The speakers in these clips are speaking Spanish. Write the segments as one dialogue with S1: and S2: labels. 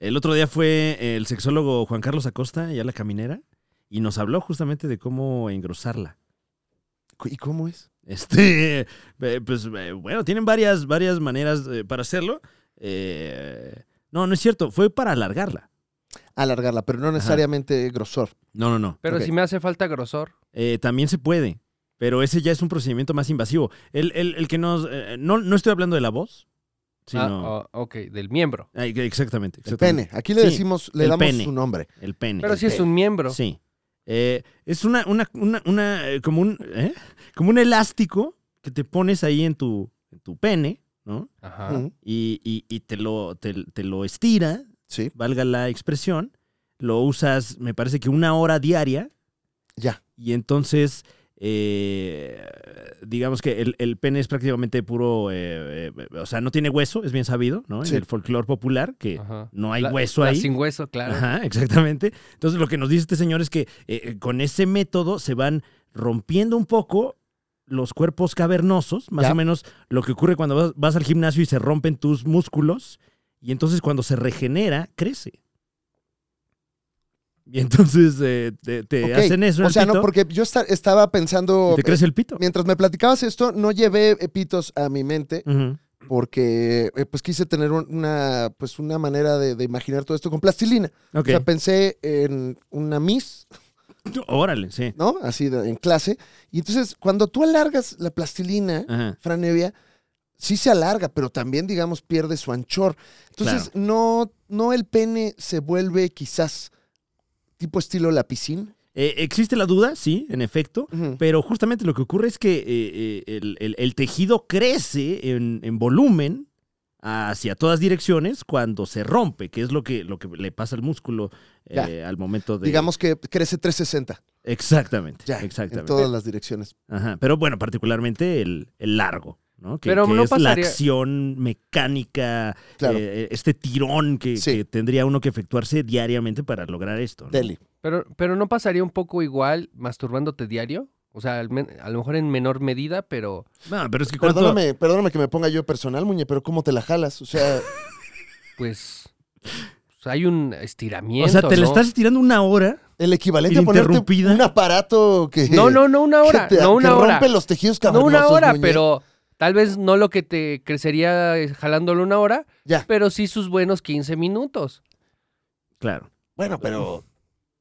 S1: El otro día fue el sexólogo Juan Carlos Acosta, ya la caminera, y nos habló justamente de cómo engrosarla.
S2: ¿Y cómo es?
S1: Este, eh, pues eh, bueno, tienen varias, varias maneras eh, para hacerlo. Eh, no, no es cierto, fue para alargarla.
S2: Alargarla, pero no necesariamente grosor.
S1: No, no, no.
S3: Pero
S2: Ok.
S3: si me hace falta grosor.
S1: Eh, también se puede, pero ese ya es un procedimiento más invasivo. El, el- el que nos... eh, no, no estoy hablando de la voz, sino...
S3: Ah, oh, ok, del miembro.
S1: Ay, que- exactamente,
S2: El
S1: exactamente.
S2: pene. Aquí le
S1: Sí,
S2: decimos, le
S1: el
S2: damos
S1: pene.
S2: su nombre.
S1: El pene.
S3: Pero
S1: el
S3: si es
S1: pene.
S3: un miembro.
S1: Sí. Eh, es una, una, una, una, eh, como un, ¿eh? como un elástico que te pones ahí en tu, en tu pene, ¿no?
S3: Ajá.
S2: Ujú,
S1: Y, y- y te lo, te, te lo estira,
S2: Sí,
S1: valga la expresión. Lo usas, me parece que una hora diaria.
S2: ya.
S1: Y entonces, eh, digamos que el, el pene es prácticamente puro, eh, eh, o sea, no tiene hueso, es bien sabido, ¿no?
S2: Sí.
S1: En el folclore popular, que
S3: Ajá.
S1: no hay
S3: Ah. La-
S1: hueso
S3: la
S1: ahí.
S3: Sin hueso, claro.
S1: Ajá, exactamente. Entonces, lo que nos dice este señor es que eh, eh, con ese método se van rompiendo un poco los cuerpos cavernosos, más
S2: Ya.
S1: o menos lo que ocurre cuando vas, vas al gimnasio y se rompen tus músculos, y entonces cuando se regenera, crece. Y entonces eh, te, te
S2: Ok.
S1: hacen eso. en
S2: O
S1: el
S2: sea, no,
S1: pito
S2: porque yo esta- estaba pensando. eh,
S1: y te crece el pito.
S2: Mientras me platicabas esto, no llevé eh, pitos a mi mente
S1: Ujú.
S2: porque eh, pues quise tener un- una, pues, una manera de, de imaginar todo esto con plastilina.
S1: Ok.
S2: O sea, pensé en una miss,
S1: Órale, sí.
S2: ¿no? Así de- en clase. Y entonces, cuando tú alargas la plastilina,
S1: Ajá.
S2: franevia, sí se alarga, pero también, digamos, pierde su anchor. Entonces, no, no el pene se vuelve quizás tipo estilo lapicín.
S1: Eh, existe la duda, sí, en efecto.
S2: Ujú.
S1: Pero justamente lo que ocurre es que eh, eh, el, el- el tejido crece en, en volumen hacia todas direcciones cuando se rompe, que es lo que, lo que le pasa al músculo eh, al momento de...
S2: Digamos que crece 360
S1: Exactamente,
S2: ya en
S1: exactamente.
S2: todas las direcciones.
S1: Ajá, Pero bueno, particularmente el, el largo, ¿no? Que,
S3: Pero
S1: que
S3: no
S1: es
S3: pasaría-
S1: la acción mecánica,
S2: Claro,
S1: eh, este tirón que,
S2: Sí.
S1: que tendría uno que efectuarse diariamente para lograr esto. ¿no?
S2: Deli.
S3: Pero, pero no pasaría un poco igual masturbándote diario. O sea, al men- a lo mejor en menor medida, pero
S1: No, pero es que cuánto-
S2: Perdóname, perdóname que me ponga yo personal, Muñe, pero ¿cómo te la jalas? O sea,
S3: pues, pues hay un
S1: O
S3: estiramiento.
S1: sea, te le
S3: ¿no?
S1: estás tirando una hora
S2: el equivalente a ponerte
S1: Interrumpida.
S2: un aparato que...
S3: No, no, no una hora.
S2: que te-
S3: no
S2: que
S3: una hora.
S2: rompe los tejidos
S3: No
S2: cavernosos,
S3: una hora,
S2: Muñe.
S3: pero tal vez no lo que te crecería eh, jalándolo una hora,
S2: Ya,
S3: pero sí sus buenos 15 minutos.
S1: Claro.
S2: bueno, pero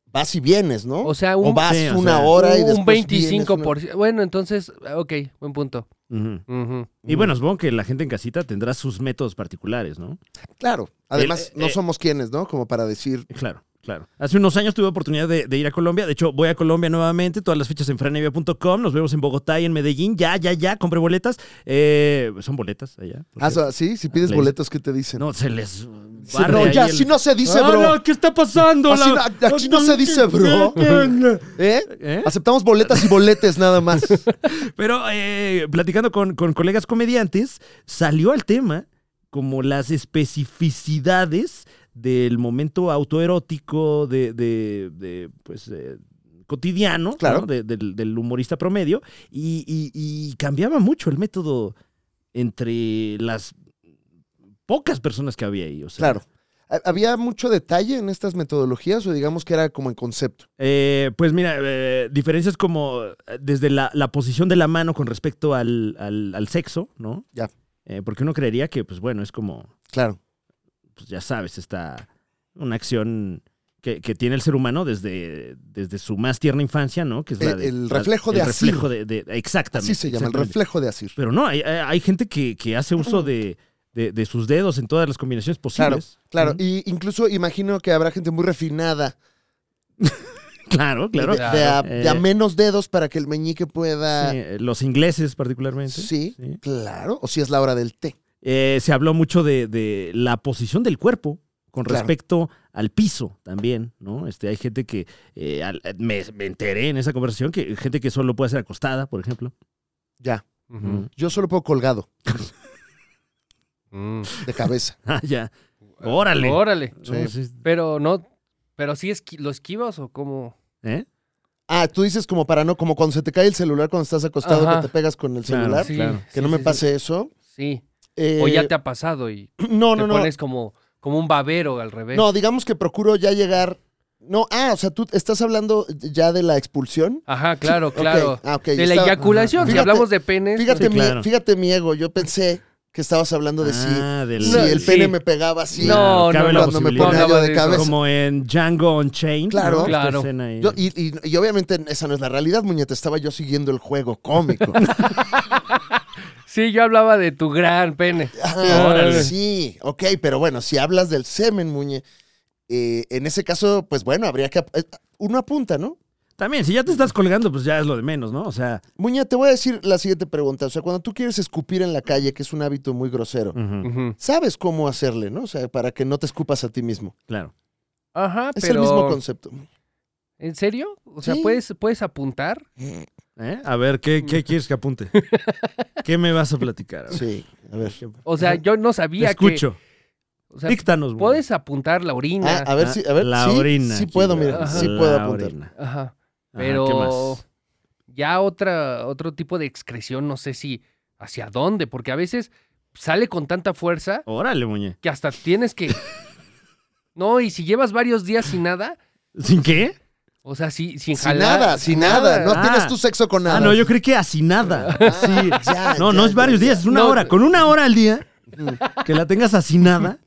S2: vas y vienes, ¿no?
S3: O sea,
S2: O
S3: un,
S2: vas
S1: Sí, o
S2: una
S1: sea,
S2: hora y después
S3: un
S2: vienes,
S3: 25%.
S2: una-
S3: Bueno, entonces, ah, ok, buen punto.
S1: Ujú.
S3: Ujú.
S1: Y bueno, supongo que la gente en casita tendrá sus métodos particulares, ¿no?
S2: Claro. Además,
S1: El-
S2: no
S1: eh,
S2: somos quienes, ¿no? Como para decir.
S1: Claro, claro. Hace unos años tuve oportunidad de, de ir a Colombia. De hecho, voy a Colombia nuevamente. Todas las fechas en franevia.com. Nos vemos en Bogotá y en Medellín. Ya, ya, ya. Compré boletas. Eh, Son boletas allá. Porque-
S2: Ah, so- sí, si pides
S1: le-
S2: boletos, ¿qué te dicen?
S1: No, se les.
S2: Sí, no, ya, si no se dice,
S1: Ah,
S2: bro.
S1: no, ¿Qué está pasando?
S2: Así
S1: La-
S2: no- aquí no se dice, bro. ¿Eh?
S1: ¿Eh?
S2: Aceptamos boletas y boletes nada más.
S1: Pero eh, platicando con, con colegas comediantes, salió al tema como las especificidades del momento autoerótico de, de- de, pues, eh, cotidiano ¿no?
S2: Claro.
S1: de- del, del humorista promedio y, y- y cambiaba mucho el método entre las pocas personas que había ahí. o sea,
S2: Claro. Ha- ¿Había mucho detalle en estas metodologías o digamos que era como en concepto?
S1: Eh, pues mira, eh, diferencias como eh, desde la, la posición de la mano con respecto al, al- al sexo, ¿no?
S2: Ya.
S1: Eh, porque uno creería que, pues bueno, es como,
S2: Claro.
S1: pues ya sabes, está una acción que, que tiene el ser humano desde, desde su más tierna infancia, ¿no? Que es la
S2: El-
S1: de-
S2: Eh, el
S1: la-
S2: reflejo de
S1: el
S2: Asir.
S1: reflejo de, de- exactamente.
S2: Así se llama, el
S1: exactamente.
S2: reflejo de Asir.
S1: Pero no, hay, hay- hay gente que, que hace uso de, de- de sus dedos en todas las combinaciones posibles.
S2: Claro,
S1: Ujú.
S2: y incluso imagino que habrá gente muy refinada
S1: claro, claro.
S2: de, de a, de a
S1: Eh,
S2: menos dedos para que el meñique pueda.
S1: Sí, eh, los ingleses particularmente.
S2: Sí,
S1: Sí.
S2: claro. O si es la hora del té.
S1: Eh, se habló mucho de, de la posición del cuerpo con
S2: Claro.
S1: respecto al piso también, ¿no? Este, hay gente que, eh, al- me, me enteré en esa conversación, que gente que solo puede ser acostada, por ejemplo.
S2: Ya.
S3: Ujú.
S1: Ujú.
S2: Yo solo puedo colgado
S3: Mm.
S2: de cabeza.
S1: Ah, ya. Órale.
S3: Órale.
S2: Sí.
S1: No, sí,
S3: Pero no, pero sí esqui- lo esquivas o cómo.
S1: ¿eh?
S2: Ah, tú dices como para no, como cuando se te cae el celular cuando estás acostado
S3: Ajá.
S2: que te pegas con el
S1: Claro,
S2: celular.
S1: sí. claro.
S2: Que no me
S3: sí,
S2: pase eso.
S3: Sí.
S2: Eh,
S3: O ya te ha pasado y
S2: No,
S3: te
S2: no, no.
S3: pones como, Como un babero al revés.
S2: No, digamos que procuro ya llegar. No, ah, o sea, tú estás hablando ya de la expulsión.
S3: Ajá, claro, claro.
S2: Ok, ah, ok,
S3: De la
S2: estaba-
S3: eyaculación,
S2: Ajá.
S3: si
S2: Fíjate-
S3: hablamos de penes.
S2: Fíjate,
S1: Sí,
S2: mi,
S1: claro.
S2: fíjate mi ego, yo pensé que estabas hablando de si,
S1: Ah, del-
S2: si
S3: No,
S2: el
S3: sí.
S2: pene me pegaba así.
S3: No,
S1: cabe
S3: no,
S1: la
S2: cuando me
S1: posibilidad.
S2: ponía
S3: No,
S2: yo
S3: no,
S2: de
S3: no,
S2: cabeza.
S1: Como en Django Unchained.
S2: Claro.
S1: ¿no? Esta
S3: Claro.
S1: escena ahí.
S2: Yo- y, y- y obviamente esa no es la realidad, muñeta. Estaba yo siguiendo el juego cómico.
S3: Sí, yo hablaba de tu gran pene.
S2: Ah,
S1: Órale.
S2: sí, ok, pero bueno, si hablas del semen, muñe, eh, en ese caso, pues bueno, habría que. ap- eh, Uno apunta, ¿no?
S1: También, si ya te estás colgando, pues ya es lo de menos, ¿no? O sea.
S2: Muñe, te voy a decir la siguiente pregunta. O sea, cuando tú quieres escupir en la calle, que es un hábito muy grosero,
S1: ujú,
S3: Ujú.
S2: sabes cómo hacerle, ¿no? O sea, para que no te escupas a ti mismo.
S1: claro.
S3: Ajá,
S2: Es
S3: pero.
S2: el mismo concepto.
S3: ¿En serio? O sea,
S2: Sí.
S3: ¿puedes, puedes apuntar.
S1: ¿Eh? A ver, ¿qué, qué quieres que apunte? ¿Qué me vas a platicar? A ver,
S2: Sí, a ver.
S1: ¿qué-
S3: O sea,
S2: Ajá.
S3: yo no
S1: te
S3: sabía que.
S1: escucho.
S3: O sea,
S1: Díctanos, güey.
S3: puedes aputar la orina.
S2: Pues, Ah, a ver si, a ver,
S1: La
S2: sí,
S1: orina.
S2: sí
S1: aquí,
S2: puedo,
S1: güey.
S2: mira,
S1: Ajá.
S2: sí puedo
S1: La
S2: apuntar.
S1: orina.
S3: Ajá.
S2: Ah,
S1: Ajá,
S3: Pero-
S1: ¿qué más?
S3: Ya otra, otro tipo de excreción, no sé si hacia dónde, porque a veces sale con tanta fuerza
S1: Órale, muñe.
S3: que hasta tienes que. No, y si llevas varios días sin nada,
S1: ¿Sin qué?
S3: o sea, si,
S2: Sin
S3: sin jalar-
S2: nada, sin nada. No
S1: Ah.
S2: tienes tu sexo con nada.
S1: Ah, no, yo creí que así nada.
S2: Ah,
S1: Sí.
S2: ya,
S1: No,
S2: ya,
S1: no es
S2: ya,
S1: varios
S2: ya.
S1: días, es una
S3: No.
S1: hora. Con una hora al día mm, que la tengas así nada.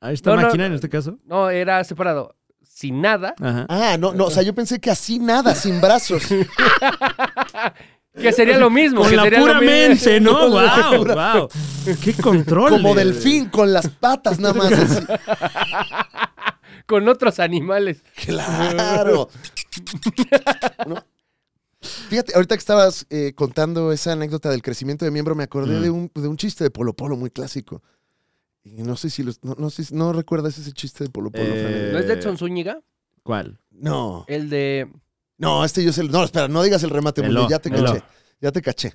S1: A esta
S3: No, no.
S1: máquina en este caso.
S3: No, era separado. Sin nada,
S1: Ajá.
S2: Ah, no, no, o sea, yo pensé que así nada, sin brazos.
S3: que sería lo mismo.
S1: Con
S3: que
S1: la
S3: sería lo
S1: pura
S3: mismo.
S1: mente, ¿no? ¡Wow! ¡Wow! ¡Qué control!
S2: Como
S1: de-
S2: delfín, con las patas nada más. así.
S3: Con otros animales.
S2: Claro. ¿No? Fíjate, ahorita que estabas eh, contando esa anécdota del crecimiento de miembro, me acordé
S1: Mm.
S2: de, un, de un chiste de Polo Polo muy clásico. Y no sé si los, no, no sé si- ¿no recuerdas ese chiste de Polo Polo.
S1: Eh,
S2: Fran?
S3: ¿No es de Edson Zúñiga?
S1: ¿Cuál?
S2: No,
S3: El de.
S2: no, este yo es el. No, espera, no digas el remate,
S1: Velo,
S2: Muñe, ya te
S1: velo.
S2: caché. Ya te caché.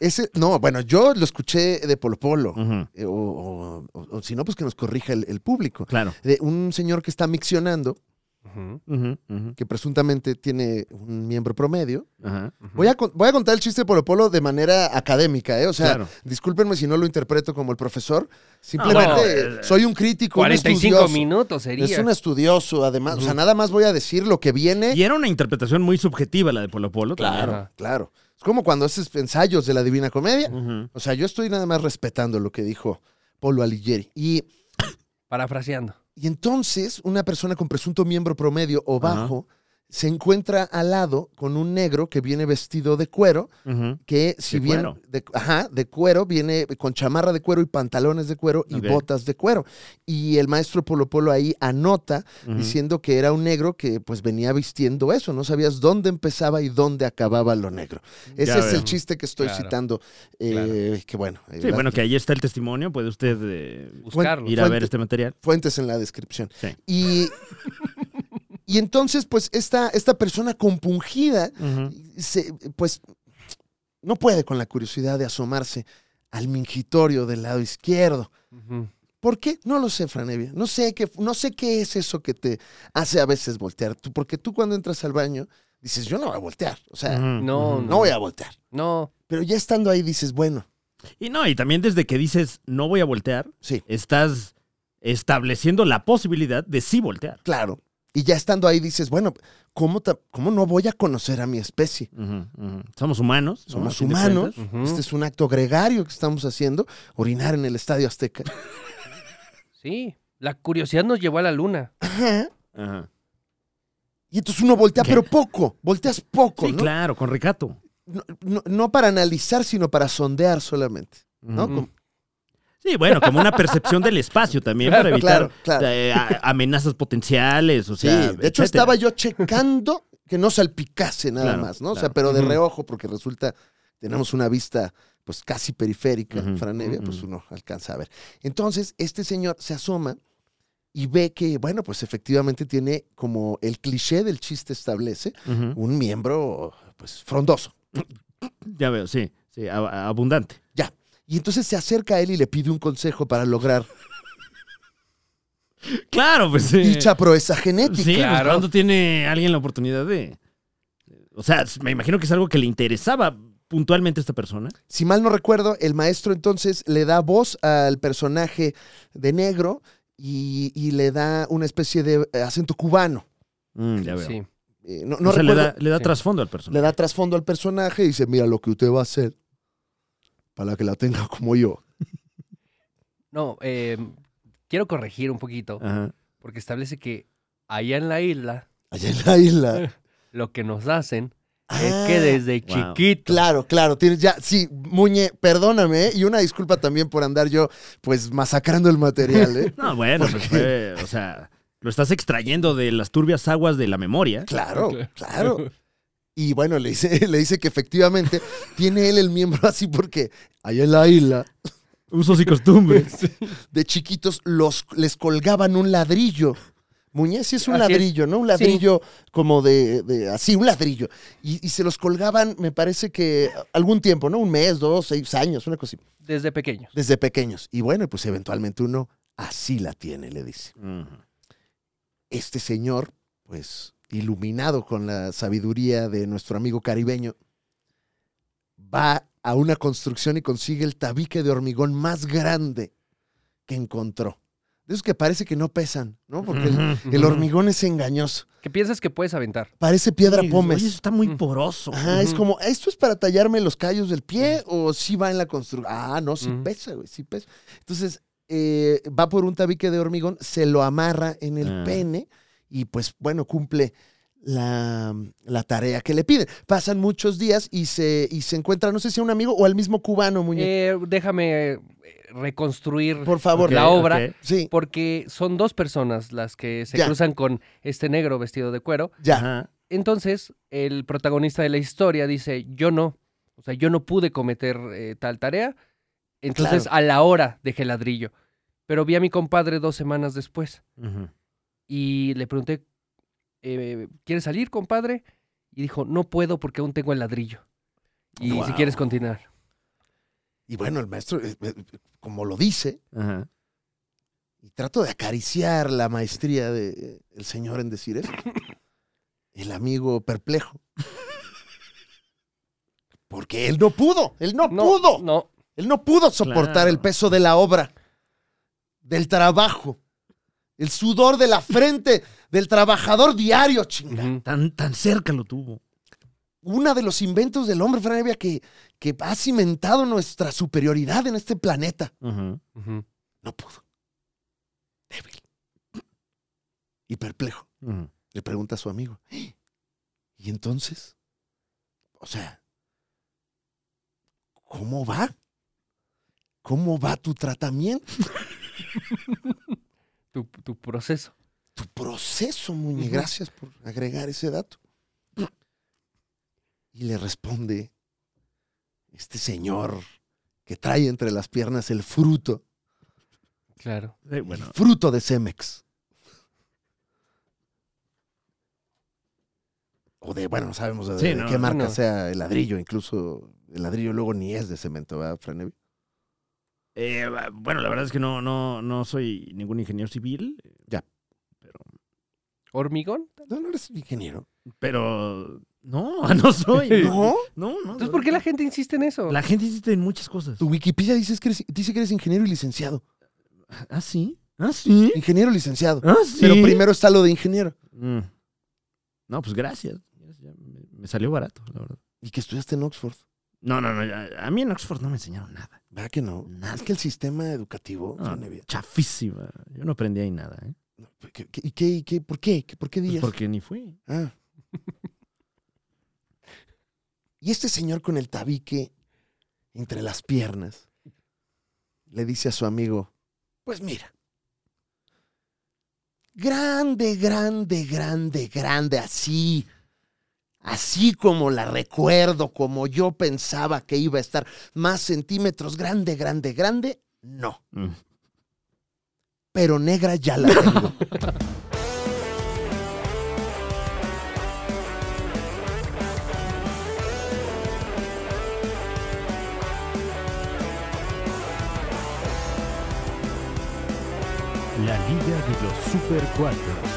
S2: Ese, no, bueno, yo lo escuché de Polo Polo.
S1: Ujú,
S2: eh, o, o- o- o si no, pues que nos corrija el, el público.
S1: Claro.
S2: De un señor que está miccionando,
S3: Ujú,
S1: Ujú, ujú,
S2: que presuntamente tiene un miembro promedio.
S1: ajá,
S3: ujú.
S2: Voy a, con- voy a contar el chiste de Polo Polo de manera académica, ¿eh? O sea,
S1: Claro.
S2: discúlpenme si no lo interpreto como el profesor. Simplemente
S1: bueno, eh,
S2: soy un crítico, un
S3: 45
S2: estudioso.
S3: minutos sería.
S2: Es un estudioso, además. O sea, nada más voy a decir lo que viene.
S1: Y era una interpretación muy subjetiva la de Polo Polo.
S2: Claro,
S3: Ajá.
S2: claro. Es como cuando haces ensayos de la Divina Comedia.
S1: también. Ujú.
S2: O sea, yo estoy nada más respetando lo que dijo Polo Alighieri. Y
S3: Parafraseando.
S2: Y entonces una persona con presunto miembro promedio o
S1: Ajá.
S2: bajo se encuentra al lado con un negro que viene vestido de cuero,
S1: Ujú.
S2: que si
S1: ¿De
S2: bien
S1: cuero?
S2: De, ajá, de cuero, viene con chamarra de cuero y pantalones de cuero y
S1: Ok.
S2: botas de cuero. Y el maestro Polo Polo ahí anota
S1: Ujú.
S2: diciendo que era un negro que pues venía vistiendo eso, no sabías dónde empezaba y dónde acababa lo negro. Ese
S1: Ya
S2: es el
S1: veo.
S2: chiste que estoy
S3: Claro.
S2: citando, eh, que bueno, eh,
S1: Sí,
S2: las
S1: bueno, que ahí está el testimonio. Puede usted eh,
S3: Buscarlo.
S1: ir a ver
S2: Fuente.
S1: este material.
S2: fuentes en la descripción.
S1: Sí.
S2: Y, y entonces, pues, esta, esta persona compungida,
S1: Ujú.
S2: se- pues, no puede con la curiosidad de asomarse al mingitorio del lado izquierdo.
S3: Ujú.
S2: ¿Por qué? No lo sé, Franevia. No sé qué, no sé qué es eso que te hace a veces voltear. Tú- porque tú cuando entras al baño dices, yo no voy a voltear. O sea,
S1: Ujú,
S3: no,
S1: ujú.
S2: no voy a voltear.
S3: No.
S2: Pero ya estando ahí dices, bueno,
S1: Y no, y también desde que dices no voy a voltear,
S2: sí,
S1: estás estableciendo la posibilidad de sí voltear.
S2: claro. Y ya estando ahí dices, bueno, ¿cómo, ta- cómo no voy a conocer a mi especie?
S1: Ujú, ujú. Somos humanos. ¿no?
S2: Somos
S1: A fin de
S2: humanos.
S1: cuentas.
S3: Ujú.
S2: Este es un acto gregario que estamos haciendo, orinar en el Estadio Azteca.
S3: Sí. La curiosidad nos llevó a la luna.
S2: Ajá.
S1: Ajá.
S2: Y entonces uno voltea,
S1: ¿Qué?
S2: pero poco, volteas poco,
S1: Sí,
S2: ¿no?
S1: claro, con recato.
S2: No, no- no para analizar, sino para sondear solamente. ¿no?
S1: Ujú.
S2: Como-
S1: Sí, bueno, como una percepción del espacio también para evitar
S2: claro, claro.
S1: eh, a- amenazas potenciales, o
S2: Sí,
S1: sea,
S2: de hecho
S1: etcétera.
S2: estaba yo checando que no salpicase nada
S1: Claro,
S2: más, ¿no? O sea,
S1: claro.
S2: pero de
S1: Ujú.
S2: reojo, porque resulta, tenemos una vista pues casi periférica,
S1: Ujú,
S2: Fran Evia, pues
S1: ujú.
S2: uno alcanza a ver. Entonces, este señor se asoma y ve que, bueno, pues efectivamente tiene como el cliché del chiste establece,
S1: Ujú.
S2: un miembro pues frondoso.
S1: Ya veo, sí, sí, a- a- abundante.
S2: Y entonces se acerca a él y le pide un consejo para lograr
S1: Claro, pues. eh,
S2: dicha proeza
S1: sí,
S2: genética.
S1: pues,
S3: claro.
S1: ¿cuándo tiene alguien la oportunidad de. O sea, me imagino que es algo que le interesaba puntualmente a esta persona.
S2: Si mal no recuerdo, el maestro entonces le da voz al personaje de negro y, y le da una especie de eh, acento cubano.
S1: Mm, ya veo.
S3: Sí.
S2: Eh, no,
S1: No
S2: no
S1: o sea, le
S2: recuerdo-
S1: da, le da
S3: sí.
S1: trasfondo al personaje.
S2: le da trasfondo al personaje y dice, mira lo que usted va a hacer para que la tenga como yo.
S3: No, eh, quiero corregir un poquito,
S1: Ajá.
S3: porque establece que allá en la isla
S2: Allá en la isla.
S3: lo que nos hacen
S2: Ah,
S3: es que desde
S1: wow.
S3: chiquito.
S2: Claro, claro, tienes ya, sí, Muñe, perdóname, ¿eh? y una disculpa también por andar yo, pues, masacrando el material, ¿eh?
S1: No, bueno, pues fue, o sea, lo estás extrayendo de las turbias aguas de la memoria.
S2: Claro, claro. Y bueno, le dice, le dice que efectivamente tiene él el miembro así porque allá en la isla,
S1: Usos y costumbres.
S2: de chiquitos, los, les colgaban un ladrillo. Muñe, sí es un
S3: Así es.
S2: ladrillo, ¿no? Un ladrillo como de, de- así, un ladrillo. Y, y se los colgaban, me parece que algún tiempo, ¿no? Un mes, dos, seis años, una cosa así,
S3: Desde pequeños.
S2: desde pequeños. Y bueno, pues eventualmente uno así la tiene, le dice.
S1: Ujú.
S2: este señor, pues iluminado con la sabiduría de nuestro amigo caribeño, va a una construcción y consigue el tabique de hormigón más grande que encontró. De esos que parece que no pesan, ¿no? Porque el,
S1: Ujú.
S2: el hormigón es engañoso.
S3: ¿Qué piensas que puedes aventar?
S2: Parece piedra
S1: Oye, eso
S2: pómez.
S1: está muy
S3: Mm.
S1: poroso.
S2: Ajá, es
S3: Ujú.
S2: como, ¿esto es para tallarme los callos del pie o sí va en la construcción? Ah, no, sí
S3: Ujú.
S2: pesa, güey, sí pesa. Entonces, eh, va por un tabique de hormigón, se lo amarra en el
S1: Ah.
S2: pene y pues, bueno, cumple la, la tarea que le piden. Pasan muchos días y se, y se encuentra, no sé si a un amigo o al mismo cubano, muñeco.
S3: Eh, déjame eh, reconstruir
S2: por favor.
S1: Ok,
S3: la obra.
S1: ok.
S2: Sí,
S3: Porque son dos personas las que se
S2: Ya.
S3: cruzan con este negro vestido de cuero.
S2: ya.
S1: Ajá.
S3: Entonces, el protagonista de la historia dice, yo no, o sea, yo no pude cometer eh, tal tarea. Entonces, a la hora dejé el ladrillo. Pero vi a mi compadre dos semanas después
S1: Ujú.
S3: y le pregunté, eh, ¿quieres salir, compadre? Y dijo, no puedo porque aún tengo el ladrillo. Y si
S1: Guau.
S3: quieres continuar.
S2: Y bueno, el maestro, eh, eh, como lo dice,
S1: Ajá.
S2: y trato de acariciar la maestría del señor en decir eso. El amigo perplejo. Porque él no pudo, él no, pudo,
S3: No,
S2: él no pudo soportar
S1: Claro.
S2: el peso de la obra, del trabajo, el sudor de la frente del trabajador diario, chinga.
S3: ujú,
S1: Tan, tan cerca lo tuvo.
S2: Uno de los inventos del hombre, Fran Evia, que, que ha cimentado nuestra superioridad en este planeta.
S1: Ujú.
S3: ujú.
S2: No pudo. Débil. Y perplejo.
S1: Ujú.
S2: Le pregunta a su amigo. ¿Y entonces? O sea, ¿cómo va? ¿Cómo va tu tratamiento?
S3: Tu, tu proceso.
S2: Tu proceso, Muñe.
S3: Ujú.
S2: Gracias por agregar ese dato. Y le responde este señor que trae entre las piernas el fruto,
S3: Claro.
S1: Eh,
S2: el
S1: bueno,
S2: fruto de Cemex. O de, bueno, no sabemos de,
S1: Sí,
S2: de
S1: no,
S2: qué marca
S3: no.
S2: sea el ladrillo, incluso el ladrillo luego ni es de cemento, ¿verdad, Franevi?
S1: eh, bueno, la verdad es que no, no, no soy ningún ingeniero civil,
S3: ¿Hormigón?
S2: No, no eres ingeniero.
S1: pero no, no soy.
S2: ¿No?
S1: No, no.
S3: Entonces, ¿por qué la gente insiste en eso?
S1: La gente insiste en muchas cosas.
S2: Tu Wikipedia dice que eres, dice que eres ingeniero y licenciado.
S1: ¿Ah, sí? ¿Ah, sí?
S2: Ingeniero licenciado.
S1: ¿Ah, sí?
S2: Pero primero está lo de ingeniero.
S1: Mm. No, pues gracias. Ya Me, me salió barato, la verdad.
S2: Y que estudiaste en Oxford.
S1: No, no, no. A, a mí en Oxford no me enseñaron nada.
S2: ¿Verdad que no?
S1: Nada. Ah.
S2: Es que el sistema educativo,
S1: No,
S2: Franevi,
S1: chafísima. Yo no aprendí ahí nada, ¿eh?
S2: no, ¿qué- qué- ¿Y qué, qué- por qué? ¿Qué- ¿Por qué
S1: Pues
S2: días?
S1: porque ni fui.
S2: Ah. Y este señor con el tabique entre las piernas le dice a su amigo, pues mira, grande, grande, grande, grande, así, así como la recuerdo, como yo pensaba que iba a estar, más centímetros, grande, grande, grande, no,
S1: Mm.
S2: pero negra ya la tengo.
S1: La Liga de los Super Cuatros.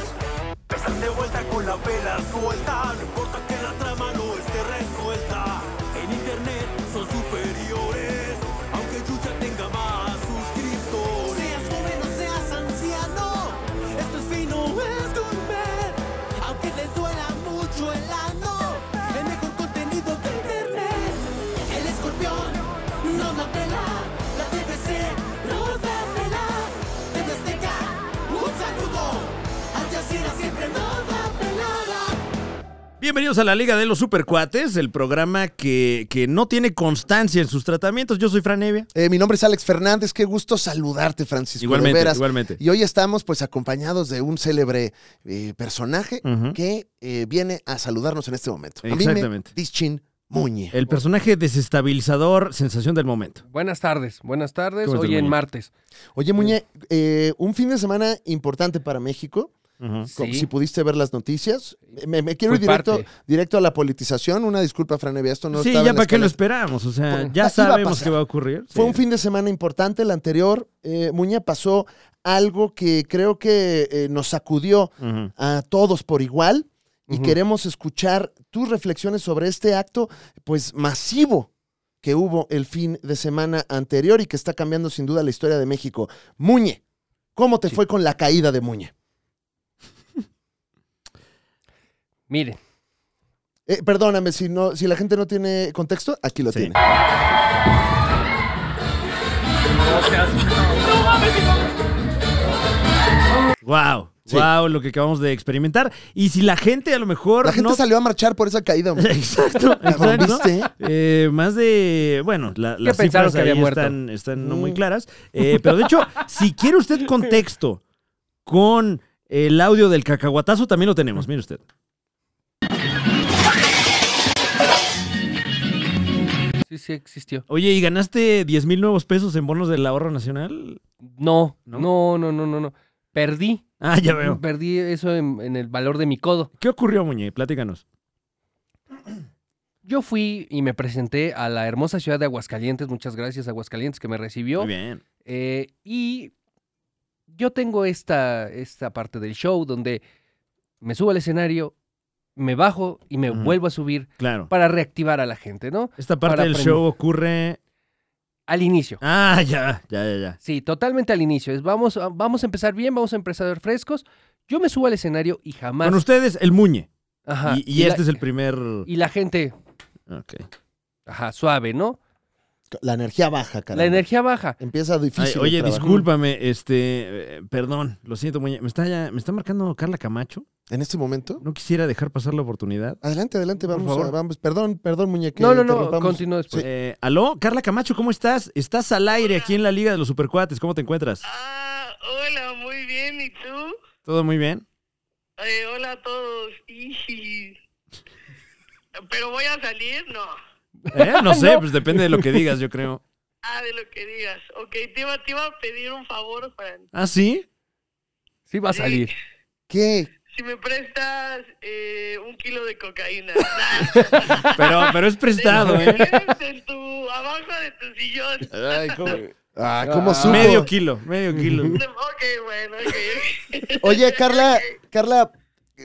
S4: Están de vuelta con la vela suelta, no importa que la trama no esté resuelta. En internet son superiores, aunque Yuya tenga más suscriptores. Seas joven o seas anciano,
S1: Bienvenidos a la Liga de los Supercuates, el programa que, que no tiene constancia en sus tratamientos. Yo soy Fran Evia.
S2: Eh, mi nombre es Alex Fernández, qué gusto saludarte, Francisco. de
S1: Igualmente,
S2: veras.
S1: igualmente.
S2: Y hoy estamos pues acompañados de un célebre eh, personaje
S1: Ujú.
S2: que eh, viene a saludarnos en este momento. A mí me
S1: Exactamente. Eh,
S2: Dischin Muñe.
S1: El personaje desestabilizador, sensación del momento.
S3: Buenas tardes, buenas tardes.
S1: ¿Cómo estás,
S3: Hoy en
S1: Muñe?
S3: martes.
S2: Oye, Muñe, eh, un fin de semana importante para México.
S1: Ujú.
S2: con-
S3: Sí.
S2: Si pudiste ver las noticias. Me, me quiero ir
S3: Fui
S2: directo,
S3: parte.
S2: directo a la politización. Una disculpa, Fran Evia, esto no
S1: sí,
S2: estaba
S1: ya
S2: en la
S1: para qué lo
S2: escaleta.
S1: esperamos. O sea,
S2: Pues, iba
S1: ya
S2: a
S1: sabemos
S2: pasar.
S1: qué va a ocurrir.
S2: Fue
S1: Sí.
S2: un fin de semana importante. El anterior, eh, Muñe, pasó algo que creo que eh, nos sacudió
S1: Ujú.
S2: a todos por igual. Y
S3: Ujú.
S2: queremos escuchar tus reflexiones sobre este acto, pues masivo que hubo el fin de semana anterior y que está cambiando sin duda la historia de México. Muñe, ¿cómo te fue con la caída de Muñe?
S3: Miren,
S2: Eh, perdóname, si, no, si la gente no tiene contexto, aquí lo
S1: Sí.
S2: tiene.
S1: Wow,
S2: Sí.
S1: wow, lo que acabamos de experimentar. Y si la gente a lo mejor
S2: La gente
S1: no.
S2: salió a marchar por esa caída. hombre.
S1: Exacto,
S2: Cabrón,
S1: exacto.
S2: ¿Viste?
S1: Eh, más de, bueno, la- las
S3: pensaron
S1: cifras
S3: que había
S1: ahí
S3: muerto?
S1: están, están no muy
S2: Mm.
S1: claras. Eh, pero de hecho, si quiere usted contexto con el audio del cacahuatazo, también lo tenemos. Mire usted.
S3: sí, sí existió.
S1: Oye, ¿y ganaste 10 mil nuevos pesos en bonos del ahorro nacional?
S3: No,
S1: ¿No?
S3: no, no, no, no, no. Perdí.
S1: Ah, ya veo.
S3: Perdí eso en- en el valor de mi codo.
S1: ¿Qué ocurrió, Muñe? Platícanos.
S3: Yo fui y me presenté a la hermosa ciudad de Aguascalientes. Muchas gracias, Aguascalientes, que me recibió.
S1: Muy bien.
S3: Eh, y yo tengo esta, esta parte del show donde me subo al escenario, me bajo y me
S1: Ujú.
S3: vuelvo a subir
S1: Claro.
S3: para reactivar a la gente, ¿no?
S1: Esta parte
S3: para
S1: del
S3: aprender.
S1: show ocurre.
S3: Al inicio.
S1: Ah, ya, ya, ya, ya.
S3: Sí, totalmente al inicio. Es vamos, a- vamos a empezar bien, vamos a empezar frescos. Yo me subo al escenario y jamás.
S1: Con ustedes, el Muñe.
S3: Ajá,
S1: y y
S3: la-
S1: este es el primer.
S3: y la gente,
S1: Ok.
S3: ajá, suave, ¿no?
S2: La energía baja,
S3: La
S2: caramba.
S3: energía baja.
S2: Empieza
S1: Ay,
S2: difícil. el
S1: oye,
S2: trabajo.
S1: discúlpame, este, eh, perdón, lo siento, Muñe. Me está, ya- me está marcando Carla Camacho.
S2: En este momento.
S1: No quisiera dejar pasar la oportunidad.
S2: Adelante, adelante,
S1: Por
S2: vamos,
S1: favor.
S2: a- vamos. Perdón, perdón, muñeque.
S3: no, no, no,
S2: interrumpamos.
S3: continúa después.
S1: Eh, Aló, Carla Camacho, ¿cómo estás? Estás al aire aquí en la Liga de los Supercuates. ¿Cómo te encuentras?
S5: Ah, hola, muy bien, ¿y tú?
S1: ¿Todo muy bien?
S5: Eh, hola a todos. Iji. Pero voy a salir, no.
S1: Eh, No sé, pues depende de lo que digas, yo creo.
S5: Ah, de lo que digas. Ok, te iba, te iba a pedir un favor, Fran.
S1: ¿Ah, sí?
S3: Sí va a salir.
S2: ¿Qué?
S5: Si me prestas eh, un kilo de cocaína.
S1: Pero, pero es prestado,
S5: Lo
S1: ¿eh?
S5: tienes en tu, abajo de tu sillón.
S2: Ay, ¿cómo? Ah, ¿cómo
S3: Ah.
S2: supo?
S1: Medio kilo, medio kilo.
S5: Ok, bueno, ok.
S2: Oye, Carla, Carla,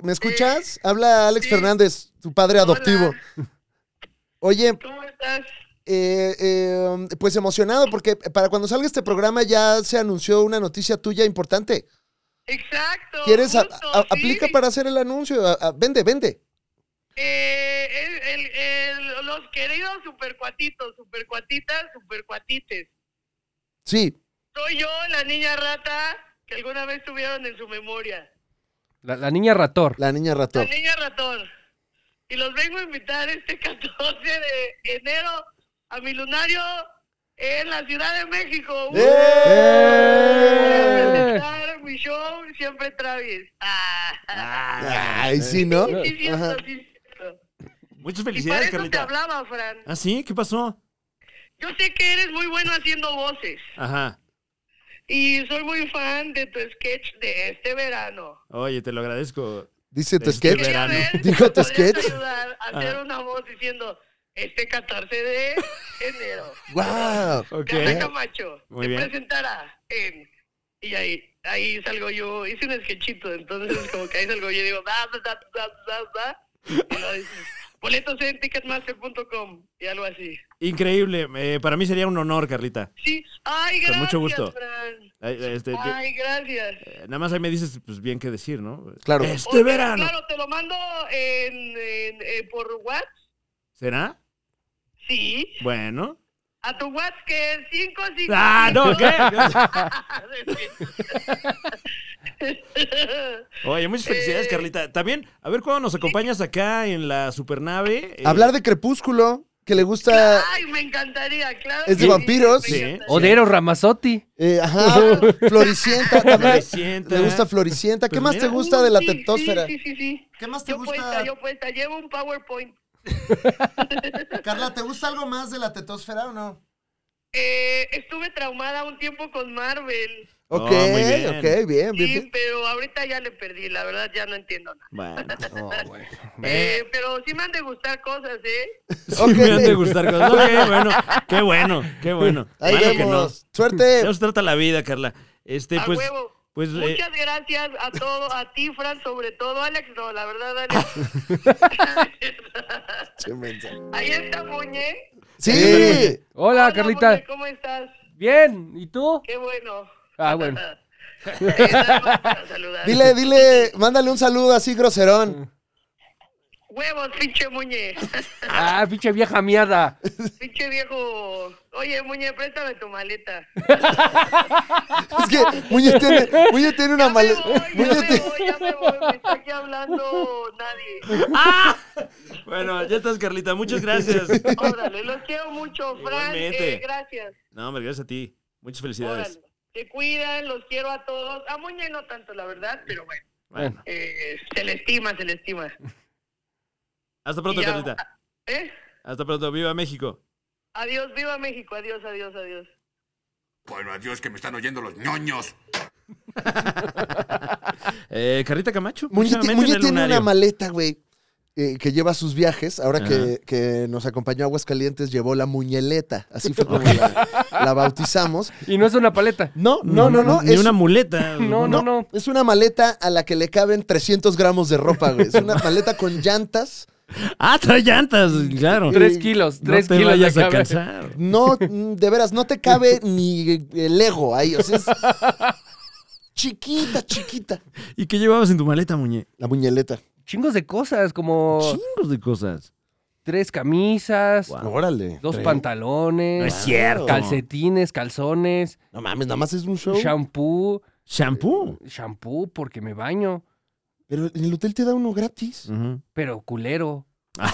S2: ¿me escuchas? Habla Alex
S5: Sí.
S2: Fernández, tu padre adoptivo. Oye,
S5: ¿Cómo estás?
S2: eh, eh, pues emocionado, porque para cuando salga este programa ya se anunció una noticia tuya importante.
S5: Exacto.
S2: ¿Quieres? a-
S5: justo,
S2: a-
S5: sí.
S2: aplica para hacer el anuncio. a- a- vende, vende.
S5: Eh, el- el- el- los queridos supercuatitos, supercuatitas, supercuatites.
S2: Sí,
S5: Soy yo, la niña rata, que alguna vez tuvieron en su memoria.
S3: La, la niña rator.
S2: la niña
S5: La
S2: ratón.
S5: niña ratón. Y los vengo a invitar este 14 de enero a mi lunario en la Ciudad de México. Voy a
S2: ¡Eh!
S5: presentar mi show, siempre Travis. Ah.
S2: Ay, sí, ¿no?
S5: Sí, cierto,
S2: Ajá.
S5: sí, cierto.
S1: Muchas
S5: Y para
S1: felicidades,
S5: eso te
S1: Carlita.
S5: hablaba, Fran.
S1: ¿Ah, sí? ¿Qué pasó?
S5: Yo sé que eres muy bueno haciendo voces.
S1: Ajá.
S5: Y soy muy fan de tu sketch de este verano.
S1: Oye, te lo agradezco.
S2: Dice tu
S1: Este
S2: sketch.
S5: Quería
S1: verano.
S5: ver si
S2: Dijo
S5: me
S2: tu
S5: podías
S2: sketch.
S5: ayudar a
S1: Ah.
S5: hacer una voz diciendo este 14 de enero.
S2: ¡Wow!
S1: Ok.
S5: Carla Camacho
S1: Muy
S5: te
S1: bien.
S5: presentará en y ahí ahí salgo yo hice un sketchito entonces como que ahí salgo yo y digo da da da da da, da y lo dices boletos en ticketmaster.com y algo así
S1: Increíble. eh, para mí sería un honor, Carlita.
S5: sí ay
S1: Con
S5: gracias
S1: mucho gusto.
S5: Fran.
S1: Ay, Este, yo-
S5: ay gracias
S1: Eh, Nada más ahí me dices, pues bien qué decir, ¿no?
S2: Claro.
S1: Este
S5: Oye,
S1: verano.
S5: Claro, te lo mando en, en- eh, por WhatsApp.
S1: ¿Será?
S5: Sí.
S1: Bueno.
S5: A tu WhatsApp que es 555.
S1: Ah, no, ¿qué? Oye, muchas felicidades,
S5: Eh.
S1: Carlita. También, a ver cuándo nos acompañas acá en la supernave. eh,
S2: Hablar de Crepúsculo, que le gusta.
S5: Ay, me encantaría, claro.
S2: ¿Es de
S5: que sí,
S2: vampiros?
S5: me
S1: Sí.
S5: encantaría.
S3: Odero Ramazotti.
S2: eh, ajá, Floricienta. también.
S1: Floricienta.
S2: Le gusta Floricienta. ¿Qué
S1: Pues
S2: más
S1: mira.
S2: te gusta de la
S5: Uh, Sí, sí,
S2: teptósfera?
S5: Sí, sí, sí.
S2: ¿Qué más te
S5: Yo
S2: gusta?
S5: puesta, yo puesta. Llevo un PowerPoint.
S2: Carla, ¿te gusta algo más de la tetosfera o no?
S5: Eh, estuve traumada un tiempo con Marvel.
S2: Ok,
S1: Oh, muy bien.
S2: ok, bien, bien,
S5: Sí,
S2: bien.
S5: pero ahorita ya le perdí. La verdad, ya no entiendo nada.
S1: Bueno.
S5: Eh, pero sí me han de gustar cosas, ¿eh?
S1: Sí,
S2: Ok.
S1: me han de gustar cosas. Ok, bueno, qué bueno, qué bueno.
S2: Ahí
S1: Bueno que no.
S2: vemos. Suerte.
S1: Ya se trata la vida, Carla. Este,
S5: A
S1: pues.
S5: huevo.
S1: Pues, eh,
S5: Muchas gracias a todo, a ti, Fran, sobre todo, Alex. No, la verdad, Alex.
S2: Che, mensa.
S5: Ahí está Muñe.
S2: Sí.
S3: Hola, Carlita.
S5: Muñe, ¿Cómo estás?
S3: Bien, ¿y tú?
S5: Qué bueno.
S3: Ah, bueno.
S5: Eh, nada más para saludar.
S2: Dile, dile, mándale un saludo así groserón.
S5: Huevos, pinche Muñe.
S3: Ah, pinche vieja miada.
S5: pinche viejo. Oye, Muñe, préstame tu maleta.
S2: Es que Muñe tiene, Muñe tiene una
S5: Ya me
S2: maleta.
S5: voy, ya me
S2: Muñe tiene-
S5: voy, ya me voy. Me está aquí hablando nadie.
S1: bueno, ya estás, Carlita. Muchas gracias.
S5: Órale, los quiero mucho, Fran.
S1: Igualmente.
S5: eh, gracias.
S1: No, hombre, gracias a ti. Muchas felicidades.
S5: Órale. Se cuidan, los quiero a todos. A Muñe no tanto, la verdad, pero bueno.
S1: Bueno,
S5: Eh, se le estima, se le estima.
S1: hasta pronto,
S5: Y ya-
S1: Carlita.
S5: ¿Eh?
S1: Hasta pronto. Viva México.
S5: Adiós, viva México, adiós, adiós, adiós.
S6: Bueno, adiós, que me están oyendo los ñoños.
S1: Eh, Carlita Camacho.
S2: Muñe, ti-
S1: próximamente
S2: Muñe
S1: en el
S2: tiene una
S1: Lunario.
S2: maleta, güey, eh, que lleva a sus viajes. Ahora
S1: Ajá.
S2: que, que nos acompañó a Aguascalientes, llevó la muñeleta. Así fue como la, la bautizamos.
S3: Y no es una paleta.
S2: No, no, no, no.
S1: Ni
S2: es-
S1: una muleta.
S3: No, no, no.
S2: Es una maleta a la que le caben 300 gramos de ropa, güey. Es una maleta con llantas.
S1: Ah, trae llantas, claro.
S3: Tres kilos,
S1: No
S3: tres
S1: te
S3: kilos.
S1: vayas
S3: de
S1: a
S3: cabra.
S1: cansar.
S2: No, mm, de veras, no te cabe ni el ego ahí. O sea, es chiquita, chiquita.
S1: ¿Y qué llevabas en tu maleta, Muñe?
S2: La muñeleta.
S3: Chingos de cosas, como
S1: Chingos de cosas.
S3: tres camisas,
S1: Guau.
S2: Órale.
S3: dos
S2: Tres.
S1: No es
S3: pantalones,
S1: cierto.
S3: calcetines, calzones,
S2: No mames, nada más es un show.
S3: shampoo,
S1: Shampoo.
S3: shampoo porque me baño,
S2: Pero en el hotel te da uno gratis.
S1: Ujú.
S3: pero culero.
S1: Ah,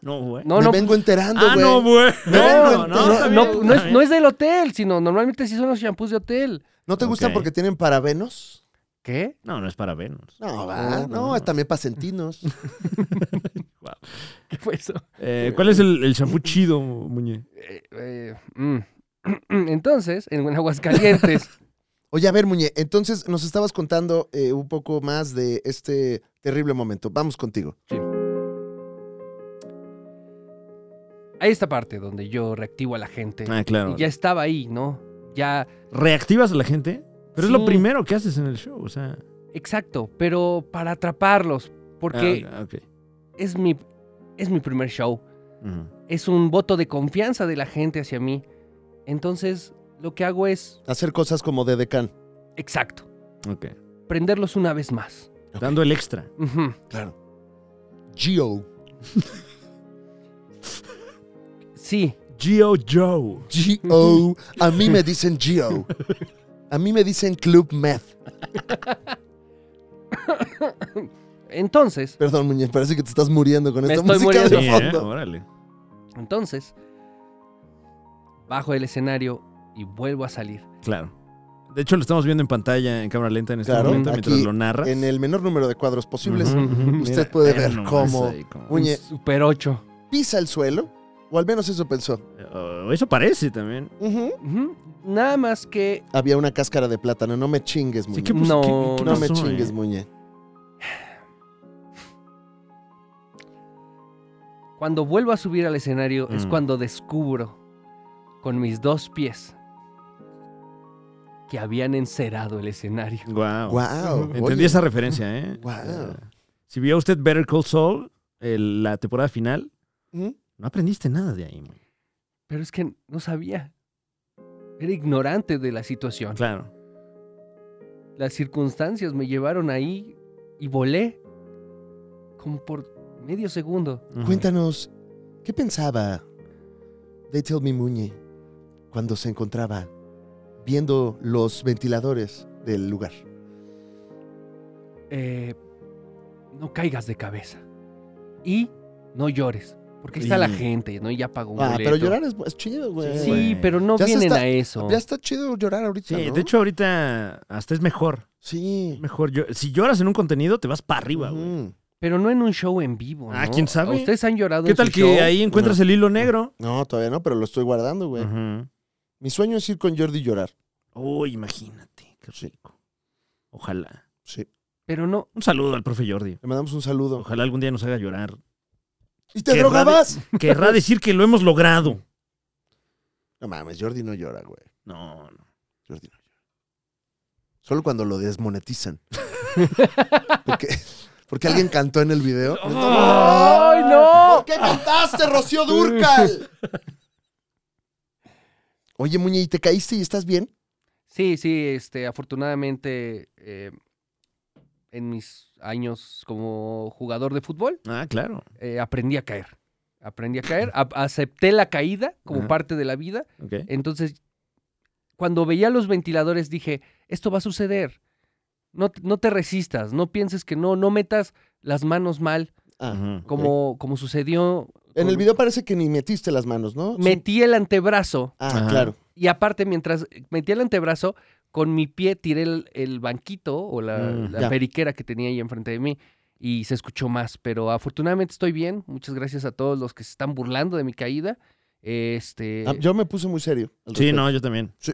S1: no, güey.
S3: No,
S2: Me
S3: no,
S2: vengo enterando,
S1: ah,
S2: güey.
S1: no, güey.
S2: No,
S1: No, no,
S2: no,
S1: está
S3: no,
S1: bien,
S3: no,
S1: está
S3: no es,
S1: bien.
S3: no es del hotel, sino normalmente sí son los shampoos de hotel.
S2: ¿No te gustan
S1: Ok.
S2: porque tienen parabenos?
S3: ¿Qué?
S1: No, no es para Venus.
S2: No, va,
S1: No,
S2: no,
S1: no, no.
S2: también para sentinos.
S3: ¿Qué fue eso?
S1: Eh, ¿Cuál es el, el shampoo chido, Muñe?
S3: Eh, eh, mm. Entonces, en Aguascalientes,
S2: Oye, a ver, Muñe, entonces nos estabas contando eh, un poco más de este terrible momento. Vamos contigo.
S3: hay esta parte donde yo reactivo a la gente.
S1: Ah, claro.
S3: Y ya estaba ahí, ¿no? Ya,
S1: ¿Reactivas a la gente? Pero es lo
S3: Sí.
S1: primero que haces en el show, o sea.
S3: exacto, pero para atraparlos, porque
S1: Ah, ok.
S3: es, mi, es mi primer show.
S1: Ujú.
S3: Es un voto de confianza de la gente hacia mí. Entonces, lo que hago es,
S2: Hacer cosas como de decán.
S3: exacto,
S1: Ok.
S3: prenderlos una vez más.
S1: Dando el extra.
S3: Ujú.
S2: Claro. Geo.
S3: Sí,
S1: Geo Joe.
S2: G.O. A mí me dicen Geo. A mí me dicen Club Meth.
S3: entonces,
S2: Perdón, Muñe, parece que te estás muriendo con
S3: Me
S2: esta
S3: estoy
S2: música
S1: Sí,
S2: de
S1: ¿eh?
S2: fondo.
S1: Órale.
S3: entonces, bajo el escenario y vuelvo a salir.
S1: Claro. De hecho, lo estamos viendo en pantalla, en cámara lenta en este
S2: Claro,
S1: momento, mientras
S2: aquí
S1: lo narras.
S2: En el menor número de cuadros posibles,
S1: Ujú, ujú.
S2: usted puede
S1: vean
S2: ver
S1: nomás
S2: cómo-
S1: ahí cómo-
S2: Muñe
S3: Super 8.
S2: pisa el suelo, o al menos eso pensó.
S1: Oh, eso parece también.
S2: Ujú.
S3: Ujú. Nada más que
S2: Había una cáscara de plátano, no me chingues, Muñe.
S1: Sí, ¿qué pus-
S3: No,
S1: qué- qué
S2: no me
S1: pasó,
S2: chingues,
S1: eh?
S2: Muñe.
S3: cuando vuelvo a subir al escenario es
S1: Mm.
S3: cuando descubro con mis dos pies que habían encerado el escenario.
S1: Guau.
S2: Guau.
S1: Entendí
S2: oye.
S1: esa referencia, ¿eh?
S2: Guau.
S1: Eh, Si vio usted Better Call Saul, el- la temporada final,
S2: ¿Mm?
S1: no aprendiste nada de ahí. Muñe.
S3: Pero es que no sabía. Era ignorante de la situación.
S1: Claro.
S3: Las circunstancias me llevaron ahí y volé como por medio segundo.
S1: Ujú.
S2: Cuéntanos, ¿qué pensaba They Tell Me Muñe cuando se encontraba viendo los ventiladores del lugar.
S3: eh, no caigas de cabeza. Y no llores. Porque ahí está la
S1: Y-
S3: gente, ¿no? Y ya pagó un
S2: Ah, pero
S3: boleto.
S2: llorar es, es chido, güey.
S3: Sí,
S1: güey.
S3: pero no
S2: Ya se
S3: vienen
S2: está-
S3: a eso.
S2: Ya está chido llorar ahorita,
S1: Sí,
S2: ¿no?
S1: de hecho ahorita hasta es mejor.
S2: Sí.
S1: Mejor yo- si lloras en un contenido te vas para arriba, güey.
S2: Ujú.
S3: Pero no en un show en vivo.
S1: Ah,
S3: ¿no?
S1: ¿quién sabe?
S3: Ustedes han llorado
S1: ¿Qué
S3: en su
S1: tal que
S3: show?
S1: ahí encuentras el hilo negro?
S2: No, todavía no, pero lo estoy guardando, güey.
S1: Ujú.
S2: Mi sueño es ir con Jordi y llorar.
S1: Uy, imagínate, qué
S2: Sí.
S1: rico. Ojalá.
S2: Sí.
S3: Pero no.
S1: Un saludo al profe Jordi.
S2: Le mandamos un saludo.
S1: Ojalá algún día nos haga llorar.
S2: ¿Y te
S1: Qué
S2: drogabas?
S1: Querrá decir que lo hemos logrado.
S2: No mames, Jordi no llora, güey.
S1: No, no.
S2: Jordi no llora. Solo cuando lo desmonetizan. porque, porque alguien cantó en el video.
S1: ¡Ah!
S3: ¡Ay, no!
S2: ¿Por qué cantaste, Rocío Durcal? Oye, Muñe, ¿y te caíste y estás bien?
S3: Sí, sí, este, afortunadamente, eh, en mis años como jugador de fútbol,
S1: Ah, claro.
S3: eh, aprendí a caer. Aprendí a caer, a- acepté la caída como
S1: Ajá.
S3: parte de la vida.
S1: Ok.
S3: Entonces, cuando veía los ventiladores, dije, esto va a suceder. No, te- no te resistas, no pienses que no, no metas las manos mal,
S2: Ah,
S1: Ujú.
S3: como, como sucedió.
S2: en
S3: con-
S2: el video parece que ni metiste las manos, ¿no?
S3: Metí el antebrazo
S2: Ah,
S1: Ajá.
S2: claro.
S3: y aparte, mientras metí el antebrazo, con mi pie tiré el, el banquito o la,
S1: Mm,
S3: la
S2: ya.
S3: periquera que tenía ahí enfrente de mí y se escuchó más. Pero afortunadamente estoy bien. Muchas gracias a todos los que se están burlando de mi caída. Este,
S2: Ah, yo me puse muy serio. al
S1: Sí,
S2: respecto.
S1: no, yo también.
S2: Sí,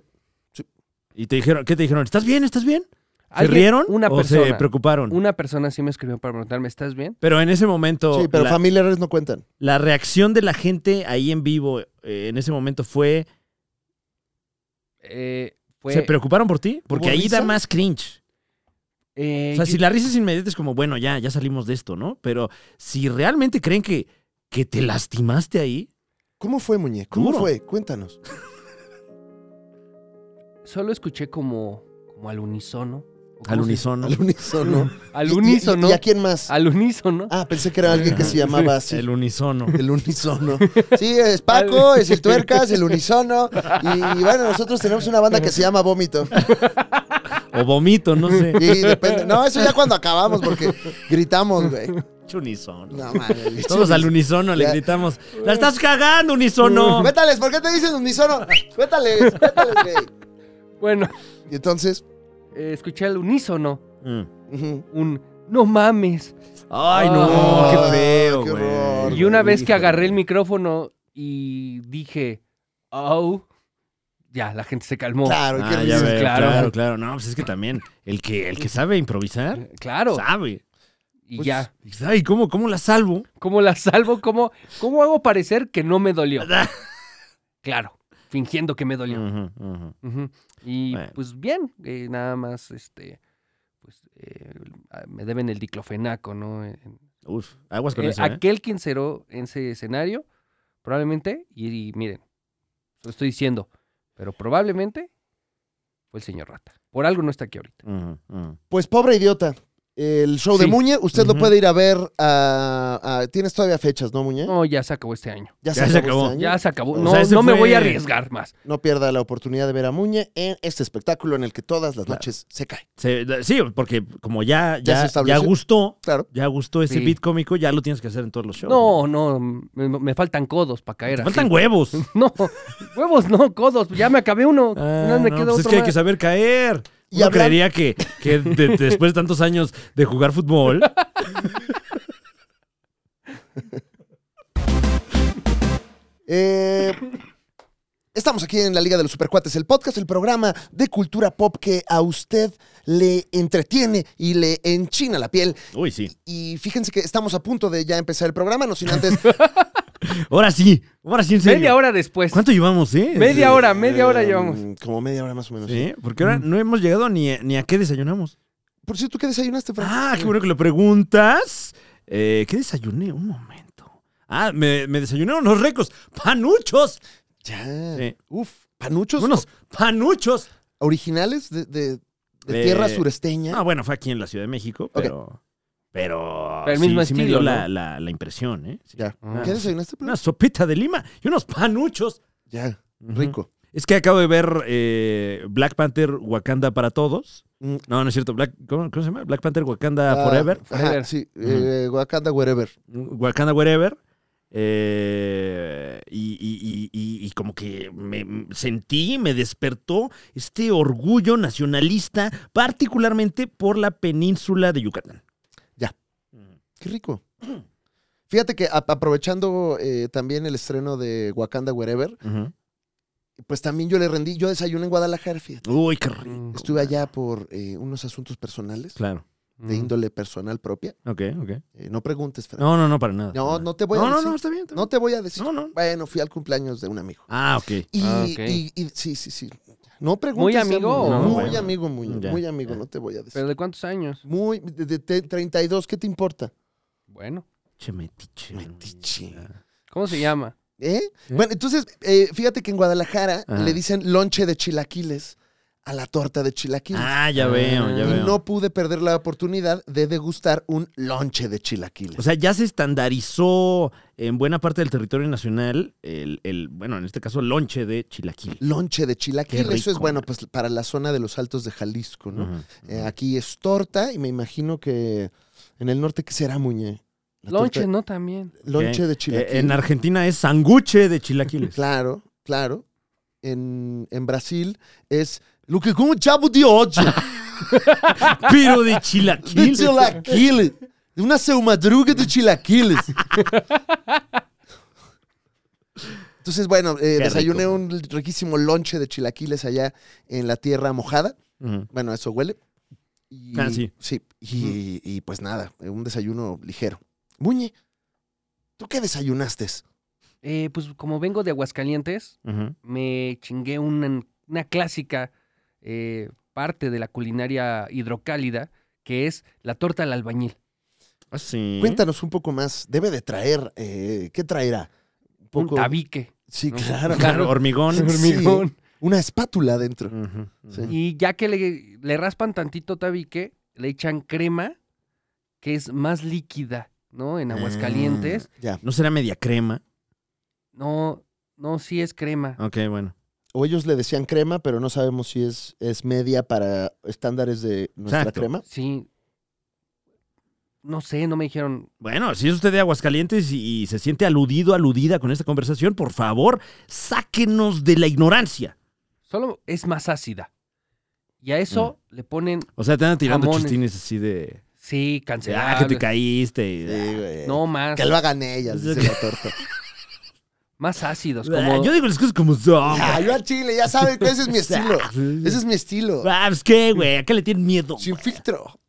S2: sí.
S1: ¿Y te dijeron, qué te dijeron? ¿Estás bien? ¿Estás bien? ¿Se
S3: alguien-
S1: rieron?
S3: Una
S1: o
S3: persona.
S1: se preocuparon?
S3: Una persona sí me escribió para preguntarme, ¿estás bien?
S1: Pero en ese momento,
S2: Sí, pero
S1: la,
S2: familiares no cuentan.
S1: la reacción de la gente ahí en vivo eh, en ese momento fue,
S3: Eh, fue,
S1: ¿Se preocuparon por ti? Porque
S2: ¿Hubo
S1: ahí da
S2: risa?
S1: más cringe.
S3: eh,
S1: O sea,
S3: yo-
S1: si la risa es inmediata es como, bueno, ya, ya salimos de esto, ¿no? Pero si realmente creen que, que te lastimaste ahí,
S2: ¿Cómo fue, Muñe? ¿Cómo
S1: Duro.
S2: fue? Cuéntanos.
S3: solo escuché como, como al unísono. ¿O
S1: al
S3: cómo se-
S1: unísono,
S2: Al unísono.
S3: Al
S2: ¿Y- y-
S3: unísono.
S2: ¿Y, a quién más?
S3: Al unísono.
S2: Ah, pensé que era alguien que se llamaba así.
S1: el unisono.
S2: El unisono. Sí, es Paco, es el Tuercas, el unisono. Y bueno, nosotros tenemos una banda que se llama Vómito.
S1: o vomito, no sé.
S2: Sí, depende. No, eso ya cuando acabamos porque gritamos, güey.
S1: Pinche unisono.
S2: No, mames.
S1: Todos al unisono le
S2: Ya.
S1: gritamos, ¡la estás cagando, unisono!
S2: Cuéntales, Uh, ¿por qué te dicen unisono? Cuéntales, cuéntales, güey.
S3: Bueno,
S2: Y entonces,
S3: eh, escuché al unísono
S1: Mm.
S2: ujú,
S3: un no mames.
S1: Ay, no,
S3: Ah,
S1: qué feo,
S2: qué
S1: güey.
S2: horror,
S3: Y una vez que agarré el micrófono y dije, au, ya, la gente se calmó.
S2: claro, qué
S1: Ah, ya
S2: risa.
S1: veo,
S3: Claro.
S1: claro. claro, No, pues es que también, el que, el que sabe improvisar,
S3: Eh, Claro.
S1: sabe.
S3: Y
S1: Pues,
S3: ya.
S1: ¿Y cómo, cómo la salvo?
S3: ¿Cómo la salvo? ¿Cómo, ¿Cómo hago parecer que no me dolió? Claro, fingiendo que me dolió.
S1: Ujú, ujú.
S3: Ujú. Y
S1: Bueno.
S3: pues bien, eh, nada más, este, pues eh, ah, me deben el diclofenaco, ¿no? En- en-
S1: Uf, aguas con
S3: eh,
S1: eso, ¿eh?
S3: aquel que enceró en ese escenario, probablemente, y, y miren, lo estoy diciendo, pero probablemente fue el señor Rata. Por algo no está aquí ahorita.
S1: Ujú, ujú.
S2: Pues pobre idiota. El show de
S3: Sí.
S2: Muñe, usted lo
S1: Ujú.
S2: puede ir a ver a, a- Tienes todavía fechas, ¿no, Muñe?
S3: No, ya se acabó este año.
S1: ya se acabó.
S2: año.
S3: Ya se acabó.
S1: ¿Eh? O
S3: No,
S1: sea, ese
S3: no me voy a
S1: fue-
S3: arriesgar más.
S2: No pierda la oportunidad de ver a Muñe en este espectáculo en el que todas las
S1: Claro.
S2: noches se cae.
S1: Se- da- sí, porque como ya,
S2: Ya se
S1: ya, ya,
S2: estableció.
S1: gustó,
S2: Claro.
S1: ya gustó ese
S3: Sí.
S1: beat cómico, ya lo tienes que hacer en todos los shows.
S3: No, no, me, me faltan codos para
S1: Te
S3: caer. así.
S1: faltan huevos.
S3: No, huevos no, codos. Ya me acabé uno.
S1: Ah,
S3: Una me
S1: no,
S3: queda
S1: pues es
S3: otro
S1: que hay
S3: más.
S1: que saber caer.
S2: Y
S1: Yo
S2: hablan-
S1: creería que, que de- después de tantos años de jugar fútbol.
S2: Eh, estamos aquí en la Liga de los Supercuates, el podcast, el programa de cultura pop que a usted le entretiene y le enchina la piel.
S1: Uy, sí.
S2: Y fíjense que estamos a punto de ya empezar el programa, no sin antes.
S1: Ahora sí. Ahora sí, en serio.
S3: Media hora después.
S1: ¿Cuánto llevamos, eh?
S3: Media hora, media hora
S2: eh,
S3: llevamos.
S2: Como media hora más o menos.
S1: Sí, porque ahora no hemos llegado ni, ni a qué desayunamos.
S2: Por cierto, ¿qué desayunaste, Fran?
S1: Ah, qué bueno que lo preguntas. Eh, ¿Qué desayuné? Un momento. Ah, me, me desayunaron los ricos panuchos.
S2: Ya.
S1: Sí.
S2: Uf, panuchos
S1: Unos panuchos.
S2: originales de, de- de
S1: Eh,
S2: tierra suresteña.
S1: Ah, bueno, fue aquí en la Ciudad de México,
S2: Ok.
S1: pero. Pero.
S3: Pero el
S1: sí-
S3: mismo
S1: sí me
S3: estilo,
S1: dio
S3: ¿no?
S1: la, la- la impresión, ¿eh? Sí.
S2: ya.
S3: Ah.
S2: ¿Qué desayunaste, Fran?
S1: Una sopita de lima y unos panuchos.
S2: Ya,
S1: Ujú.
S2: rico.
S1: Es que acabo de ver eh, Black Panther Wakanda para todos.
S2: Mm.
S1: No, no es cierto. Black, ¿cómo, cómo se llama? Black Panther Wakanda
S2: Ah,
S1: Forever.
S2: ajá,
S3: Forever.
S2: sí, eh, Wakanda Wherever.
S1: Wakanda Wherever. eh, y, y- y- y- y como que me m- sentí, me despertó este orgullo nacionalista, particularmente por la península de Yucatán.
S2: Ya.
S1: Ujú.
S2: Qué rico. Fíjate que a- aprovechando eh, también el estreno de Wakanda Wherever,
S1: Ujú.
S2: pues también yo le rendí, yo desayuné en Guadalajara, fíjate.
S1: Uy, qué rico.
S3: Mm,
S2: Estuve allá por eh, unos asuntos personales,
S1: Claro.
S2: de índole personal propia.
S1: Ok, ok.
S2: Eh, no preguntes, Fran.
S1: No, no, no, para nada.
S2: No,
S1: para
S2: no
S1: nada.
S2: te voy a
S1: No,
S2: decir.
S1: no, no, está bien. está
S2: No
S1: bien.
S2: te voy a decir.
S1: No, no.
S2: Bueno, fui al cumpleaños de un amigo.
S1: Ah, ok.
S2: Y,
S3: Ah, ok.
S2: y- y- sí, sí, sí. No preguntes.
S3: ¿Muy amigo
S2: Muñoz.
S1: o no?
S2: Muy
S1: Bueno.
S2: amigo, Muñoz,
S1: Ya,
S2: Muy amigo,
S1: ya.
S2: no te voy a decir.
S3: ¿Pero de cuántos años?
S2: Muy, de, de- de 32, ¿qué te importa?
S3: Bueno.
S1: Che, metiche.
S2: Metiche.
S3: ¿Cómo se llama?
S2: ¿Eh? Bueno, entonces, eh, fíjate que en Guadalajara
S1: Ajá.
S2: le dicen lonche de chilaquiles a la torta de chilaquiles.
S1: Ah, ya veo, ya
S3: Ah.
S2: y
S1: veo.
S2: no pude perder la oportunidad de degustar un lonche de chilaquiles.
S1: O sea, ya se estandarizó en buena parte del territorio nacional el, el, bueno, en este caso, el lonche de chilaquil.
S2: lonche de chilaquiles,
S1: Qué
S2: eso es
S1: rico.
S2: bueno, pues para la zona de los Altos de Jalisco, ¿no?
S1: Ujú.
S2: Eh, aquí es torta y me imagino que en el norte, ¿qué será, Muñe? La
S3: Lonche,
S2: torta-
S3: ¿no? También.
S2: Lonche
S1: Ok.
S2: de
S1: Eh,
S2: chilaquiles.
S1: en Argentina es sanguche de chilaquiles.
S2: Claro, claro. En, en Brasil es lo que como chavo de ocho,
S1: Piro de
S2: de
S1: chilaquil.
S2: chilaquiles. Una seu madruga de chilaquiles. Entonces, bueno, eh,
S1: Qué
S2: desayuné
S1: rico.
S2: un riquísimo lonche de chilaquiles allá en la tierra mojada.
S1: Ujú.
S2: Bueno, eso huele. Y,
S1: Ah, sí.
S2: Y, y, pues nada, un desayuno ligero. Muñe, ¿tú qué desayunaste?
S3: Eh, pues como vengo de Aguascalientes,
S1: Ujú.
S3: me chingué una, una clásica eh, parte de la culinaria hidrocálida, que es la torta al albañil.
S1: Ah, sí.
S2: Cuéntanos un poco más. Debe de traer, eh, ¿qué traerá? Un
S3: Un tabique.
S2: Sí,
S3: ¿no?
S2: claro.
S1: Claro, hormigón.
S2: Sí.
S3: Hormigón.
S2: Una espátula adentro.
S1: Ujú,
S2: Sí.
S1: ujú.
S3: Y ya que le, le raspan tantito tabique, le echan crema, que es más líquida, ¿no? En Aguascalientes.
S2: Ya.
S1: ¿No será media crema?
S3: No, no, sí es crema.
S1: Ok, bueno.
S2: O ellos le decían crema, pero no sabemos si es, es media para estándares de nuestra
S1: Exacto.
S2: crema.
S3: Sí. No sé, no me dijeron.
S1: Bueno, si es usted de Aguascalientes y, y se siente aludido, aludida con esta conversación, por favor, sáquenos de la ignorancia.
S3: Solo es más ácida. Y a eso le ponen,
S1: O sea, te andan tirando
S3: Jamones.
S1: chistines así de. de, ah,
S3: sí,
S1: que te
S3: cancelable.
S1: caíste. y-
S2: Sí, güey.
S3: no más,
S2: Que lo hagan ellas, dice la torta.
S3: más ácidos.
S1: Ah,
S3: Como,
S1: Yo digo las cosas como son.
S2: Ah, yo al chile, ya saben que ese es mi estilo. Ese es mi estilo.
S1: Ah, pues qué, güey, ¿a qué le tienen miedo?
S2: Sin filtro.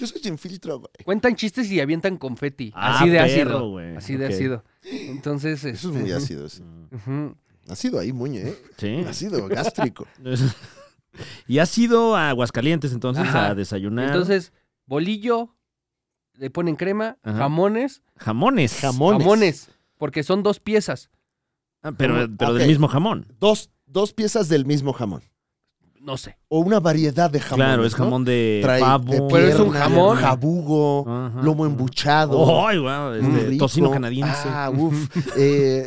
S2: Yo soy sin filtro, güey.
S3: Cuentan chistes y avientan confeti.
S1: Ah,
S3: así de
S1: perro,
S3: ácido.
S1: güey.
S3: Así de
S1: Ok.
S3: ácido. Entonces.
S2: Eso es muy
S3: este,
S2: ácido. sí.
S3: ujú.
S2: Ha sido ahí, Muñe, ¿eh?
S1: Mm, Sí.
S2: Ha sido gástrico.
S1: Y has ido a Aguascalientes entonces
S3: Ajá.
S1: a desayunar.
S3: Entonces, bolillo, le ponen crema,
S1: Ajá.
S3: jamones,
S1: jamones.
S2: Jamones.
S3: jamones, porque son dos piezas.
S1: Ah, pero pero
S2: Ok.
S1: del mismo jamón.
S2: Dos, dos piezas del mismo jamón.
S3: No sé.
S2: O una variedad de jamón.
S1: claro, es jamón de
S2: Trae eh,
S1: pavo.
S2: de
S3: Pero es un
S2: pierna,
S3: jamón.
S2: Jabugo,
S1: Ajá.
S2: lomo embuchado.
S1: Ay, guau,
S2: muy
S1: este,
S2: rico.
S1: tocino canadiense.
S2: Ah, uff.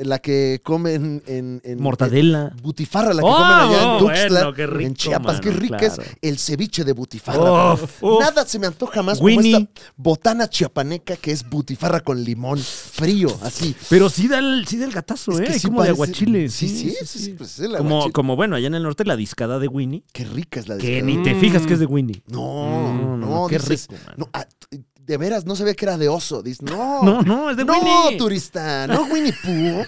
S2: la que comen en. en-
S1: mortadela.
S2: en Butifarra, la que
S1: Oh,
S2: comen allá en
S1: oh,
S2: Tuxtla,
S1: bueno, qué rico,
S2: en Chiapas, qué
S1: mano,
S2: rica es
S1: claro.
S2: el ceviche de butifarra.
S1: Uf, uf.
S2: Nada se me antoja más como
S1: Winnie.
S2: esta botana chiapaneca que es butifarra con limón frío, así.
S1: Pero sí da el, sí da el gatazo,
S2: Es
S1: ¿eh?
S2: que sí
S1: como
S2: parece-
S1: de aguachile.
S2: Sí, sí, sí, sí, pues es el
S1: Como,
S2: aguachile.
S1: como bueno, allá en el norte la discada de Winnie.
S2: Qué rica es la de
S1: Que
S2: Escalón.
S1: ni te
S3: Mm.
S1: fijas que es de Winnie.
S2: No,
S1: Mm,
S2: no,
S1: no, no, qué
S2: dices,
S1: rico, man.
S2: no, ah, t- de veras, no sabía que era de oso. Dices, no,
S1: No, no, es de
S2: no,
S1: Winnie.
S2: turista, no Winnie Pooh.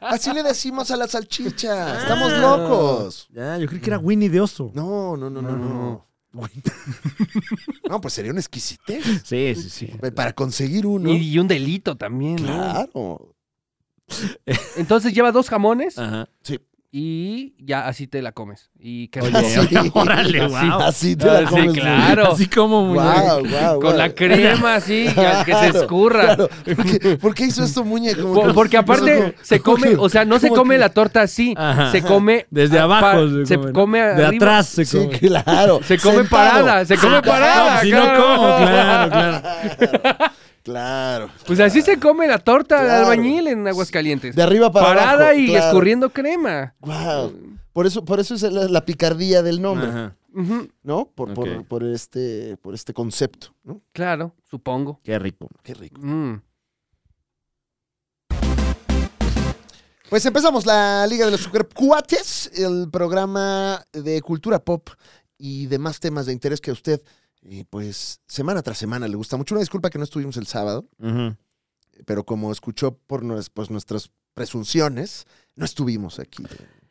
S2: Así le decimos a la salchicha. Estamos
S1: Ah.
S2: locos.
S1: Ya, yo creí que era Winnie de oso.
S2: Mm. No, no, no, no, no. Winnie- No, pues sería un exquisitez.
S1: Sí, sí, sí.
S2: Para conseguir uno.
S3: Y, y un delito también, ¿no?
S2: Claro.
S3: Entonces lleva dos jamones
S1: Ajá.
S3: y ya así te la comes. Y qué rico.
S1: Oye, órale, wow.
S2: Así te la
S3: Ah, sí,
S2: comes.
S3: claro.
S1: Así como
S2: Muñe.
S1: muy
S2: Guau, guau,
S3: Con la
S2: guau.
S3: crema así, ya que se
S2: Claro,
S3: escurra.
S2: Claro. ¿Por qué, por qué hizo esto, Muñe? Como
S3: Po-
S2: que-
S3: Porque
S2: como
S3: aparte
S2: que-
S3: se
S2: como
S3: come,
S2: que-
S3: o sea, no se
S2: como
S3: come
S2: que-
S3: la torta así,
S1: Ajá.
S3: se come
S1: Desde
S3: a-
S1: abajo
S3: Ah, pa-
S1: se
S3: se
S1: comen.
S3: come
S1: De
S3: arriba.
S1: atrás se
S2: Sí, Ah,
S1: come.
S2: claro.
S3: Se come
S2: Sentado.
S3: parada, se come
S2: Sentado.
S3: parada.
S1: si no,
S3: claro.
S1: ¿cómo? Claro, claro.
S2: Claro.
S3: Pues así se come la torta de
S2: Claro.
S3: albañil en Aguascalientes.
S2: De arriba para
S3: Parada
S2: abajo,
S3: y
S2: claro.
S3: escurriendo crema.
S2: Wow. Por eso, por eso es la, la picardía del nombre,
S1: Ajá.
S3: Ujú,
S2: ¿no? Por, por-
S1: Ok.
S2: por este, por este concepto, ¿no?
S3: Claro, supongo.
S1: Qué rico.
S2: Qué rico.
S3: Mm.
S2: Pues empezamos la Liga de los Supercuates, el programa de cultura pop y demás temas de interés que a usted, eh, pues, semana tras semana le gusta mucho. Una disculpa que no estuvimos el sábado,
S1: Ujú.
S2: pero como escuchó por nues- pues, nuestras presunciones, no estuvimos aquí.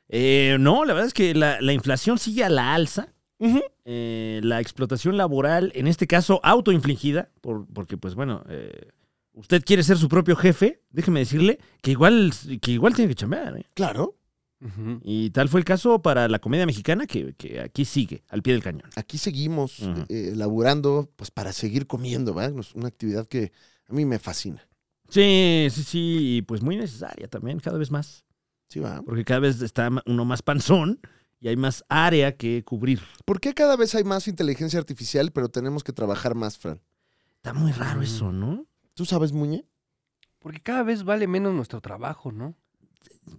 S1: Eh, no, la verdad es que la, la inflación sigue a la alza.
S2: Ujú.
S1: Eh, la explotación laboral, en este caso autoinfligida, por- porque pues bueno, eh, usted quiere ser su propio jefe, déjeme decirle que igual, que igual tiene que chambear. ¿eh?
S2: Claro,
S3: Ujú.
S1: Y tal fue el caso para la comedia mexicana que, que aquí sigue, al pie del cañón.
S2: aquí seguimos
S1: Ujú.
S2: eh, laburando, pues, para seguir comiendo, ¿verdad? Nos- Una actividad que a mí me fascina.
S1: Sí, sí, sí, y pues muy necesaria también, cada vez más.
S2: ¿Sí, va?
S1: Porque cada vez está uno más panzón y hay más área que cubrir.
S2: ¿Por qué cada vez hay más inteligencia artificial, pero tenemos que trabajar más, Fran?
S1: Está muy raro eso, ¿no?
S2: ¿Tú sabes, Muñe?
S3: Porque cada vez vale menos nuestro trabajo, ¿no?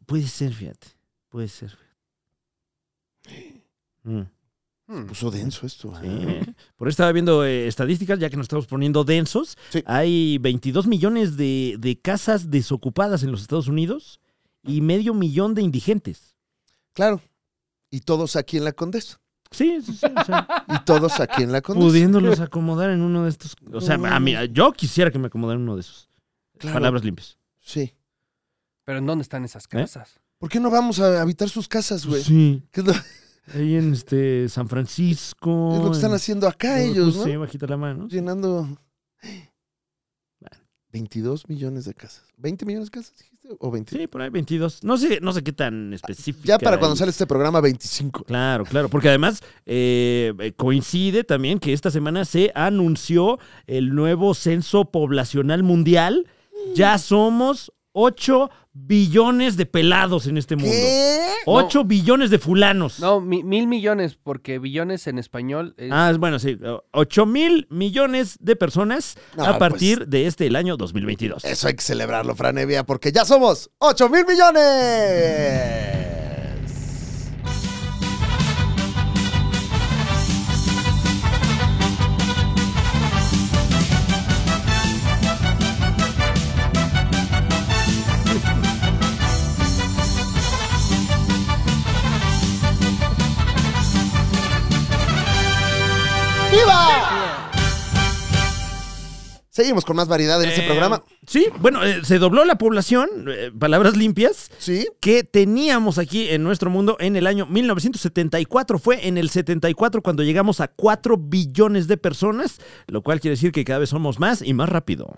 S1: Puede ser, fíjate. Puede ser. Mm.
S3: Mm.
S2: Puso denso Pues, esto.
S1: Sí,
S2: ¿eh?
S1: ¿eh? Por eso estaba viendo eh, estadísticas, ya que nos estamos poniendo densos.
S2: Sí.
S1: Hay 22 millones de, de casas desocupadas en los Estados Unidos y medio millón de indigentes.
S2: Claro. Y todos aquí en la Condesa.
S1: Sí, sí, sí, o sea,
S2: Y todos aquí en la Condesa.
S1: pudiéndolos acomodar en uno de estos. O sea,
S2: No.
S1: a mí- yo quisiera que me acomodaran en uno de esos.
S2: Claro.
S1: Palabras limpias.
S2: Sí.
S3: Pero ¿en dónde están esas
S1: ¿eh?
S3: casas?
S2: ¿Por qué no vamos a habitar sus casas, güey?
S1: Sí,
S2: ¿Qué es lo, es
S1: ahí en este San Francisco.
S2: lo que están
S1: en-
S2: haciendo acá
S1: en
S2: ellos,
S1: Veracruz, pues Sí,
S2: no?
S1: bajita la mano.
S2: Llenando 22 millones de casas. ¿20 millones de casas dijiste? ¿O 20?
S1: Sí, por ahí 22. No sé, no sé qué tan específico.
S2: ya para cuando sale este programa, 25.
S1: Claro, claro, porque además eh, eh, coincide también que esta semana se anunció el nuevo censo poblacional mundial. Ya
S2: Mm.
S1: somos 8 billones de pelados en este mundo.
S2: ¿Qué?
S1: 8 billones de fulanos.
S3: No, mi- mil millones, porque billones en español es...
S1: Ah, bueno, sí, 8 mil millones de personas
S2: No,
S1: a partir
S2: pues,
S1: de este el año 2022.
S2: eso hay que celebrarlo, Fran Evia, porque ya somos 8 mil millones. ¡Viva! Seguimos con más variedad en este
S1: Eh,
S2: programa.
S1: Sí, bueno, eh, se dobló la población, eh, palabras limpias.
S2: Sí,
S1: que teníamos aquí en nuestro mundo en el año 1974. Fue en el 74 cuando llegamos a 4 billones de personas, lo cual quiere decir que cada vez somos más y más rápido.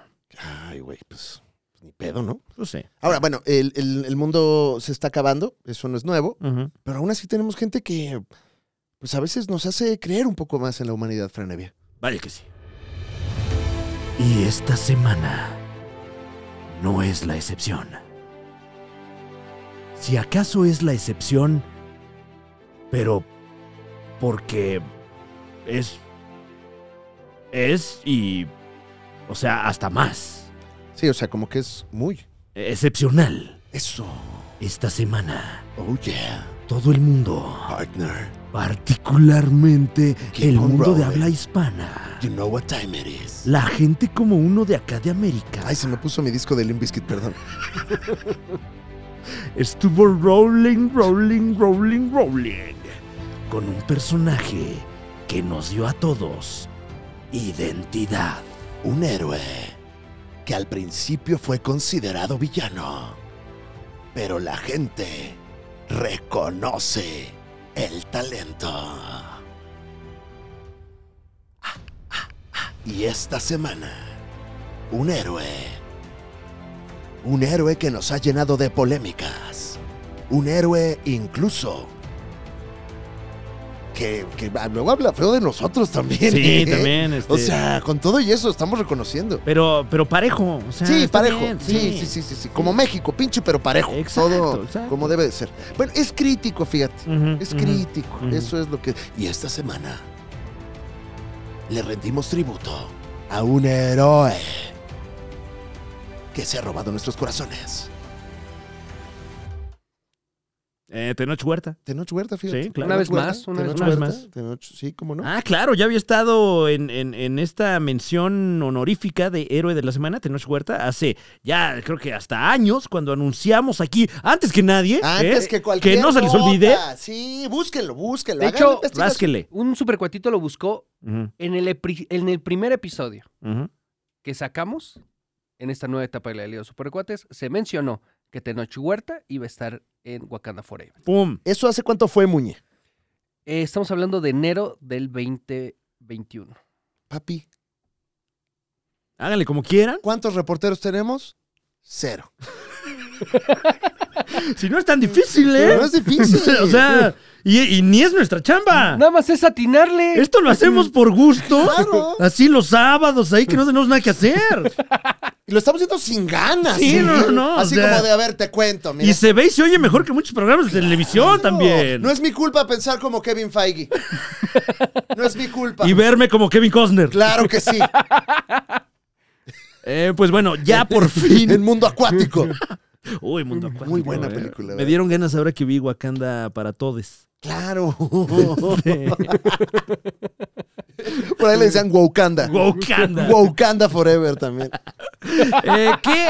S2: Ay, güey, pues ni pedo, ¿no?
S1: No sé.
S2: Ahora, bueno, el, el- el mundo se está acabando, eso no es nuevo,
S1: Ujú.
S2: pero aún así tenemos gente que, pues a veces nos hace creer un poco más en la humanidad, Franevia.
S1: Vaya que sí. Y esta semana no es la excepción. Si acaso es la excepción, pero porque es... Es y... O sea, hasta más.
S2: Sí, o sea, como que es muy.
S1: excepcional.
S2: Eso.
S1: Esta semana,
S2: Oh, yeah,
S1: todo el mundo,
S2: partner.
S1: particularmente
S2: Keep
S1: el
S2: on
S1: mundo de
S2: rolling.
S1: habla hispana,
S2: You know what time it is.
S1: la gente como uno de acá de América,
S2: Ay, se me puso mi disco de Limp Bizkit, perdón.
S1: estuvo rolling, rolling, rolling, rolling, con un personaje que nos dio a todos identidad.
S2: Un héroe que al principio fue considerado villano, pero la gente reconoce el talento. Y esta semana, un héroe. Un héroe que nos ha llenado de polémicas. Un héroe incluso... Que, que ah, luego habla feo de nosotros también. ¿eh? O sea, con todo y eso estamos reconociendo.
S1: este, pero, pero parejo, o sea,
S2: Sí,
S1: Ah, está
S2: parejo.
S1: bien,
S2: sí. sí, sí, sí, sí, Como México, pinche, pero parejo.
S1: Exacto,
S2: todo
S1: exacto.
S2: como debe de ser. Bueno, es crítico, fíjate.
S1: Ujú,
S2: Es
S1: ujú.
S2: crítico.
S1: ujú.
S2: Eso es lo que. Y esta semana le rendimos tributo a un héroe que se ha robado nuestros corazones.
S1: Eh, Tenoch Huerta.
S2: Tenoch Huerta, fíjate.
S1: Sí, claro.
S3: Una vez
S2: Tenoch Huerta,
S3: más, una vez
S2: Tenoch
S1: más.
S2: Huerta,
S1: Una vez más.
S2: Tenoch- sí, cómo no.
S1: Ah, claro, ya había estado en, en- en esta mención honorífica de Héroe de la Semana, Tenoch Huerta, hace ya creo que hasta años, cuando anunciamos aquí, antes que nadie,
S2: Antes
S1: ¿eh?
S2: que cualquier
S1: no se les
S2: nota.
S1: olvide,
S2: Sí, búsquenlo, búsquenlo.
S3: De
S2: hagan la
S3: hecho,
S2: investigación.
S1: rásquele.
S3: Un supercuatito lo buscó
S1: Ujú,
S3: en el, epri- en el primer episodio
S1: ujú.
S3: que sacamos en esta nueva etapa de la Liga de Supercuates. Se mencionó que Tenoch Huerta iba a estar en Wakanda Forever.
S1: Pum.
S2: ¿Eso hace cuánto fue, Muñe?
S3: Eh, estamos hablando de enero del 2021.
S2: Papi,
S1: Háganle como quieran.
S2: ¿cuántos reporteros tenemos? Cero.
S1: Si no es tan difícil, ¿eh?
S2: Pero no es difícil.
S1: o sea, y, y ni es nuestra chamba.
S3: Nada más es atinarle.
S1: Ah. Esto lo hacemos por gusto.
S2: Claro.
S1: Así los sábados, ahí que no tenemos nada que hacer.
S2: Y lo estamos haciendo sin ganas.
S1: Sí, no, no, no,
S2: Así
S1: o sea-
S2: como de, a ver, te cuento. Mira.
S1: Y se ve y se oye mejor que muchos programas de televisión también.
S2: No es mi culpa pensar como Kevin Feige. No es mi culpa.
S1: y verme como Kevin Costner.
S2: Claro que sí.
S1: Eh, pues bueno, ya por
S2: El
S1: fin.
S2: mundo acuático.
S1: Uy, mundo acuático,
S2: Muy buena
S1: eh.
S2: película.
S1: Me
S2: ¿verdad?
S1: dieron ganas ahora que vi Wakanda para todos.
S2: Claro. Por ahí le decían Wokanda.
S1: Wakanda.
S2: Wokanda Forever también.
S1: Eh, qué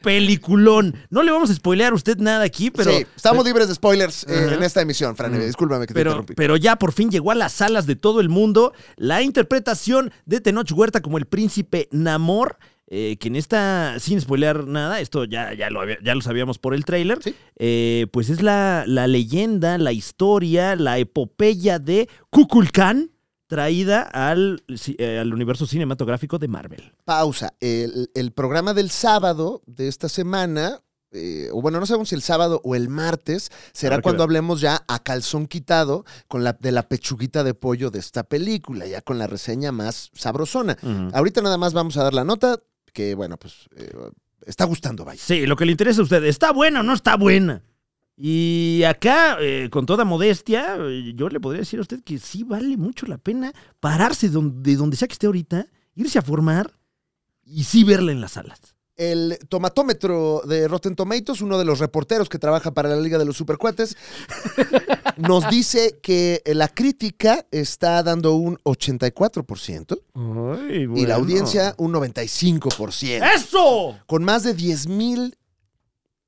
S1: peliculón. No le vamos a spoilear a usted nada aquí, pero
S2: sí, estamos libres de spoilers eh,
S1: Ajá.
S2: en esta emisión, Fran. Evia. Discúlpame que te
S1: Pero,
S2: interrumpí.
S1: pero ya por fin llegó a las salas de todo el mundo la interpretación de Tenoch Huerta como el príncipe Namor. eh, que en esta, sin spoilear nada, esto ya, ya, lo, había- ya lo sabíamos por el tráiler,
S2: Sí.
S1: eh, pues es la, la leyenda, la historia, la epopeya de Kukulkan traída al, ci- eh, al universo cinematográfico de Marvel.
S2: Pausa. El, el programa del sábado de esta semana, eh, o bueno, no sabemos si el sábado o el martes, será
S1: Habrá que
S2: cuando
S1: ver.
S2: hablemos ya a calzón quitado con la, de la pechuguita de pollo de esta película, ya con la reseña más sabrosona. Ahorita nada más vamos a dar la nota, que bueno, pues eh, está gustando, vaya.
S1: Sí, lo que le interesa a usted, ¿está buena o no está buena? Y acá, eh, con toda modestia, eh, yo le podría decir a usted que sí vale mucho la pena pararse don- de donde sea que esté ahorita, irse a formar y sí verla en las salas.
S2: El tomatómetro de Rotten Tomatoes, uno de los reporteros que trabaja para la Liga de los Supercuates, nos dice que la crítica está dando un 84%. Y la audiencia un
S1: ¿Eh?
S2: 95%.
S1: ¡Eso!
S2: Con más de 10.000 mil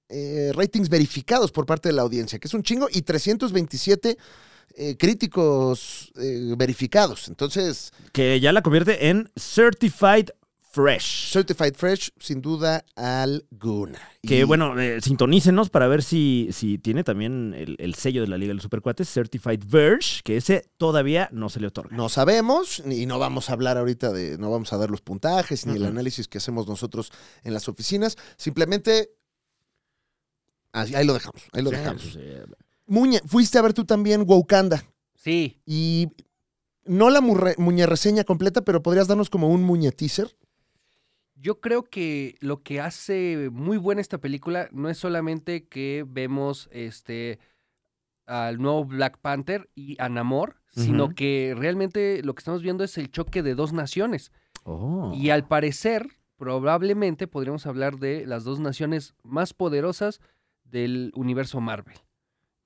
S2: eh, ratings verificados por parte de la audiencia, que es un chingo, y 327 eh, críticos eh, verificados. Entonces,
S1: Que ya la convierte en Certified Fresh.
S2: Certified Fresh, sin duda alguna.
S1: Que
S2: Y-
S1: bueno, eh, sintonícenos para ver si, si tiene también el, el sello de la Liga de los Supercuates, Certified Verge, que ese todavía no se le otorga.
S2: No sabemos y no vamos a hablar ahorita de, no vamos a dar los puntajes ni el
S1: Ujú.
S2: análisis que hacemos nosotros en las oficinas. Simplemente, así- ahí lo dejamos, ahí lo dejamos.
S1: Sí, sí.
S2: Muñe, fuiste a ver tú también Wakanda.
S3: Sí.
S2: Y no la murre- muñe reseña completa, pero podrías darnos como un muñe teaser.
S3: Yo creo que lo que hace muy buena esta película no es solamente que vemos este al nuevo Black Panther y a Namor, sino
S1: Ujú.
S3: que realmente lo que estamos viendo es el choque de dos naciones.
S1: Oh.
S3: Y al parecer, probablemente podríamos hablar de las dos naciones más poderosas del universo Marvel.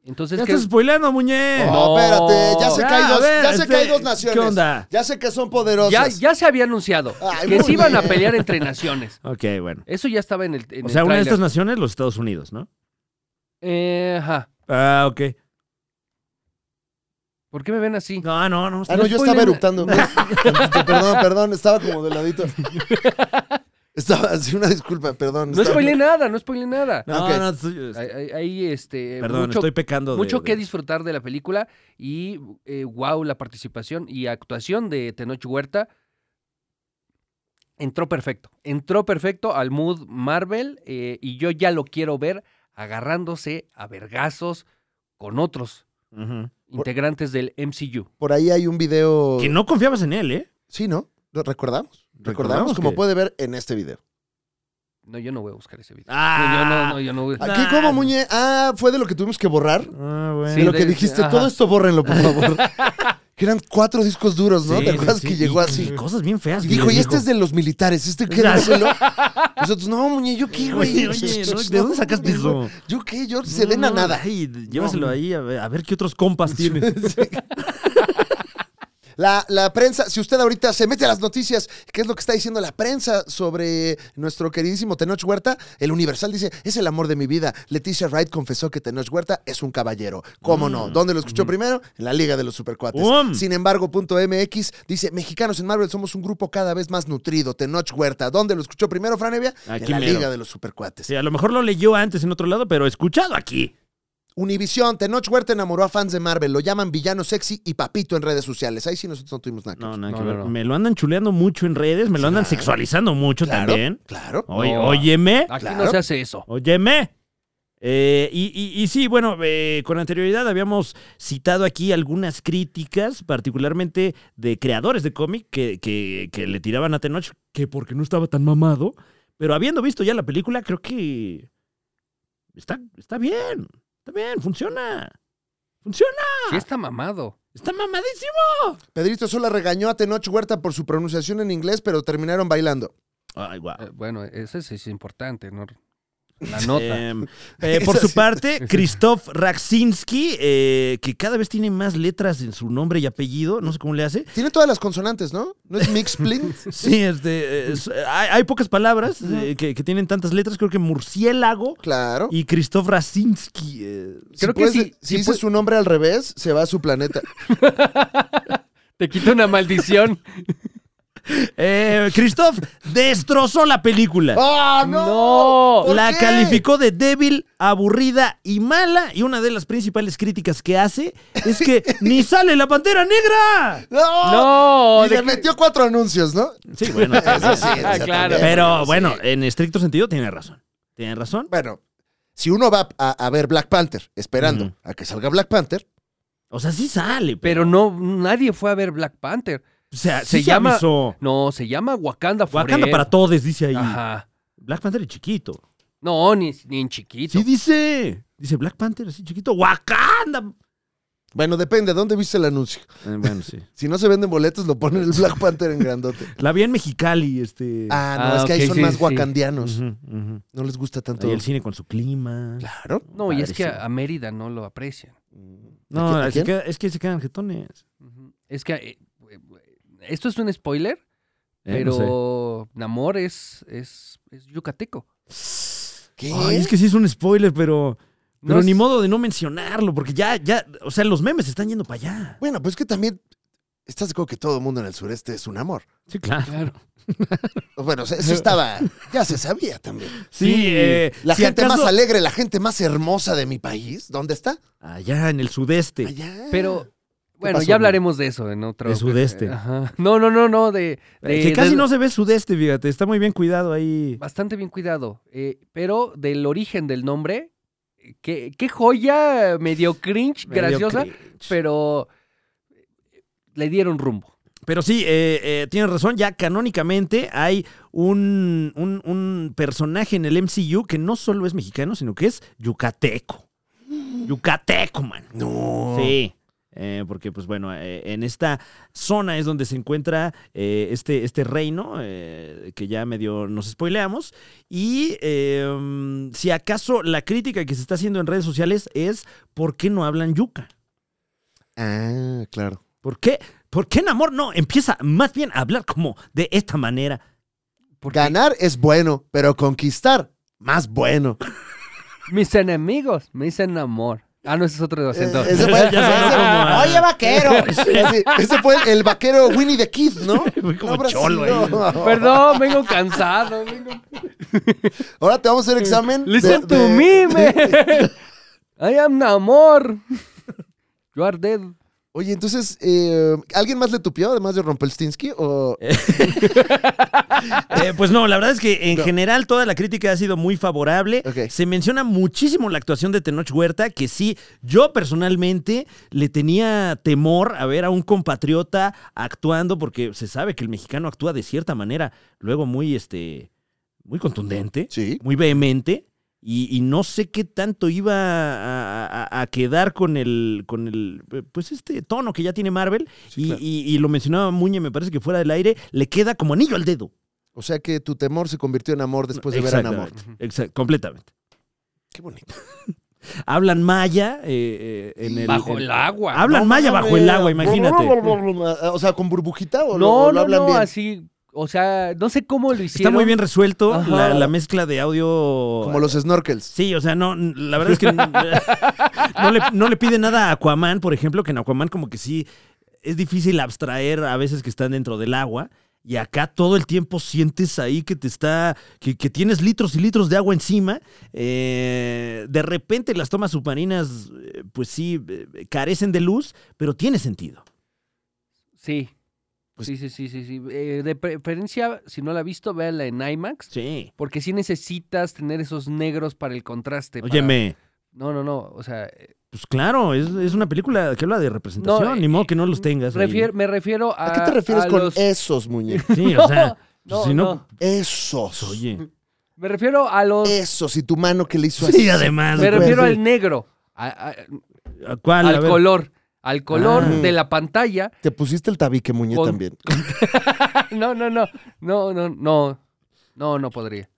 S3: Entonces, Oh,
S1: Ya
S3: que-
S1: estás spoileando, muñe.
S3: No,
S2: No, espérate, ya sé
S1: Ya,
S2: que hay
S1: Eh, a
S2: dos,
S1: ver,
S2: ya sé que hay
S1: este,
S2: dos naciones.
S1: ¿Qué onda?
S2: Ya sé que son
S3: ya,
S2: poderosas.
S3: ya se había anunciado
S2: Ay,
S3: que
S2: muy
S3: se iban a
S2: bien.
S3: pelear entre naciones.
S1: Ok, bueno.
S3: Eso ya estaba en el. en
S1: O
S3: el
S1: sea, una de
S3: tráiler.
S1: estas naciones, los Estados Unidos, ¿no?
S3: Eh, ajá.
S1: Ah, ok.
S3: ¿Por qué me ven así?
S1: No, no, no.
S2: Ah, no, yo estaba eructando. Este, perdón, perdón, estaba como de ladito. Estaba, sí, una disculpa, perdón.
S3: No
S2: estaba-
S3: spoilé nada, no spoilé nada.
S1: No,
S2: Ah, Ok.
S1: no, estoy-
S3: Hay, hay- hay, este,
S1: Perdón,
S3: mucho,
S1: estoy pecando. de-
S3: mucho
S1: de-
S3: que disfrutar de la película y eh, wow, la participación y actuación de Tenoch Huerta. Entró perfecto, entró perfecto al mood Marvel eh, y yo ya lo quiero ver agarrándose a vergazos con otros
S1: Ujú.
S3: integrantes del MCU.
S2: Por ahí hay un video.
S1: Que no confiabas en él, ¿eh?
S2: Sí, ¿no? ¿Lo recordamos? Recordamos,
S1: Recordamos
S2: como
S1: que-
S2: puede ver en este video.
S3: No, yo no voy a buscar ese video.
S1: Ah.
S3: No, yo no, no, yo no voy a...
S2: Aquí,
S1: Nah.
S2: como muñe. Ah, fue de lo que tuvimos que borrar.
S1: Ah, bueno.
S3: Sí,
S2: de lo
S3: de-
S2: que dijiste,
S3: ajá.
S2: todo esto bórrenlo, por favor. Que eran cuatro discos duros, ¿no?
S1: Sí,
S2: ¿Te
S1: sí,
S2: acuerdas
S1: sí.
S2: que llegó
S1: Y-
S2: así?
S1: y cosas bien feas.
S2: Y
S1: que
S2: dijo,
S1: les
S2: y este es de los militares, este quédáselo. Nosotros, no, muñe, ¿yo qué, güey?
S1: Oye, oye, ¿no? ¿de dónde sacaste eso?
S2: ¿Yo qué? Yo
S1: No,
S2: se den a
S1: no,
S2: nada.
S1: ay, llévaselo ahí a ver, a ver qué otros compas tienes.
S2: La, la prensa, si usted ahorita se mete a las noticias, ¿qué es lo que está diciendo la prensa sobre nuestro queridísimo Tenoch Huerta? El Universal dice, es el amor de mi vida. Leticia Wright confesó que Tenoch Huerta es un caballero. ¿Cómo
S1: Mm.
S2: no? ¿Dónde lo escuchó primero? En la Liga de los Supercuates.
S1: Um.
S2: Sin embargo, punto MX dice, mexicanos en Marvel somos un grupo cada vez más nutrido. Tenoch Huerta. ¿Dónde lo escuchó primero, Franevia? En
S1: Aquí
S2: la
S1: mero.
S2: Liga de los Supercuates.
S1: Sí, a lo mejor lo leyó antes en otro lado, pero escuchado aquí.
S2: Univisión, Tenoch Huerta enamoró a fans de Marvel. Lo llaman villano sexy y papito en redes sociales. Ahí sí nosotros no tuvimos nada que
S1: No,
S2: ver.
S1: nada
S3: No,
S1: que
S3: no,
S1: ver.
S3: no.
S1: Me lo andan chuleando mucho en redes, me lo andan
S2: Claro.
S1: sexualizando mucho
S2: Claro,
S1: también.
S2: Claro.
S1: Oye,
S3: No.
S1: óyeme,
S3: Aquí
S2: Claro.
S3: no se hace eso.
S1: óyeme. Eh, y, y- y sí, bueno, eh, con anterioridad habíamos citado aquí algunas críticas, particularmente de creadores de cómic que, que- que le tiraban a Tenoch, que porque no estaba tan mamado. Pero habiendo visto ya la película, creo que está, está bien, está bien, funciona. Funciona,
S3: Sí está mamado.
S1: está mamadísimo.
S2: Pedrito Sola regañó a Tenoch Huerta por su pronunciación en inglés, pero terminaron bailando.
S1: Ay, guau.
S3: Eh, bueno, ese sí es importante, ¿no? La nota.
S1: Em, eh, por
S2: Eso
S1: su
S2: sí.
S1: parte, Krzysztof Raksinski, eh, que cada vez tiene más letras en su nombre y apellido, no sé cómo le hace.
S2: Tiene todas las consonantes, ¿no? ¿No es Mixplin?
S1: Sí, este, eh, es- hay, hay pocas palabras eh, que, que tienen tantas letras. Creo que murciélago
S2: Claro.
S1: y Krzysztof Raksinski. eh,
S2: Si
S3: Creo que
S2: puedes-
S3: sí,
S2: Si,
S3: sí
S2: dices
S3: puede-
S2: su nombre al revés, se va a su planeta.
S3: Te quita una maldición.
S1: eh, Krzysztof destrozó la película.
S2: ¡Ah, no!
S3: No.
S2: ¿Por
S1: La
S2: qué?
S1: calificó de débil, aburrida y mala. Y una de las principales críticas que hace es que ni sale la pantera negra.
S2: ¡No!
S3: No,
S2: y
S3: de
S2: le
S3: que-
S2: metió cuatro anuncios, ¿no?
S1: Sí, bueno.
S2: Eso sí.
S3: Ah,
S2: eso
S3: claro.
S2: también,
S1: Pero
S2: sí.
S1: bueno, en estricto sentido tiene razón. Tiene razón.
S2: Bueno, si uno va a, a ver Black Panther esperando
S1: Ujú.
S2: a que salga Black Panther,
S1: O sea, sí sale, pero,
S3: Pero no, nadie fue a ver Black Panther.
S1: o sea,
S3: se
S1: sí se,
S3: llama-
S1: avisó.
S3: No, se llama Wakanda Forever.
S1: Wakanda para todos, dice ahí.
S3: Ajá.
S1: Black Panther es chiquito.
S3: No, ni, ni en chiquito.
S1: Sí dice. Dice Black Panther así chiquito. Wakanda.
S2: bueno, depende, ¿dónde viste el anuncio?
S1: Eh, bueno, sí.
S2: Si no se venden boletos, lo ponen el Black Panther en grandote.
S1: La vi en Mexicali, este.
S2: Ah, no,
S3: Ah,
S2: es que ahí
S3: ok,
S2: son
S3: sí,
S2: más
S3: sí.
S2: wakandianos.
S1: ujú, ujú.
S2: No les gusta tanto.
S1: Ahí el cine con su clima.
S2: Claro.
S3: no, y es que
S1: Padrísimo.
S3: a, a Mérida no lo aprecian.
S1: No,
S2: ¿A quién- a
S1: se
S2: quién?
S1: queda- es que se quedan jetones.
S3: Ujú. Es que eh, esto es un spoiler,
S1: Eh,
S3: pero
S1: no sé.
S3: Namor es, es, es yucateco.
S2: ¿Qué?
S1: Ay, es que sí es un spoiler, pero.
S3: No
S1: Pero ni
S3: es-
S1: modo de no mencionarlo, porque ya, ya. O sea, los memes están yendo para allá.
S2: Bueno, pues que también. Estás de acuerdo que todo el mundo en el sureste es un amor.
S1: Sí, claro.
S3: Claro.
S2: Bueno, o sea, eso estaba. Ya se sabía también.
S1: Sí,
S3: Sí,
S1: eh,
S2: La
S1: si
S2: gente
S1: acaso-
S2: más alegre, la gente más hermosa de mi país. ¿Dónde está?
S1: Allá en el sudeste.
S2: Allá.
S3: Pero, bueno,
S2: pasó, Bruno?
S3: ya hablaremos de eso en otro.
S1: De sudeste.
S3: Ajá. No, no, no, no, de.
S1: Eh,
S3: de-
S1: que casi
S3: de-
S1: no se ve sudeste, fíjate. Está muy bien cuidado ahí.
S3: Bastante bien cuidado. eh, pero del origen del nombre, eh, qué, qué joya eh, medio cringe,
S1: Medio
S3: graciosa,
S1: cringe.
S3: pero eh, le dieron rumbo.
S1: Pero sí, eh, eh, tienes razón, ya canónicamente hay un, un- un personaje en el MCU que no solo es mexicano, sino que es yucateco. Yucateco, man.
S2: No.
S1: Sí. eh, porque, pues bueno, eh, en esta zona es donde se encuentra eh, este, este reino, eh, que ya medio nos spoileamos. Y eh, si acaso la crítica que se está haciendo en redes sociales es ¿por qué no hablan yuca?
S2: Ah, claro.
S1: ¿Por qué? ¿Por qué en amor no empieza más bien a hablar como de esta manera?
S3: Porque
S2: Ganar es bueno, pero conquistar, más bueno.
S1: Pues
S3: mis enemigos me dicen amor. Ah, no, ese es otro acento.
S2: Eh, ese fue-
S1: Ya sonó
S2: ese-
S1: como a-
S2: Oye, vaquero. Ese, ese fue el, el vaquero Winnie the Kid, ¿no?
S1: Fue como
S2: No,
S1: cholo,
S2: Brasil, no.
S3: Perdón, vengo cansado. vengo-
S2: Ahora te vamos a hacer examen. de-
S3: Listen to
S2: de-
S3: me, man. I am Namor. You are dead.
S2: Oye, entonces, eh, ¿alguien más le tupió además de Rompelstinsky? O...
S1: Eh, pues no, la verdad es que en
S2: No.
S1: general toda la crítica ha sido muy favorable.
S2: Ok.
S1: Se menciona muchísimo la actuación de Tenoch Huerta, que sí, yo personalmente le tenía temor a ver a un compatriota actuando, porque se sabe que el mexicano actúa de cierta manera, luego muy, este, muy contundente,
S2: Sí.
S1: muy vehemente. Y, y no sé qué tanto iba a, a- a quedar con el, con el, pues este tono que ya tiene Marvel.
S2: Sí,
S1: y,
S2: claro.
S1: y- y lo mencionaba Muñe, me parece que fuera del aire, le queda como anillo al dedo.
S2: O sea que tu temor se convirtió en amor después Pues de ver a Namor.
S1: Exactamente, exact- completamente.
S2: Qué bonito.
S1: Hablan maya eh, eh, en el...
S3: Bajo
S1: en-
S3: el agua.
S1: Hablan maya bajo el agua, imagínate.
S2: O sea, con burbujita o lo,
S3: No,
S2: lo
S3: no,
S2: hablan
S3: no,
S2: bien.
S3: así. O sea, no sé cómo lo hicieron.
S1: Está muy bien resuelto
S3: Ajá.
S1: la, la mezcla de audio.
S2: Como los snorkels.
S1: Sí, o sea, no, la verdad es que no, no le, no le pide nada a Aquaman, por ejemplo, que en Aquaman como que sí es difícil abstraer a veces que están dentro del agua. Y acá todo el tiempo sientes ahí que te está. que, que tienes litros y litros de agua encima. Eh, de repente las tomas submarinas, eh, pues sí, eh, carecen de luz, pero tiene sentido.
S3: Sí.
S2: Pues-
S3: sí, sí, sí, sí. sí. Eh, de preferencia, si no la ha visto, véala en IMAX.
S1: Sí.
S3: Porque sí necesitas tener esos negros para el contraste. para-
S1: Óyeme.
S3: No, no, no. O sea, eh,
S1: Pues claro, es, es una película que habla de representación,
S3: No, eh,
S1: ni modo que no los tengas. ahí.
S3: refier- me refiero a.
S2: ¿A qué te refieres
S3: a
S2: con
S3: los-
S2: esos, muñecos?
S1: Sí, o sea, pues
S3: No,
S1: eh? si no,
S3: no.
S2: Esos.
S1: pues, oye.
S3: Me refiero a los.
S1: Eh,
S2: Esos y tu mano que le hizo así.
S1: Sí, además.
S3: me
S1: pues,
S3: refiero
S1: sí.
S3: al negro. a- a-
S1: ¿A ¿Cuál? A
S3: al
S1: Ah, ver.
S3: color. Al color
S1: Ah.
S3: de la pantalla.
S2: Te pusiste el tabique, muñe,
S3: Con-
S2: también.
S3: No, no, no. No, no, no. No, no podría.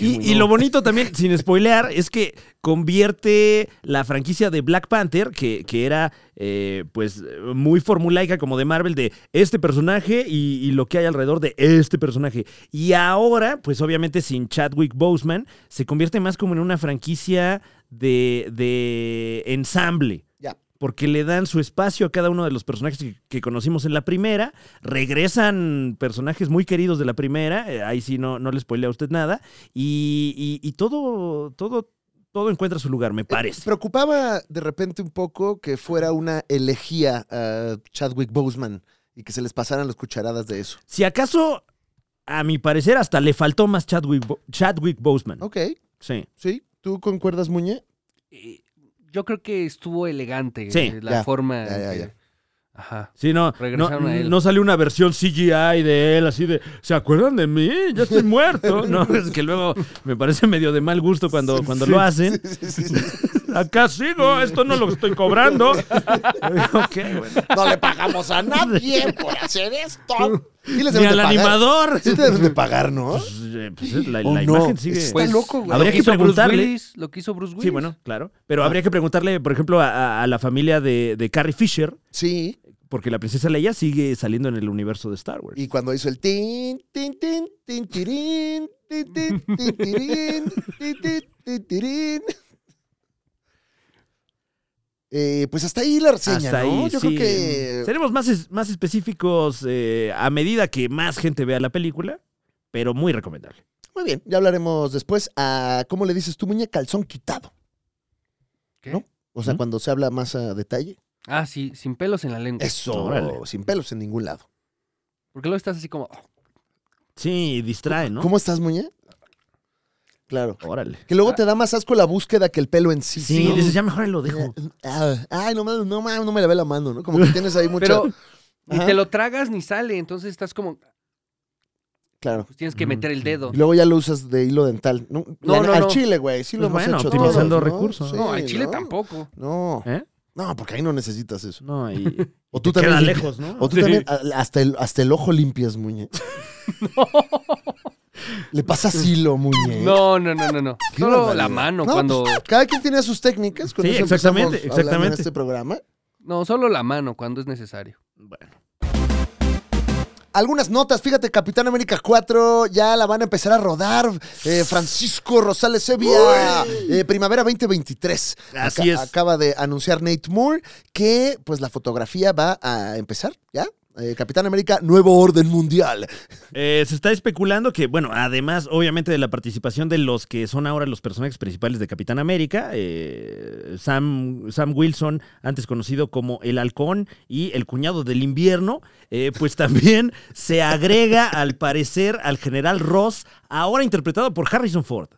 S1: Y, y lo bonito también, sin spoilear, es que convierte la franquicia de Black Panther, que, que era eh, pues muy formulaica como de Marvel, de este personaje y, y lo que hay alrededor de este personaje. Y ahora, pues obviamente sin Chadwick Boseman, se convierte más como en una franquicia de, de ensamble.
S2: Ya.
S1: Porque le dan su espacio a cada uno de los personajes que, que conocimos en la primera. Regresan personajes muy queridos de la primera. eh, ahí sí no, no le spoilea a usted nada. Y, y- y todo, todo, todo encuentra su lugar, me
S2: Eh,
S1: parece.
S2: Preocupaba de repente un poco que fuera una elegía a Chadwick Boseman y que se les pasaran las cucharadas de eso.
S1: Si acaso, a mi parecer, hasta le faltó más Chadwick, Bo- Chadwick Boseman.
S2: Ok,
S1: Sí.
S2: sí. ¿Tú concuerdas, Muñe?
S3: Eh, Yo creo que estuvo elegante
S1: Sí,
S3: eh, la
S2: ya,
S3: forma.
S2: ya,
S3: en
S2: ya,
S3: que-
S2: ya.
S3: Ajá.
S1: Sí, no, no,
S3: Regresaron a él.
S1: no salió una versión CGI de él, así de, ¿se acuerdan de mí? Ya estoy muerto. No, es que luego me parece medio de mal gusto cuando, cuando lo hacen. Acá sigo, esto no lo estoy cobrando. ok, bueno.
S2: No le pagamos a nadie por hacer esto. Y les
S1: Ni
S2: deben
S1: al
S2: de pagar.
S1: animador.
S2: Sí te deben de pagar, ¿no?
S1: Pues, eh, pues, es la,
S2: ¿O
S1: la
S2: no?
S1: imagen sigue.
S2: Está loco, güey.
S1: habría
S3: lo
S1: que
S3: hizo Bruce
S1: preguntarle.
S3: Willis, lo que hizo Bruce Willis.
S1: Sí, bueno, claro. Pero habría que preguntarle, por ejemplo, a, a- a la familia de, de Carrie Fisher,
S2: Sí.
S1: porque la princesa Leia sigue saliendo en el universo de Star Wars.
S2: Y cuando hizo el tin, tin, tin, tin, tirín, tin, tin, tin, tirín, tin, tin, tin, tirín. Eh, pues hasta ahí la reseña,
S1: Hasta
S2: ¿no?
S1: ahí,
S2: Yo
S1: sí.
S2: creo que
S1: Seremos más, es- más específicos eh, a medida que más gente vea la película, pero muy recomendable.
S2: Muy bien, ya hablaremos después a cómo le dices tu muñe calzón quitado.
S3: ¿Qué?
S2: ¿No? O sea,
S1: ¿Mm?
S2: cuando se habla más a detalle.
S3: Ah, sí, sin pelos en la lengua.
S2: Eso,
S1: Órale.
S2: sin pelos en ningún lado.
S3: Porque luego estás así como. oh,
S1: Sí, distrae, ¿no?
S2: ¿Cómo estás, muñe? Claro.
S1: Órale.
S2: Que
S3: Ah.
S2: luego te da más asco la búsqueda que el pelo en sí.
S1: Sí, dices, ya mejor ahí lo dejo.
S2: Ah, Ay, no, mames, no, mames, no me lavé la mano, ¿no? Como que tienes ahí mucho.
S3: Pero ni
S2: Ajá.
S3: te lo tragas ni sale. Entonces estás como.
S2: Claro.
S3: Pues tienes que
S1: Mm.
S3: meter el dedo.
S2: Y luego ya lo usas de hilo dental. No, la-
S3: no,
S2: al
S3: no.
S2: chile, güey. Sí lo
S1: Pues
S2: hemos
S1: bueno,
S2: hecho
S1: utilizando
S2: todos, ¿no?
S1: recursos.
S2: Sí,
S3: no, al chile
S2: ¿no?
S3: tampoco.
S2: No.
S1: ¿Eh?
S2: No, porque ahí no necesitas eso.
S1: No, y
S2: O tú
S1: te
S2: también.
S1: queda
S2: limpias-
S1: lejos, ¿no?
S2: O tú
S1: Sí.
S2: también, a- hasta el, hasta el ojo limpias, Muñe. Le pasas hilo, Muñe.
S3: No, no, no, no, no.
S2: Qué
S3: Solo
S2: barbaridad.
S3: la mano
S2: No,
S3: cuando.
S2: pues, cada quien tiene sus técnicas. Con
S1: Sí,
S2: eso
S1: exactamente,
S2: empezamos hablando
S1: exactamente.
S2: En este programa.
S3: No, solo la mano cuando es necesario.
S1: Bueno.
S2: Algunas notas, fíjate, Capitán América 4 ya la van a empezar a rodar. Eh, Francisco Rosales Sevilla, eh, Primavera 2023.
S1: Así es.
S2: Acaba de anunciar Nate Moore que pues la fotografía va a empezar, ¿ya? Eh, Capitán América, nuevo orden mundial.
S1: Eh, se está especulando que, bueno, además, obviamente, de la participación de los que son ahora los personajes principales de Capitán América, eh, Sam, Sam Wilson, antes conocido como el Halcón y el cuñado del invierno, eh, pues también se agrega, al parecer, al general Ross, ahora interpretado por Harrison Ford.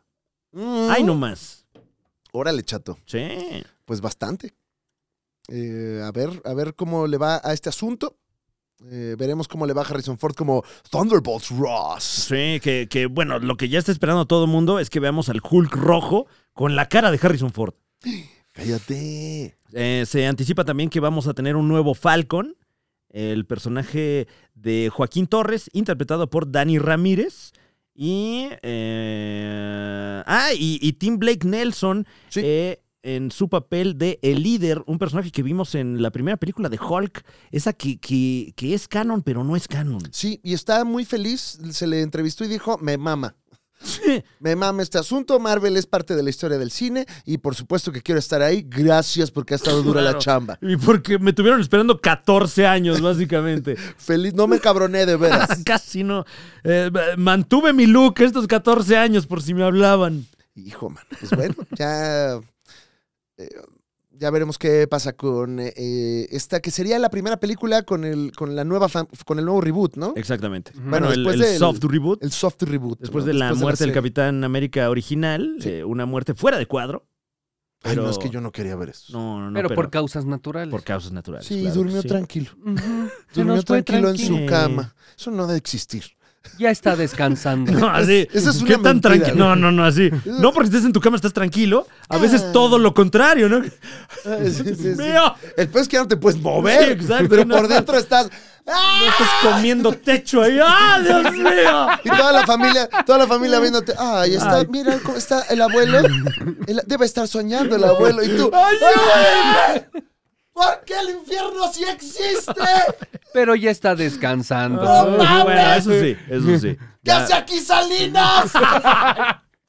S2: Mm.
S1: Ay, no más.
S2: Órale, chato.
S1: Sí.
S2: Pues bastante. Eh, a ver, a ver cómo le va a este asunto. Eh, veremos cómo le va Harrison Ford como Thunderbolts Ross.
S1: Sí, que, que, bueno, lo que ya está esperando todo el mundo es que veamos al Hulk rojo con la cara de Harrison Ford.
S2: Cállate.
S1: Eh, se anticipa también que vamos a tener un nuevo Falcon, el personaje de Joaquín Torres, interpretado por Dani Ramírez. Y. eh, ah, y, y Tim Blake Nelson
S2: Sí.
S1: eh, en su papel de El Líder, un personaje que vimos en la primera película de Hulk, esa que, que- que es canon, pero no es canon.
S2: Sí, y está muy feliz. Se le entrevistó y dijo, me mama. Me mama este asunto. Marvel es parte de la historia del cine y por supuesto que quiero estar ahí. Gracias porque ha estado dura la
S1: Claro.
S2: chamba.
S1: Y porque me tuvieron esperando 14 años, básicamente.
S2: Feliz, no me cabroné de veras.
S1: Casi no. eh, mantuve mi look estos 14 años por si me hablaban.
S2: Hijo, man. Pues bueno, ya. eh, ya veremos qué pasa con eh, eh, esta que sería la primera película con el, con la nueva fan- con el nuevo reboot, ¿no?
S1: Exactamente.
S3: Ujú.
S1: Bueno,
S2: Bueno,
S1: el,
S2: después
S1: el
S2: del-
S1: soft reboot.
S2: El soft reboot.
S1: Después
S2: ¿no?
S1: de la muerte del
S2: serie.
S1: Capitán América original,
S2: Sí.
S1: eh, una muerte fuera de cuadro.
S2: Ay,
S1: pero-
S2: no, es que yo no quería ver eso.
S1: No, no, no.
S3: pero,
S1: pero
S3: por causas naturales.
S1: por causas naturales.
S2: sí,
S1: claro que
S2: durmió
S1: sí.
S2: tranquilo.
S3: Ujú, se
S2: Durmió
S3: nos fue
S2: tranquilo, en su
S1: tranquilo.
S2: cama. Eso no debe existir.
S3: Ya está descansando.
S1: No, así.
S2: Es- esa es
S1: Ah, ¿Qué
S2: una
S1: tan
S2: mentira,
S1: tranquilo? No,
S2: güey.
S1: no, no, así. No porque estés en tu cama estás tranquilo. A veces todo lo contrario, ¿no?
S2: Ay, Ah. sí, sí, sí.
S1: ¡Mío!
S2: El peor es que ya no te puedes mover.
S1: Sí, exacto,
S2: Pero
S1: no.
S2: por dentro estás. ¡Ah!
S1: No estás comiendo techo ahí. ¡Ah, Dios mío!
S2: Y toda la familia, toda la familia viéndote. Ay, está,
S1: Ay.
S2: mira cómo está el abuelo. El- debe estar soñando el abuelo. Y tú.
S1: ¡Ayúdenme!
S2: ¿Por qué el infierno sí existe?
S3: Pero ya está descansando.
S1: Ah, Bueno, eso sí, eso sí.
S2: ¿Qué hace aquí Salinas?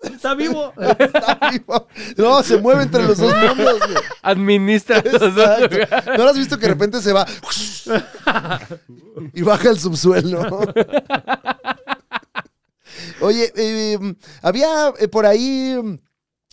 S1: Está vivo.
S2: Está vivo. No, se mueve entre los dos mundos. güey.
S3: Administra los dos lugares.
S2: Exacto. ¿No lo has visto que de repente se va y baja al subsuelo? Oye, eh, había eh, por ahí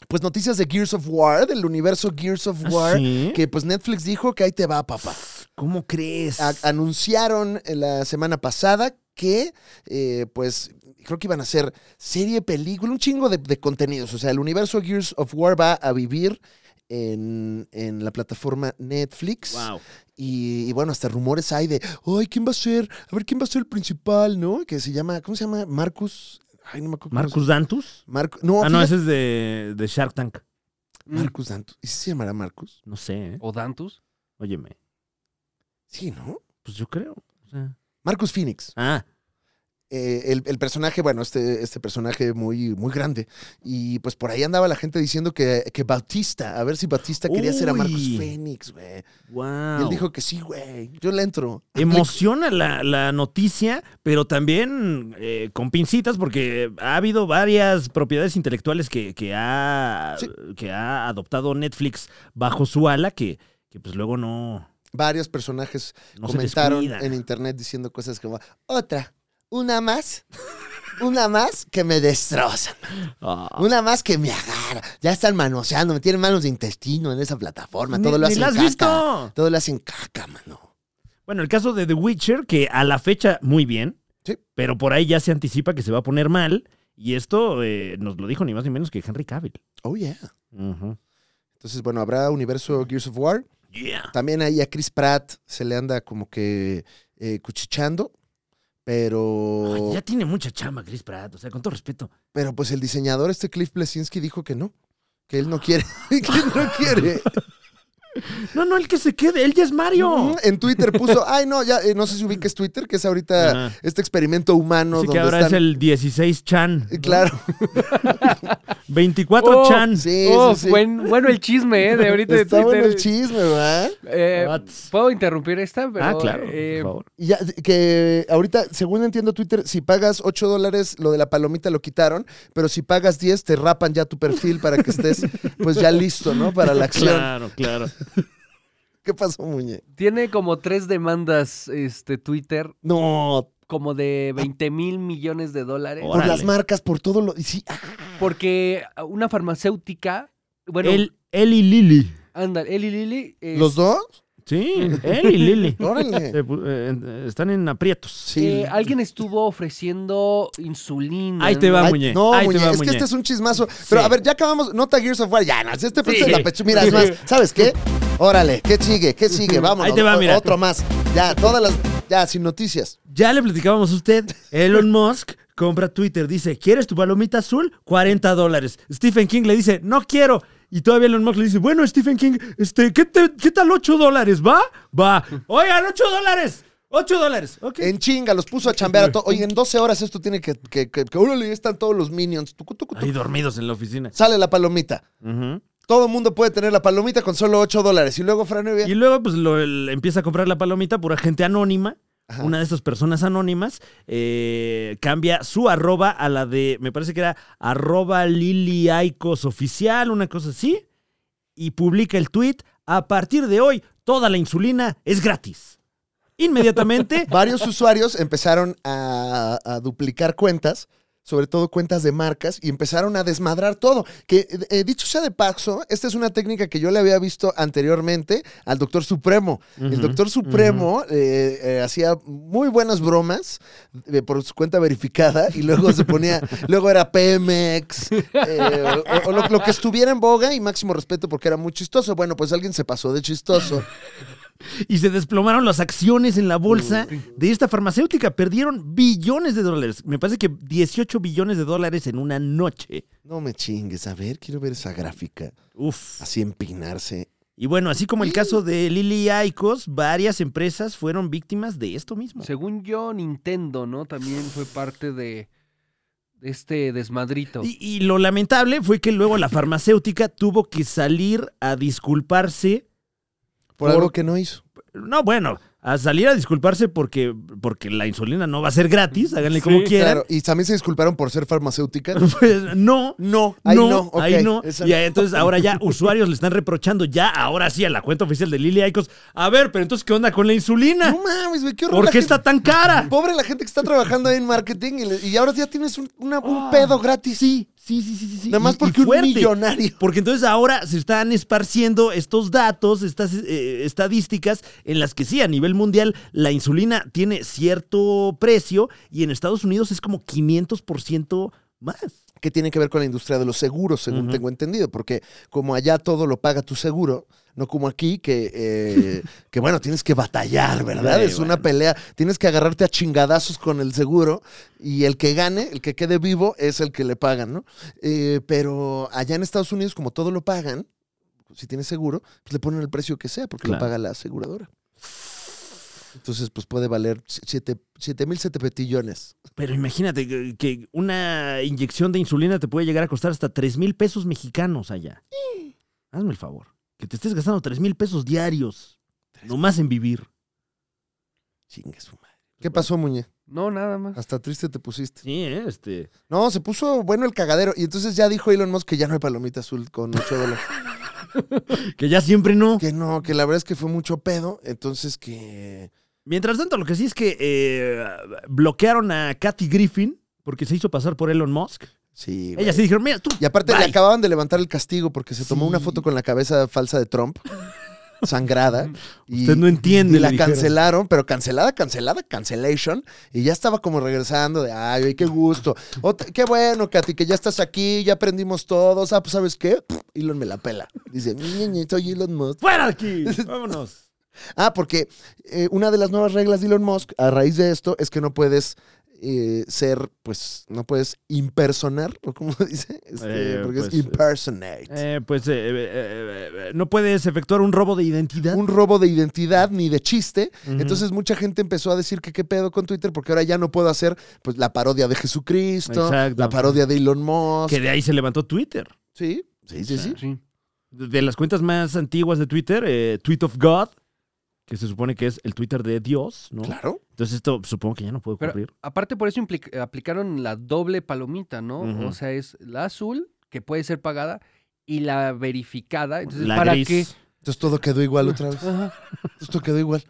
S2: pues noticias de Gears of War, del universo Gears of
S1: ¿Ah,
S2: War,
S1: sí?
S2: que pues Netflix dijo que ahí te va, papá.
S1: ¿Cómo crees?
S2: A- anunciaron en la semana pasada que, eh, pues, creo que iban a hacer serie, película, un chingo de, de contenidos. O sea, el universo Gears of War va a vivir en, en la plataforma Netflix.
S1: Wow.
S2: Y, y bueno, hasta rumores hay de, ay, ¿quién va a ser? A ver, ¿quién va a ser el principal, no? Que se llama, ¿cómo se llama? Marcus. Ay, no me acuerdo. cómo se-
S1: ¿Marcus Dantus?
S2: Marco, no,
S1: Ah, no,
S2: fíjate-
S1: ese es de, de Shark Tank.
S2: Marcus Dantus. ¿Y si se llamará Marcus?
S1: No sé, ¿eh?
S3: Mm, ¿O Dantus?
S1: Óyeme.
S2: Sí, ¿no?
S1: Pues yo creo. o sea.
S2: Marcus Phoenix.
S1: Ah,
S2: eh, el, el personaje, bueno, este, este personaje muy, muy grande. Y pues por ahí andaba la gente diciendo que, que Bautista, a ver si Bautista quería ser a Marcus
S1: Uy.
S2: Phoenix, güey.
S1: wow.
S2: Y él dijo que sí, güey. Yo le entro.
S1: Emociona la, la noticia, pero también eh, con pincitas, porque ha habido varias propiedades intelectuales que, que, ha,
S2: Sí.
S1: que ha adoptado Netflix bajo su ala que, que pues luego no,
S2: Varios personajes
S1: no se
S2: comentaron
S1: descuidan.
S2: en internet diciendo cosas como, otra, una más, una más que me destrozan,
S1: Ah.
S2: una más que me agarra. Ya están manoseando, me tienen manos de intestino en esa plataforma,
S1: Ni-
S2: todo lo
S1: ni
S2: hacen
S1: la has
S2: caca.
S1: visto.
S2: Todo lo hacen caca, mano.
S1: Bueno, el caso de The Witcher, que a la fecha muy bien,
S2: Sí.
S1: pero por ahí ya se anticipa que se va a poner mal. Y esto eh, nos lo dijo ni más ni menos que Henry Cavill.
S2: Oh, yeah.
S1: Ujú.
S2: Entonces, bueno, habrá universo Gears of War.
S1: Yeah.
S2: También ahí a Chris Pratt se le anda como que eh, cuchicheando, pero,
S1: Ay, ya tiene mucha chamba Chris Pratt, o sea, con todo respeto.
S2: pero pues el diseñador, este Cliff Blesinski, dijo que no, que él no quiere, que él no quiere.
S1: No, no, el que se quede, él ya es Mario.
S2: Mm, En Twitter puso, ay no, ya, eh, no sé si ubiques Twitter, que es ahorita
S1: Ajá.
S2: este experimento humano
S1: Así
S2: donde
S1: que ahora
S2: están-
S1: es el 16 Chan.
S2: Eh, Claro,
S1: 24
S3: Oh,
S1: Chan.
S2: sí,
S3: Oh,
S2: sí, sí.
S3: buen- bueno el chisme, ¿eh? De ahorita de
S2: Está bueno
S3: Twitter.
S2: el chisme, Ah, ¿verdad?
S3: Eh,
S1: Whats?
S3: ¿Puedo interrumpir esta? Pero,
S1: ah, claro,
S3: eh,
S1: por favor.
S2: Y ya, que ahorita, según entiendo Twitter, si pagas 8 dólares, lo de la palomita lo quitaron, pero si pagas 10, te rapan ya tu perfil para que estés, pues ya listo, ¿no? Para la acción.
S1: Claro, claro.
S2: ¿Qué pasó, Muñe?
S3: Tiene como tres demandas este, Twitter,
S2: No,
S3: como de 20 mil millones de dólares.
S1: Ahora-
S2: por
S1: Órale.
S2: las marcas, por todo lo. y sí, ah,
S3: Porque una farmacéutica. Bueno,
S1: El, él y Lili.
S3: anda, él y Lili. eh,
S2: ¿Los dos?
S1: Sí, él y Lili.
S2: Órale.
S1: Se pu- eh, en- están en aprietos.
S2: Sí.
S3: eh, alguien estuvo ofreciendo insulina.
S1: Ahí te va,
S2: Ay,
S1: Muñe.
S2: no,
S1: Ahí
S2: Muñe,
S1: te va,
S2: es que
S1: Muñe.
S2: este es un chismazo. Pero
S1: Sí.
S2: a ver, ya acabamos. Nota Gears of War. Ya, no, si este
S1: Sí.
S2: pecho la pecho. Mira, es más, ¿sabes qué? Órale, ¿qué sigue? ¿Qué sigue? Vámonos.
S1: Ahí te va,
S2: o-
S1: mira.
S2: Otro más. Ya, todas las. Ya, sin noticias.
S1: Ya le platicábamos a usted, Elon Musk compra Twitter, dice, ¿quieres tu palomita azul? 40 dólares. Stephen King le dice, no quiero. Y todavía Elon Musk le dice, bueno, Stephen King, este, ¿qué, te- qué tal 8 dólares? ¿Va? Va. Oigan, 8 dólares. 8 dólares. Ok.
S2: En chinga, los puso a chambear a todo. Oye, en 12 horas esto tiene que. que, que, que órale, ahí están todos los minions. Tucu, tucu, tucu.
S1: Ahí dormidos en la oficina.
S2: Sale la palomita.
S1: Ujú.
S2: Todo el mundo puede tener la palomita con solo 8 dólares. Y luego, Fran Evia,
S1: Y luego, pues, lo- el- empieza a comprar la palomita por gente anónima.
S2: Ajá.
S1: Una de esas personas anónimas eh, cambia su arroba a la de, me parece que era arroba liliaicos oficial, una cosa así, y publica el tweet, a partir de hoy toda la insulina es gratis. Inmediatamente,
S2: Varios usuarios empezaron a, a duplicar cuentas, sobre todo cuentas de marcas, y empezaron a desmadrar todo. Que eh, dicho sea de paso, esta es una técnica que yo le había visto anteriormente al Doctor Supremo. El
S1: Ujú,
S2: Doctor Supremo eh, eh, hacía muy buenas bromas eh, por su cuenta verificada y luego se ponía, luego era Pemex, eh, o, o lo, lo que estuviera en boga y máximo respeto porque era muy chistoso. Bueno, pues alguien se pasó de chistoso.
S1: y se desplomaron las acciones en la bolsa de esta farmacéutica. Perdieron billones de dólares. Me parece que 18 billones de dólares en una noche.
S2: No me chingues, a ver, quiero ver esa gráfica.
S1: Uf.
S2: así empinarse.
S1: Y bueno, así como el caso de Lili Aikos, varias empresas fueron víctimas de esto mismo.
S3: Según yo, Nintendo, ¿no? También fue parte de este desmadrito.
S1: Y, y lo lamentable fue que luego la farmacéutica tuvo que salir a disculparse.
S2: Por, algo que no hizo.
S1: No, bueno, a salir a disculparse porque, porque la insulina no va a ser gratis, háganle como
S3: Sí,
S1: quieran.
S2: Claro, y también se disculparon por ser farmacéutica.
S1: Pues no.
S2: No, ahí no. ok,
S1: ahí no.
S2: esa
S1: Y
S2: no.
S1: ahí, entonces ahora ya usuarios le están reprochando ya, ahora sí, a la cuenta oficial de Lili Aikos. A ver, pero entonces, ¿qué onda con la insulina?
S2: No mames, güey, qué horror.
S1: ¿Por
S2: la
S1: qué
S2: gente-
S1: está tan cara?
S2: Pobre la gente que está trabajando ahí en marketing y, le- y ahora ya tienes un, una- un pedo gratis. Sí,
S1: Ah, Sí, sí, sí, sí. sí.
S2: Nada
S1: Y-
S2: más
S1: y
S2: porque un
S1: fuerte.
S2: millonario.
S1: Porque entonces ahora se están esparciendo estos datos, estas eh, estadísticas en las que sí, a nivel mundial, la insulina tiene cierto precio y en Estados Unidos es como 500% más.
S2: Que tiene que ver con la industria de los seguros, según
S1: Ujú.
S2: tengo entendido. Porque como allá todo lo paga tu seguro, no como aquí, que, eh, que bueno, tienes que batallar, ¿verdad?
S1: Sí,
S2: es una
S1: bueno.
S2: pelea. Tienes que agarrarte a chingadazos con el seguro y el que gane, el que quede vivo, es el que le pagan, ¿no? Eh, pero allá en Estados Unidos, como todo lo pagan, si tienes seguro, pues le ponen el precio que sea, porque lo
S1: Claro.
S2: paga la aseguradora. Entonces, pues puede valer 7 mil, 7 petillones.
S1: Pero imagínate que- que una inyección de insulina te puede llegar a costar hasta 3 mil pesos mexicanos allá. Hazme el favor. Que te estés gastando 3 mil pesos diarios. Nomás en vivir.
S2: Chingue su madre.
S1: Pues
S2: ¿Qué pasó, Muñe?
S3: No, nada más.
S2: Hasta triste te pusiste.
S1: Sí, ¿eh? este.
S2: No, se puso bueno el cagadero. Y entonces ya dijo Elon Musk que ya no hay palomita azul con 8 dólares.
S1: Que ya siempre no.
S2: que no, que la verdad es que fue mucho pedo. Entonces que.
S1: Mientras tanto, lo que sí es que eh, bloquearon a Kathy Griffin porque se hizo pasar por Elon Musk.
S2: Sí. güey.
S1: Ella sí dijeron, mira tú.
S2: Y aparte
S1: bye".
S2: le acababan de levantar el castigo porque se tomó una
S1: Sí.
S2: foto con la cabeza falsa de Trump. sangrada. Y,
S1: Usted no entiende,
S2: Y
S1: le
S2: la
S1: dijeron.
S2: cancelaron, pero cancelada, cancelada, cancellation. Y ya estaba como regresando de, ay, güey, qué gusto. Ot- qué bueno, Katy, que ya estás aquí, ya aprendimos todos. Ah, pues, ¿sabes qué? Elon me la pela. Dice, niñe, soy Elon Musk.
S1: ¡Fuera de aquí! ¡Vámonos!
S2: Ah, porque eh, una de las nuevas reglas de Elon Musk a raíz de esto es que no puedes eh, ser, pues, no puedes impersonar, o como dice, Este,
S1: Eh,
S2: porque es
S1: pues, eh,
S2: impersonate.
S1: Eh, pues eh, eh, eh, no puedes efectuar un robo de identidad.
S2: un robo de identidad ni de chiste.
S1: Ujú.
S2: Entonces mucha gente empezó a decir que qué pedo con Twitter porque ahora ya no puedo hacer pues la parodia de Jesucristo,
S1: Exacto.
S2: la parodia de Elon Musk.
S1: Que de ahí se levantó Twitter.
S2: Sí, sí, sí, sí.
S3: Sí.
S1: De las cuentas más antiguas de Twitter, eh, Tweet of God, que se supone que es el Twitter de Dios, ¿no?
S2: Claro.
S1: Entonces esto supongo que ya no puede
S3: Pero
S1: ocurrir.
S3: aparte por eso impli- aplicaron la doble palomita, ¿no?
S1: Ujú.
S3: O sea, es la azul, que puede ser pagada, y la verificada. Entonces,
S1: La
S3: ¿para
S1: gris.
S3: qué?
S2: Entonces todo quedó igual otra vez.
S3: Ajá.
S2: Esto quedó igual.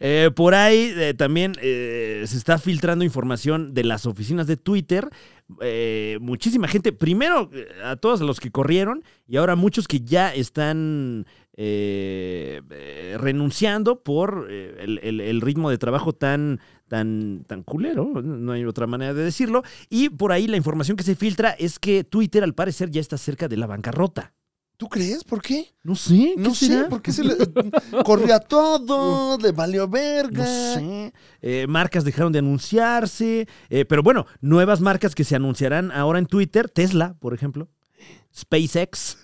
S1: Eh, por ahí eh, también eh, se está filtrando información de las oficinas de Twitter. Eh, muchísima gente, primero eh, a todos los que corrieron y ahora muchos que ya están eh, eh, renunciando por eh, el, el- el ritmo de trabajo tan, tan, tan culero, no hay otra manera de decirlo. Y por ahí la información que se filtra es que Twitter al parecer ya está cerca de la bancarrota.
S2: ¿Tú crees? ¿Por qué?
S1: No sé, ¿qué
S2: No sé,
S1: será?
S2: ¿por qué se le corrió a todo? ¿Le valió verga?
S1: No sé. Eh, marcas dejaron de anunciarse. eh, pero bueno, nuevas marcas que se anunciarán ahora en Twitter. Tesla, por ejemplo. SpaceX.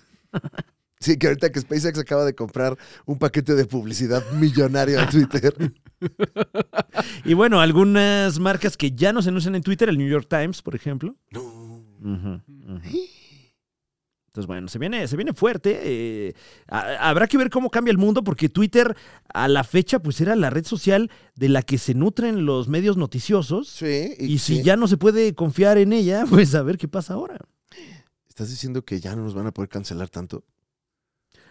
S2: Sí, que ahorita que SpaceX acaba de comprar un paquete de publicidad millonario a Twitter.
S1: Y bueno, algunas marcas que ya nos anuncian en Twitter. El New York Times, por ejemplo. Ujú, ujú. Entonces, bueno, se viene, se viene fuerte. eh, ha- habrá que ver cómo cambia el mundo, porque Twitter a la fecha, pues era la red social de la que se nutren los medios noticiosos.
S2: Sí,
S1: Y, si
S2: sí.
S1: ya no se puede confiar en ella, pues a ver qué pasa ahora.
S2: ¿Estás diciendo que ya no nos van a poder cancelar tanto?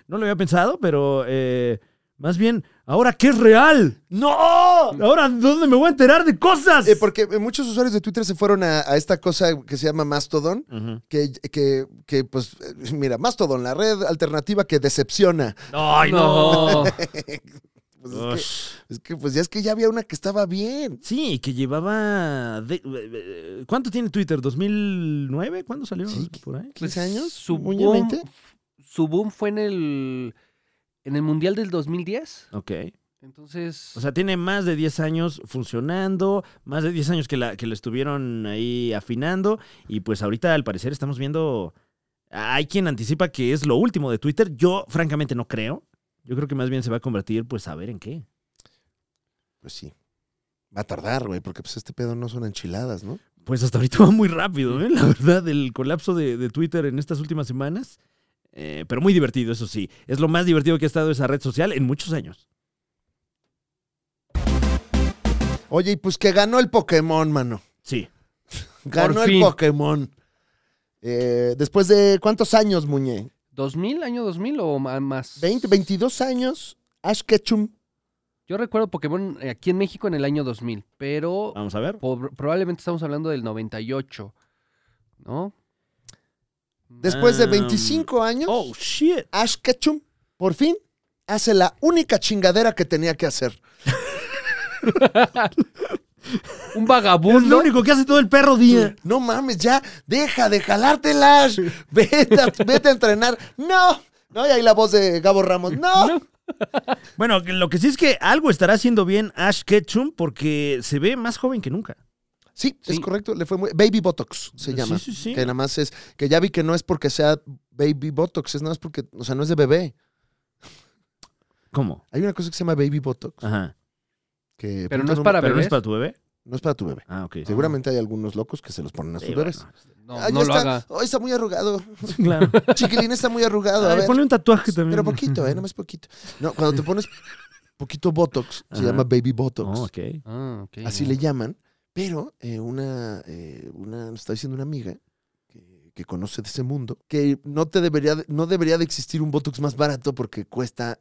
S1: No lo había pensado, pero eh, más bien, ahora qué es real. ¡No! Ahora, ¿dónde me voy a enterar de cosas?
S2: Eh, porque eh, muchos usuarios de Twitter se fueron a, a esta cosa que se llama Mastodon,
S1: Ujú.
S2: que, que, que, pues, eh, mira, Mastodon, la red alternativa que decepciona.
S1: ¡Ay, no!
S3: No.
S2: Pues es,
S1: Ush.
S2: que, es que, pues ya es que ya había una que estaba bien.
S1: Sí, que llevaba... de- eh, ¿Cuánto tiene Twitter? ¿2009? ¿Cuándo salió?
S2: Sí,
S1: ¿Por ahí?
S2: ¿Tres años?
S3: Su
S2: ¿Un
S3: boom,
S2: año veinte?
S3: su boom fue en el, en el Mundial del 2010.
S1: Ok.
S3: Entonces,
S1: O sea, tiene más de 10 años funcionando, más de 10 años que la, que la estuvieron ahí afinando y pues ahorita al parecer estamos viendo... Hay quien anticipa que es lo último de Twitter. Yo francamente no creo. Yo creo que más bien se va a convertir pues a ver en qué.
S2: Pues sí. Va a tardar, güey, porque pues este pedo no son enchiladas, ¿no?
S1: Pues hasta ahorita va muy rápido, ¿eh? la verdad, el colapso de, de Twitter en estas últimas semanas. Eh, pero muy divertido, eso sí. Es lo más divertido que ha estado esa red social en muchos años.
S2: Oye, y pues que ganó el Pokémon, mano.
S1: Sí.
S2: Ganó el
S3: fin.
S2: Pokémon. Eh, después de cuántos años, Muñe?
S3: 2000, año 2000 o ma- más.
S2: 20, 22 años, Ash Ketchum.
S3: Yo recuerdo Pokémon eh, aquí en México en el año 2000, pero
S1: Vamos a ver.
S3: por- probablemente estamos hablando del 98, ¿no?
S2: Después de
S1: Ah.
S2: 25 años,
S1: Oh, shit.
S2: Ash Ketchum, por fin, hace la única chingadera que tenía que hacer.
S1: Es
S3: Un
S1: lo
S3: vagabundo.
S1: único que hace todo el perro día.
S2: No mames, ya, deja de jalártelas. Vete a, vete a entrenar. No. No, y ahí la voz de Gabo Ramos. No.
S1: Bueno, que- lo que sí es que algo estará haciendo bien Ash Ketchum porque se ve más joven que nunca.
S2: Sí, es
S3: Sí.
S2: correcto. Le fue muy. Baby Botox se
S1: Sí,
S2: llama.
S1: sí, sí.
S2: Que nada más es. Que ya vi que no es porque sea Baby Botox, es nada más porque. O sea, no es de bebé.
S1: ¿Cómo?
S2: Hay una cosa que se llama Baby Botox.
S1: Ajá.
S2: Que
S3: Pero
S2: puta,
S3: no es para
S1: ¿Pero no es
S3: bebés.
S1: para tu bebé?
S2: No es para tu bebé.
S1: Ah, ok.
S2: Seguramente hay algunos locos que se los ponen a sus
S1: Sí,
S2: bebés.
S1: bueno.
S3: No,
S2: Ahí
S3: no lo
S2: está.
S3: haga.
S2: Hoy está muy arrugado.
S1: Claro.
S2: Chiquilín está muy arrugado. A
S1: Ay,
S2: ver.
S1: ponle un tatuaje también.
S2: Pero poquito, ¿eh? Nomás poquito. No, cuando te pones poquito Botox, se
S1: Ajá.
S2: llama Baby
S1: Oh,
S2: Botox.
S1: ok.
S3: Ah, ok.
S2: Así le llaman. Pero eh, una, eh, una, nos está diciendo una amiga que, que conoce de ese mundo, que no, te debería, de- no debería de existir un Botox más barato porque cuesta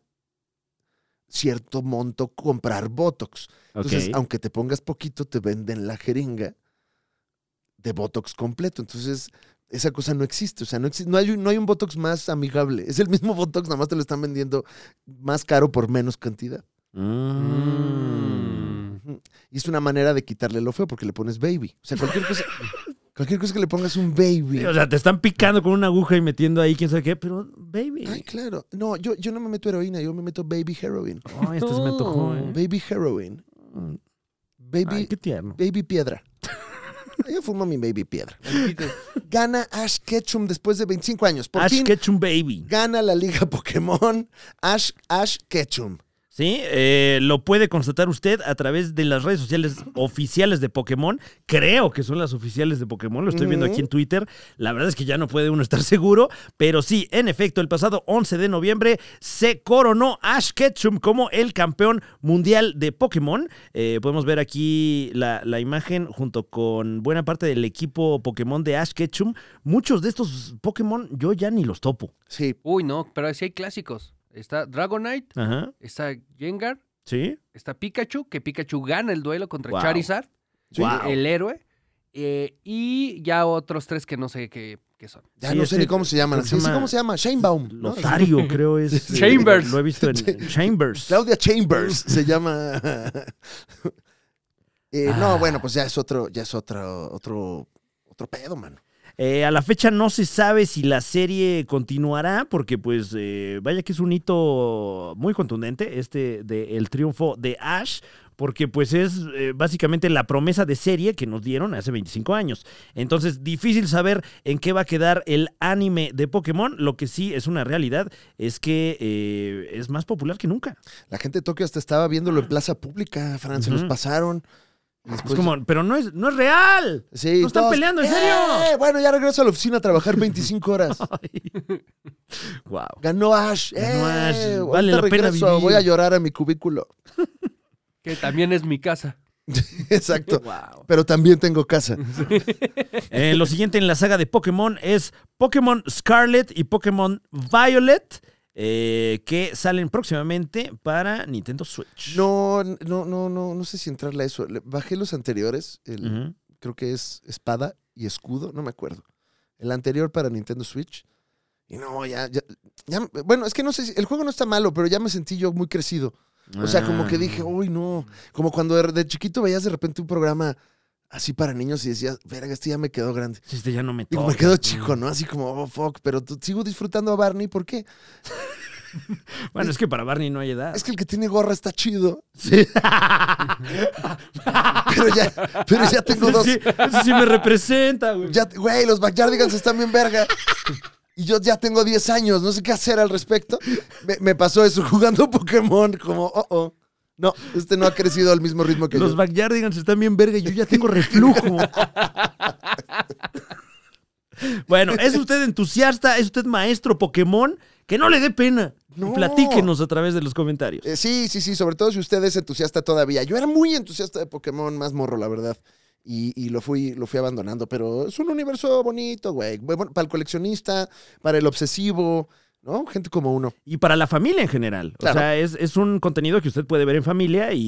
S2: cierto monto comprar Botox. Entonces,
S1: Ok.
S2: aunque te pongas poquito, te venden la jeringa de Botox completo. Entonces, esa cosa no existe. O sea, no, existe, no, hay, un- no hay un Botox más amigable. Es el mismo Botox, nada más te lo están vendiendo más caro por menos cantidad.
S1: Mm.
S3: Mm.
S2: Y es una manera de quitarle lo feo porque le pones baby. O sea, cualquier cosa, cualquier cosa que le pongas un baby.
S1: Sí, o sea, te están picando con una aguja y metiendo ahí quién sabe qué, pero baby.
S2: Ay, claro. No, yo, yo no me meto heroína, yo me meto baby heroin.
S1: Ay, este se me antojó, ¿eh?
S2: Baby heroin. Baby,
S1: Ay, qué tierno.
S2: baby piedra. Yo fumo mi baby piedra.
S3: Repite.
S2: Gana Ash Ketchum después de 25 años. Por
S1: Ash
S2: fin
S1: Ketchum Baby.
S2: gana la Liga Pokémon Ash, Ash Ketchum.
S1: Sí, eh, lo puede constatar usted a través de las redes sociales oficiales de Pokémon. Creo que son las oficiales de Pokémon, lo estoy viendo
S2: Ujú.
S1: aquí en Twitter. La verdad es que ya no puede uno estar seguro, pero sí, en efecto, el pasado 11 de noviembre se coronó Ash Ketchum como el campeón mundial de Pokémon. Eh, podemos ver aquí la, la imagen junto con buena parte del equipo Pokémon de Ash Ketchum. Muchos de estos Pokémon yo ya ni los topo.
S2: Sí.
S3: Uy, no, pero sí hay clásicos. Está Dragonite,
S1: Ajá.
S3: está Jengar,
S1: ¿Sí?
S3: está Pikachu, que Pikachu gana el duelo contra
S1: Wow.
S3: Charizard,
S2: Sí.
S1: Wow.
S3: el héroe, eh, y ya otros tres que no sé qué, qué son.
S2: Ya
S1: Sí,
S2: no
S1: este-
S2: sé ni cómo se llaman.
S1: ¿cómo se
S2: Sí, sí,
S1: llama?
S2: ¿Cómo se llama? Shane Baum. ¿no?
S1: Lotario, creo es. eh,
S3: Chambers.
S1: Lo he visto en Chambers.
S2: Claudia Chambers se llama. Eh, No, bueno, pues ya es otro, ya es otro, otro, otro pedo, mano.
S1: Eh, a la fecha no se sabe si la serie continuará, porque pues eh, vaya que es un hito muy contundente este de el triunfo de Ash, porque pues es eh, básicamente la promesa de serie que nos dieron hace 25 años. Entonces, difícil saber en qué va a quedar el anime de Pokémon. Lo que sí es una realidad es que eh, es más popular que nunca.
S2: La gente de Tokio hasta estaba viéndolo en plaza pública, Fran, se los
S1: Ujú.
S2: pasaron. Y
S1: Es
S2: después-
S1: como, pero no es, no es real.
S2: Sí,
S1: no están
S2: todos,
S1: peleando, ¿en serio?
S2: "Eh, Bueno, ya regreso a la oficina a trabajar 25 horas.
S1: wow.
S2: Ganó Ash.
S1: Ganó
S2: "Eh,
S1: Ash,
S2: ahorita
S1: vale la pena
S2: regreso,
S1: vivir".
S2: Voy a llorar a mi cubículo.
S3: Que también es mi casa.
S2: Exacto. Pero también tengo casa.
S1: Eh, lo siguiente en la saga de Pokémon es Pokémon Scarlet y Pokémon Violet, eh, que salen próximamente para Nintendo Switch.
S2: No, no, no, no, no sé si entrarle a eso. Le- Bajé los anteriores. el-
S1: Ujú.
S2: Creo que es espada y escudo, no me acuerdo. El anterior para Nintendo Switch. Y no, ya, ya, ya- bueno, es que no sé, si, el juego no está malo, pero ya me sentí yo muy crecido. O sea, como que
S1: Ah.
S2: dije, uy, no. Como cuando de, de chiquito veías de repente un programa así para niños y decías, verga, este ya me quedó grande.
S1: Sí, Este ya no me
S2: Digo,
S1: toca.
S2: me quedó chico, ¿no? Así como, oh, fuck, pero tú- sigo disfrutando a Barney, ¿por qué?
S1: Bueno, es que para Barney no hay edad.
S2: Es que el que tiene gorra está chido,
S1: Sí.
S2: pero ya, pero ya tengo dos.
S1: Sí, eso sí me representa, güey.
S2: Ya, güey, los Backyardigans están bien verga. Y yo ya tengo 10 años, no sé qué hacer al respecto. Me, me pasó eso jugando Pokémon, como, oh, oh. No, este no ha crecido al mismo ritmo que
S1: Los
S2: yo.
S1: Backyardigans están bien verga y yo ya tengo reflujo. bueno, ¿es usted entusiasta? ¿Es usted maestro Pokémon? Que no le dé pena.
S2: No.
S1: Platíquenos a través de los comentarios.
S2: Eh, sí, sí, sí, sobre todo si usted es entusiasta todavía. Yo era muy entusiasta de Pokémon, más morro, la verdad. Y, y lo, fui, lo fui abandonando, pero es un universo bonito, güey. Bueno, para el coleccionista, para el obsesivo, ¿no? Gente como uno.
S1: Y para la familia en general. O
S2: Claro.
S1: sea, es, es un contenido que usted puede ver en familia y,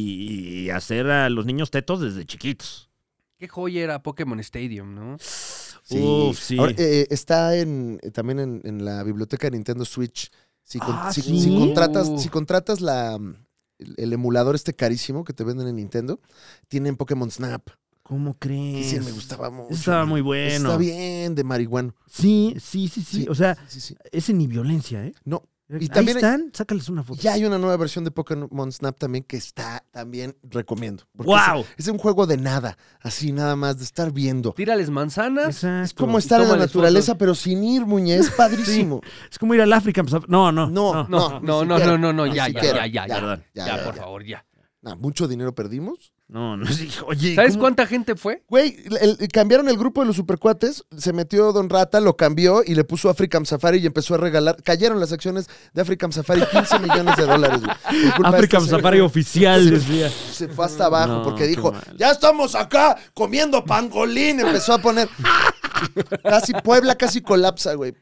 S1: y hacer a los niños tetos desde chiquitos.
S3: Qué joya era Pokémon Stadium, ¿no?
S1: Uf, sí.
S2: Ahora, eh, está en, eh, también en, en la biblioteca de Nintendo Switch. Si, con-
S1: Ah,
S2: si-
S1: ¿sí?
S2: si contratas,
S3: Uh.
S2: si contratas la, mm, el, el emulador este carísimo que te venden en Nintendo, tienen Pokémon Snap.
S1: ¿Cómo
S2: Y
S1: crees?
S2: sí, me gustaba mucho.
S1: Estaba muy bueno.
S2: Está bien de marihuana.
S1: Sí, sí, sí, sí,
S2: Sí.
S1: O sea,
S2: Sí, sí.
S1: ese ni violencia, ¿eh?
S2: No. Y
S1: Ahí
S2: también-
S1: están, sácales una foto.
S2: Ya hay una nueva versión de Pokémon Snap también que está, también recomiendo. Porque
S1: ¡Guau!
S2: Es, es un juego de nada, así nada más, de estar viendo.
S3: Tírales manzanas.
S1: Exacto.
S2: Es como estar en la
S3: tómales
S2: naturaleza, pero sin ir, muñe. Es padrísimo.
S1: Es como ir al África. pues, a- No, no.
S2: No,
S1: no.
S3: No, no,
S2: ni
S3: no,
S2: siquiera,
S3: no, no, no,
S2: ni
S3: ya, ya,
S2: siquiera. Ya,
S3: ya, ya, ya.
S2: ya,
S3: Ya,
S2: ya,
S3: por
S2: ya.
S3: favor, ya.
S2: Nah, Ah, ¿Mucho dinero perdimos?
S1: No, no. sí, Oye,
S3: ¿Sabes
S1: ¿cómo?
S3: cuánta gente fue?
S2: Güey, el- el- cambiaron el grupo de los supercuates, se metió Don Rata, lo cambió y le puso African Safari y empezó a regalar. Cayeron las acciones de African Safari, 15 millones de dólares, güey. Por culpa de
S1: African pues,
S2: este
S1: Safari oficial, decía.
S2: señor, Se fue hasta abajo
S1: No,
S2: porque
S1: qué
S2: dijo,
S1: mal.
S2: ya estamos acá comiendo pangolín. Empezó a poner... casi Puebla casi colapsa, güey.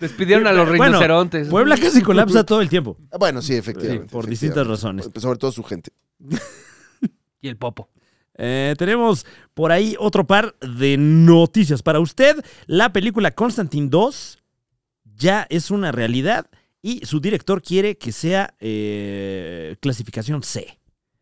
S3: Despidieron a los
S1: Bueno,
S3: rinocerontes.
S1: Puebla casi colapsa todo el tiempo.
S2: Bueno, sí,
S1: Sí,
S2: efectivamente.
S1: por
S2: efectivamente.
S1: distintas razones.
S2: Sobre todo su gente.
S3: Y el popo.
S1: Eh, tenemos por ahí otro par de noticias para usted. La película Constantine 2 ya es una realidad y su director quiere que sea eh, clasificación C.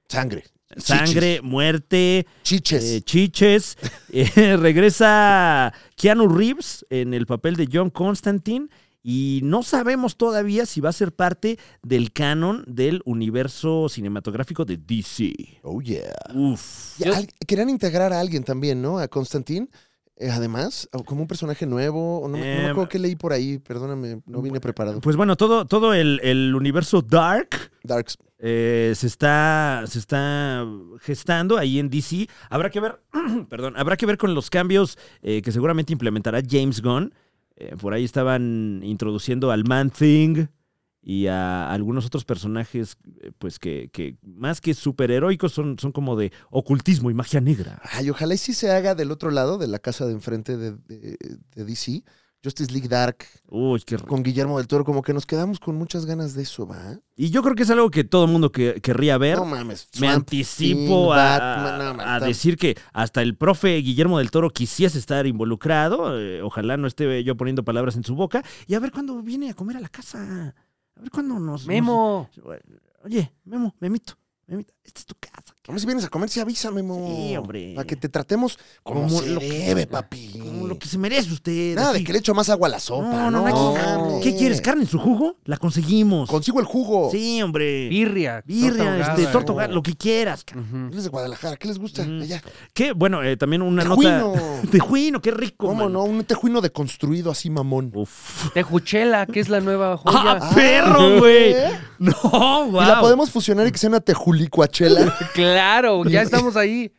S2: Sangre.
S1: Sangre, muerte,
S2: Chiches.
S1: eh, chiches. Eh, regresa Keanu Reeves en el papel de John Constantine. Y no sabemos todavía si va a ser parte del canon del universo cinematográfico de DC.
S2: Oh, yeah.
S1: Uf.
S2: Y al- querían integrar a alguien también, ¿no? A Constantín. eh, además, o como un personaje nuevo. o No, me- no
S1: Eh,
S2: me acuerdo qué leí por ahí. Perdóname, no vine preparado.
S1: Pues bueno, todo, todo el, el universo Dark
S2: Darks.
S1: eh, se, está, se está gestando ahí en DC. Habrá que ver, perdón, habrá que ver con los cambios eh, que seguramente implementará James Gunn. Eh, por ahí estaban introduciendo al Man Thing y a algunos otros personajes, eh, pues que, que más que superheroicos son, son como de ocultismo y magia negra.
S2: Ay, ojalá y sí se haga del otro lado, de la casa de enfrente de, de- de DC. Justice League Dark
S1: Uy, qué rico.
S2: con Guillermo del Toro. Como que nos quedamos con muchas ganas de eso, ¿va?
S1: Y yo creo que es algo que todo mundo que, querría ver.
S2: No mames.
S1: Me
S2: Swamp Thing,
S1: anticipo a,
S2: Batman, no, mames,
S1: a
S2: está-
S1: decir que hasta el profe Guillermo del Toro quisiese estar involucrado. eh, ojalá no esté yo poniendo palabras en su boca. Y a ver cuándo viene a comer a la casa. A ver cuándo nos.
S3: Memo.
S1: nos- oye, Memo, Memito. Memito, esta es tu casa.
S2: Hombre, si vienes a comer, sí avísame, mo.
S1: Sí, hombre.
S2: Para que te tratemos como,
S1: Como
S2: se
S1: lo-
S2: debe, papi.
S1: Como lo que se merece usted.
S2: Nada de
S1: aquí.
S2: que le echo más agua a la
S1: No,
S2: sopa.
S1: no, no. aquí-
S2: mames.
S1: ¿Qué quieres? ¿Carne en su jugo? La conseguimos.
S2: Consigo el jugo.
S1: Sí, hombre.
S3: Birria.
S1: Birria,
S3: torta
S1: este,
S3: ahogada,
S1: torta
S3: ¿no?
S1: ahogada, lo que quieras. ca-
S3: Ujú.
S2: Él es de Guadalajara. ¿Qué les gusta?
S1: Mm.
S2: Allá.
S1: ¿Qué? Bueno, eh, también una
S2: Tejuino.
S1: nota. Tejuino, qué rico.
S2: ¿Cómo
S1: mano.
S2: no? Un tejuino deconstruido así mamón.
S1: Uf.
S3: Tejuchela, que es la nueva joya.
S1: ¡Ah, perro, güey!
S2: ¿eh?
S1: No, wow.
S2: Y la podemos fusionar y que sea una tejulicuachela.
S3: Claro, ya estamos ahí.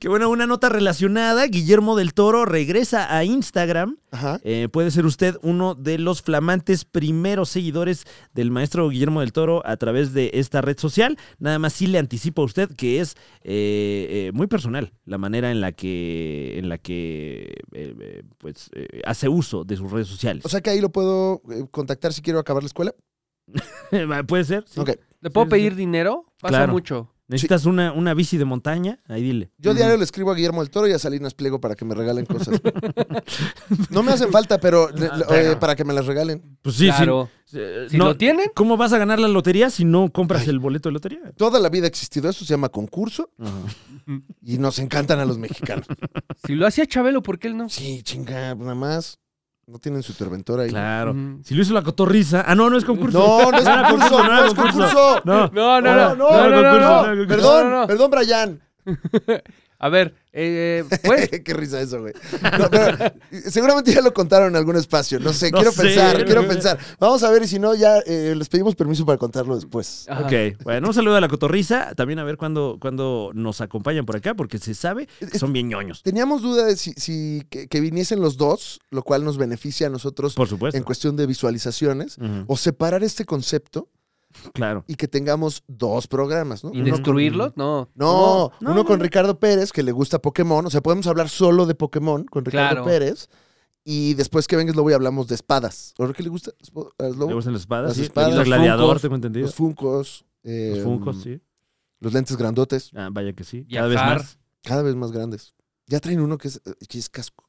S1: Que bueno, una nota relacionada. Guillermo del Toro regresa a Instagram.
S2: Ajá.
S1: Eh, puede ser usted uno de los flamantes primeros seguidores del maestro Guillermo del Toro a través de esta red social. Nada más sí le anticipo a usted que es eh, eh, muy personal la manera en la que, en la que eh, eh, pues, eh, hace uso de sus redes sociales.
S2: O sea que ahí lo puedo eh, contactar si quiero acabar la escuela.
S1: puede ser. sí.
S2: Ok.
S3: ¿Le puedo
S1: Sí, sí, sí.
S3: pedir dinero? Pasa
S1: Claro.
S3: mucho.
S1: Necesitas una, una bici de montaña, ahí dile.
S2: Yo diario le escribo a Guillermo del Toro y a Salinas Pliego para que me regalen cosas. No me hacen falta, pero le- le- eh, para que me las regalen.
S1: Pues sí, sí.
S3: claro.
S1: Eh,
S3: Si
S1: no-
S3: lo tienen,
S1: ¿Cómo vas a ganar la lotería si no compras el boleto de lotería?
S2: Toda la vida ha existido eso, se llama concurso y nos encantan a los mexicanos.
S3: si lo hacía Chabelo, ¿por qué él no?
S2: Sí, chinga, nada más. No tienen su interventora ahí.
S1: Claro.
S3: Ujú.
S1: Si lo hizo la cotorriza. Ah, no, no es concurso.
S2: No, no es
S1: era
S2: concurso, no
S1: era
S2: es concurso.
S1: No.
S3: No, no,
S1: Ahora,
S3: no, no,
S1: no,
S3: no,
S1: concurso,
S3: no, no.
S1: no, concurso.
S2: Perdón,
S3: No, no, no.
S2: perdón, Brian.
S3: A ver, eh, pues,
S2: Qué risa eso, güey. No, pero, eh, seguramente ya lo contaron en algún espacio. No sé,
S1: No
S2: quiero
S1: sé.
S2: pensar, quiero pensar. Vamos a ver y si no, ya eh, les pedimos permiso para contarlo después.
S3: ajá.
S1: Ok, bueno, un saludo a la cotorriza. También a ver cuándo, cuándo nos acompañan por acá, porque se sabe que son bien ñoños.
S2: Teníamos duda de si, si- que, que viniesen los dos, lo cual nos beneficia a nosotros
S1: Por supuesto.
S2: en cuestión de visualizaciones,
S1: Ujú,
S2: o separar este concepto
S1: claro.
S2: y que tengamos dos programas, ¿no?
S3: ¿Y
S2: Uno con-
S3: destruirlos? No.
S2: No,
S1: No,
S2: uno
S1: no,
S2: con
S1: no.
S2: Ricardo Pérez, que le gusta Pokémon. O sea, podemos hablar solo de Pokémon con Ricardo
S3: Claro.
S2: Pérez. Y después que vengas, Lobo, y hablamos de espadas. ¿O qué le gusta Espo- al Lobo?
S1: ¿Le gustan las espadas?
S2: Las
S1: Sí,
S2: espadas,
S1: ¿Le gusta
S2: los
S1: gladiador,
S2: funcos,
S1: tengo entendido.
S2: Los funcos. eh,
S1: Los funcos, sí.
S2: los lentes grandotes,
S1: Ah, vaya que sí. Cada
S3: Viajar.
S1: vez más.
S2: cada vez más grandes. Ya traen uno que es, que es casco.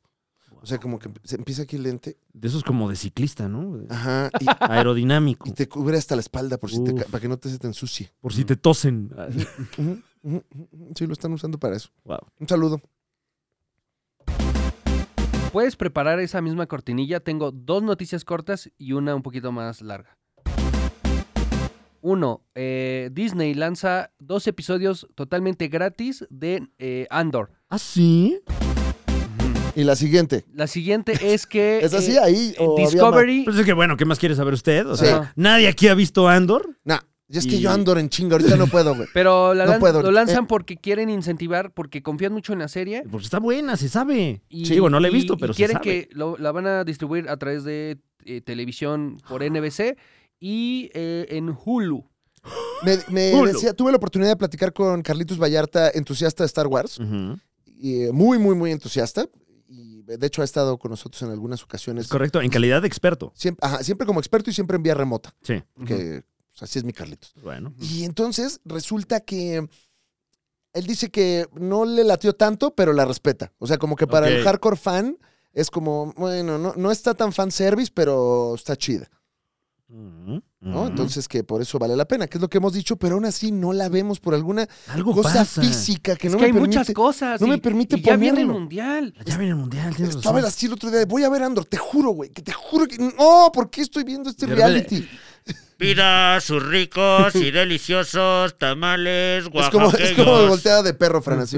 S2: O sea, como que se empieza aquí el lente.
S1: De esos como de ciclista, ¿no?
S2: Ajá. Y,
S1: Aerodinámico.
S2: y te cubre hasta la espalda por si te, ca-
S1: Uf.
S2: para que no te se te ensucie.
S1: Por si te tosen. Ah,
S2: Ujú, ujú, ujú. Sí, lo están usando para eso.
S1: Wow.
S2: Un saludo.
S3: ¿Puedes preparar esa misma cortinilla? Tengo dos noticias cortas y una un poquito más larga. Uno, eh, Disney lanza dos episodios totalmente gratis de eh, Andor.
S1: ¿Ah, sí?
S2: Y la siguiente.
S3: La siguiente es que
S2: ¿Es así
S3: eh,
S2: ahí?
S3: en
S2: o había más?
S3: Discovery
S1: Pues es que bueno, ¿qué más quiere saber usted? O
S2: Sí.
S1: sea, nadie aquí ha visto Andor.
S2: Nah, ya es que
S1: Y-
S2: yo ando en chinga, ahorita no puedo, güey.
S3: Pero la
S2: No
S3: lan-
S2: puedo Eh.
S3: lo
S2: ahorita.
S3: lanzan porque quieren incentivar, porque confían mucho en la serie.
S1: Porque Pues está buena, se sabe.
S3: Y,
S1: Digo, no la he
S3: y-
S1: visto,
S3: y
S1: pero se
S3: quieren
S1: sabe.
S3: que lo- la van a distribuir a través de eh, televisión por
S2: Ah.
S3: NBC y eh, en Hulu.
S2: Me, me
S1: Hulu.
S2: decía, tuve la oportunidad de platicar con Carlitos Vallarta, entusiasta de Star Wars.
S1: Ujú.
S2: y, eh, muy, muy, muy entusiasta. Y de hecho ha estado con nosotros en algunas ocasiones.
S1: Es correcto, en calidad de experto.
S2: Siempre, ajá, siempre como experto y siempre en vía remota.
S1: Sí,
S2: Que pues, así es mi Carlitos.
S1: bueno.
S2: Y entonces resulta que él dice que no le latió tanto, pero la respeta. O sea, como que para el
S1: Ok.
S2: hardcore fan es como, bueno, no, no está tan fan service, pero está chida,
S1: Ujú,
S2: ¿no?
S1: ujú.
S2: Entonces que por eso vale la pena, que es lo que hemos dicho, pero aún así no la vemos por alguna
S1: algo
S2: cosa
S1: pasa.
S2: física que
S3: Es
S2: no
S3: que
S2: me
S3: hay
S2: permite.
S3: muchas cosas.
S2: no me
S3: y-
S2: permite
S3: y ya viene el
S2: ponerlo.
S3: mundial.
S1: Ya viene el mundial, tienes
S2: Estaba
S1: razón.
S2: así el otro día, voy a ver Andor, te juro, güey, que te juro que no, ¿por qué estoy viendo este
S1: De repente-
S2: reality?
S7: Pida sus ricos y deliciosos tamales
S2: Es como,
S7: oaxaqueños.
S2: es como volteada de perro, Fran, así.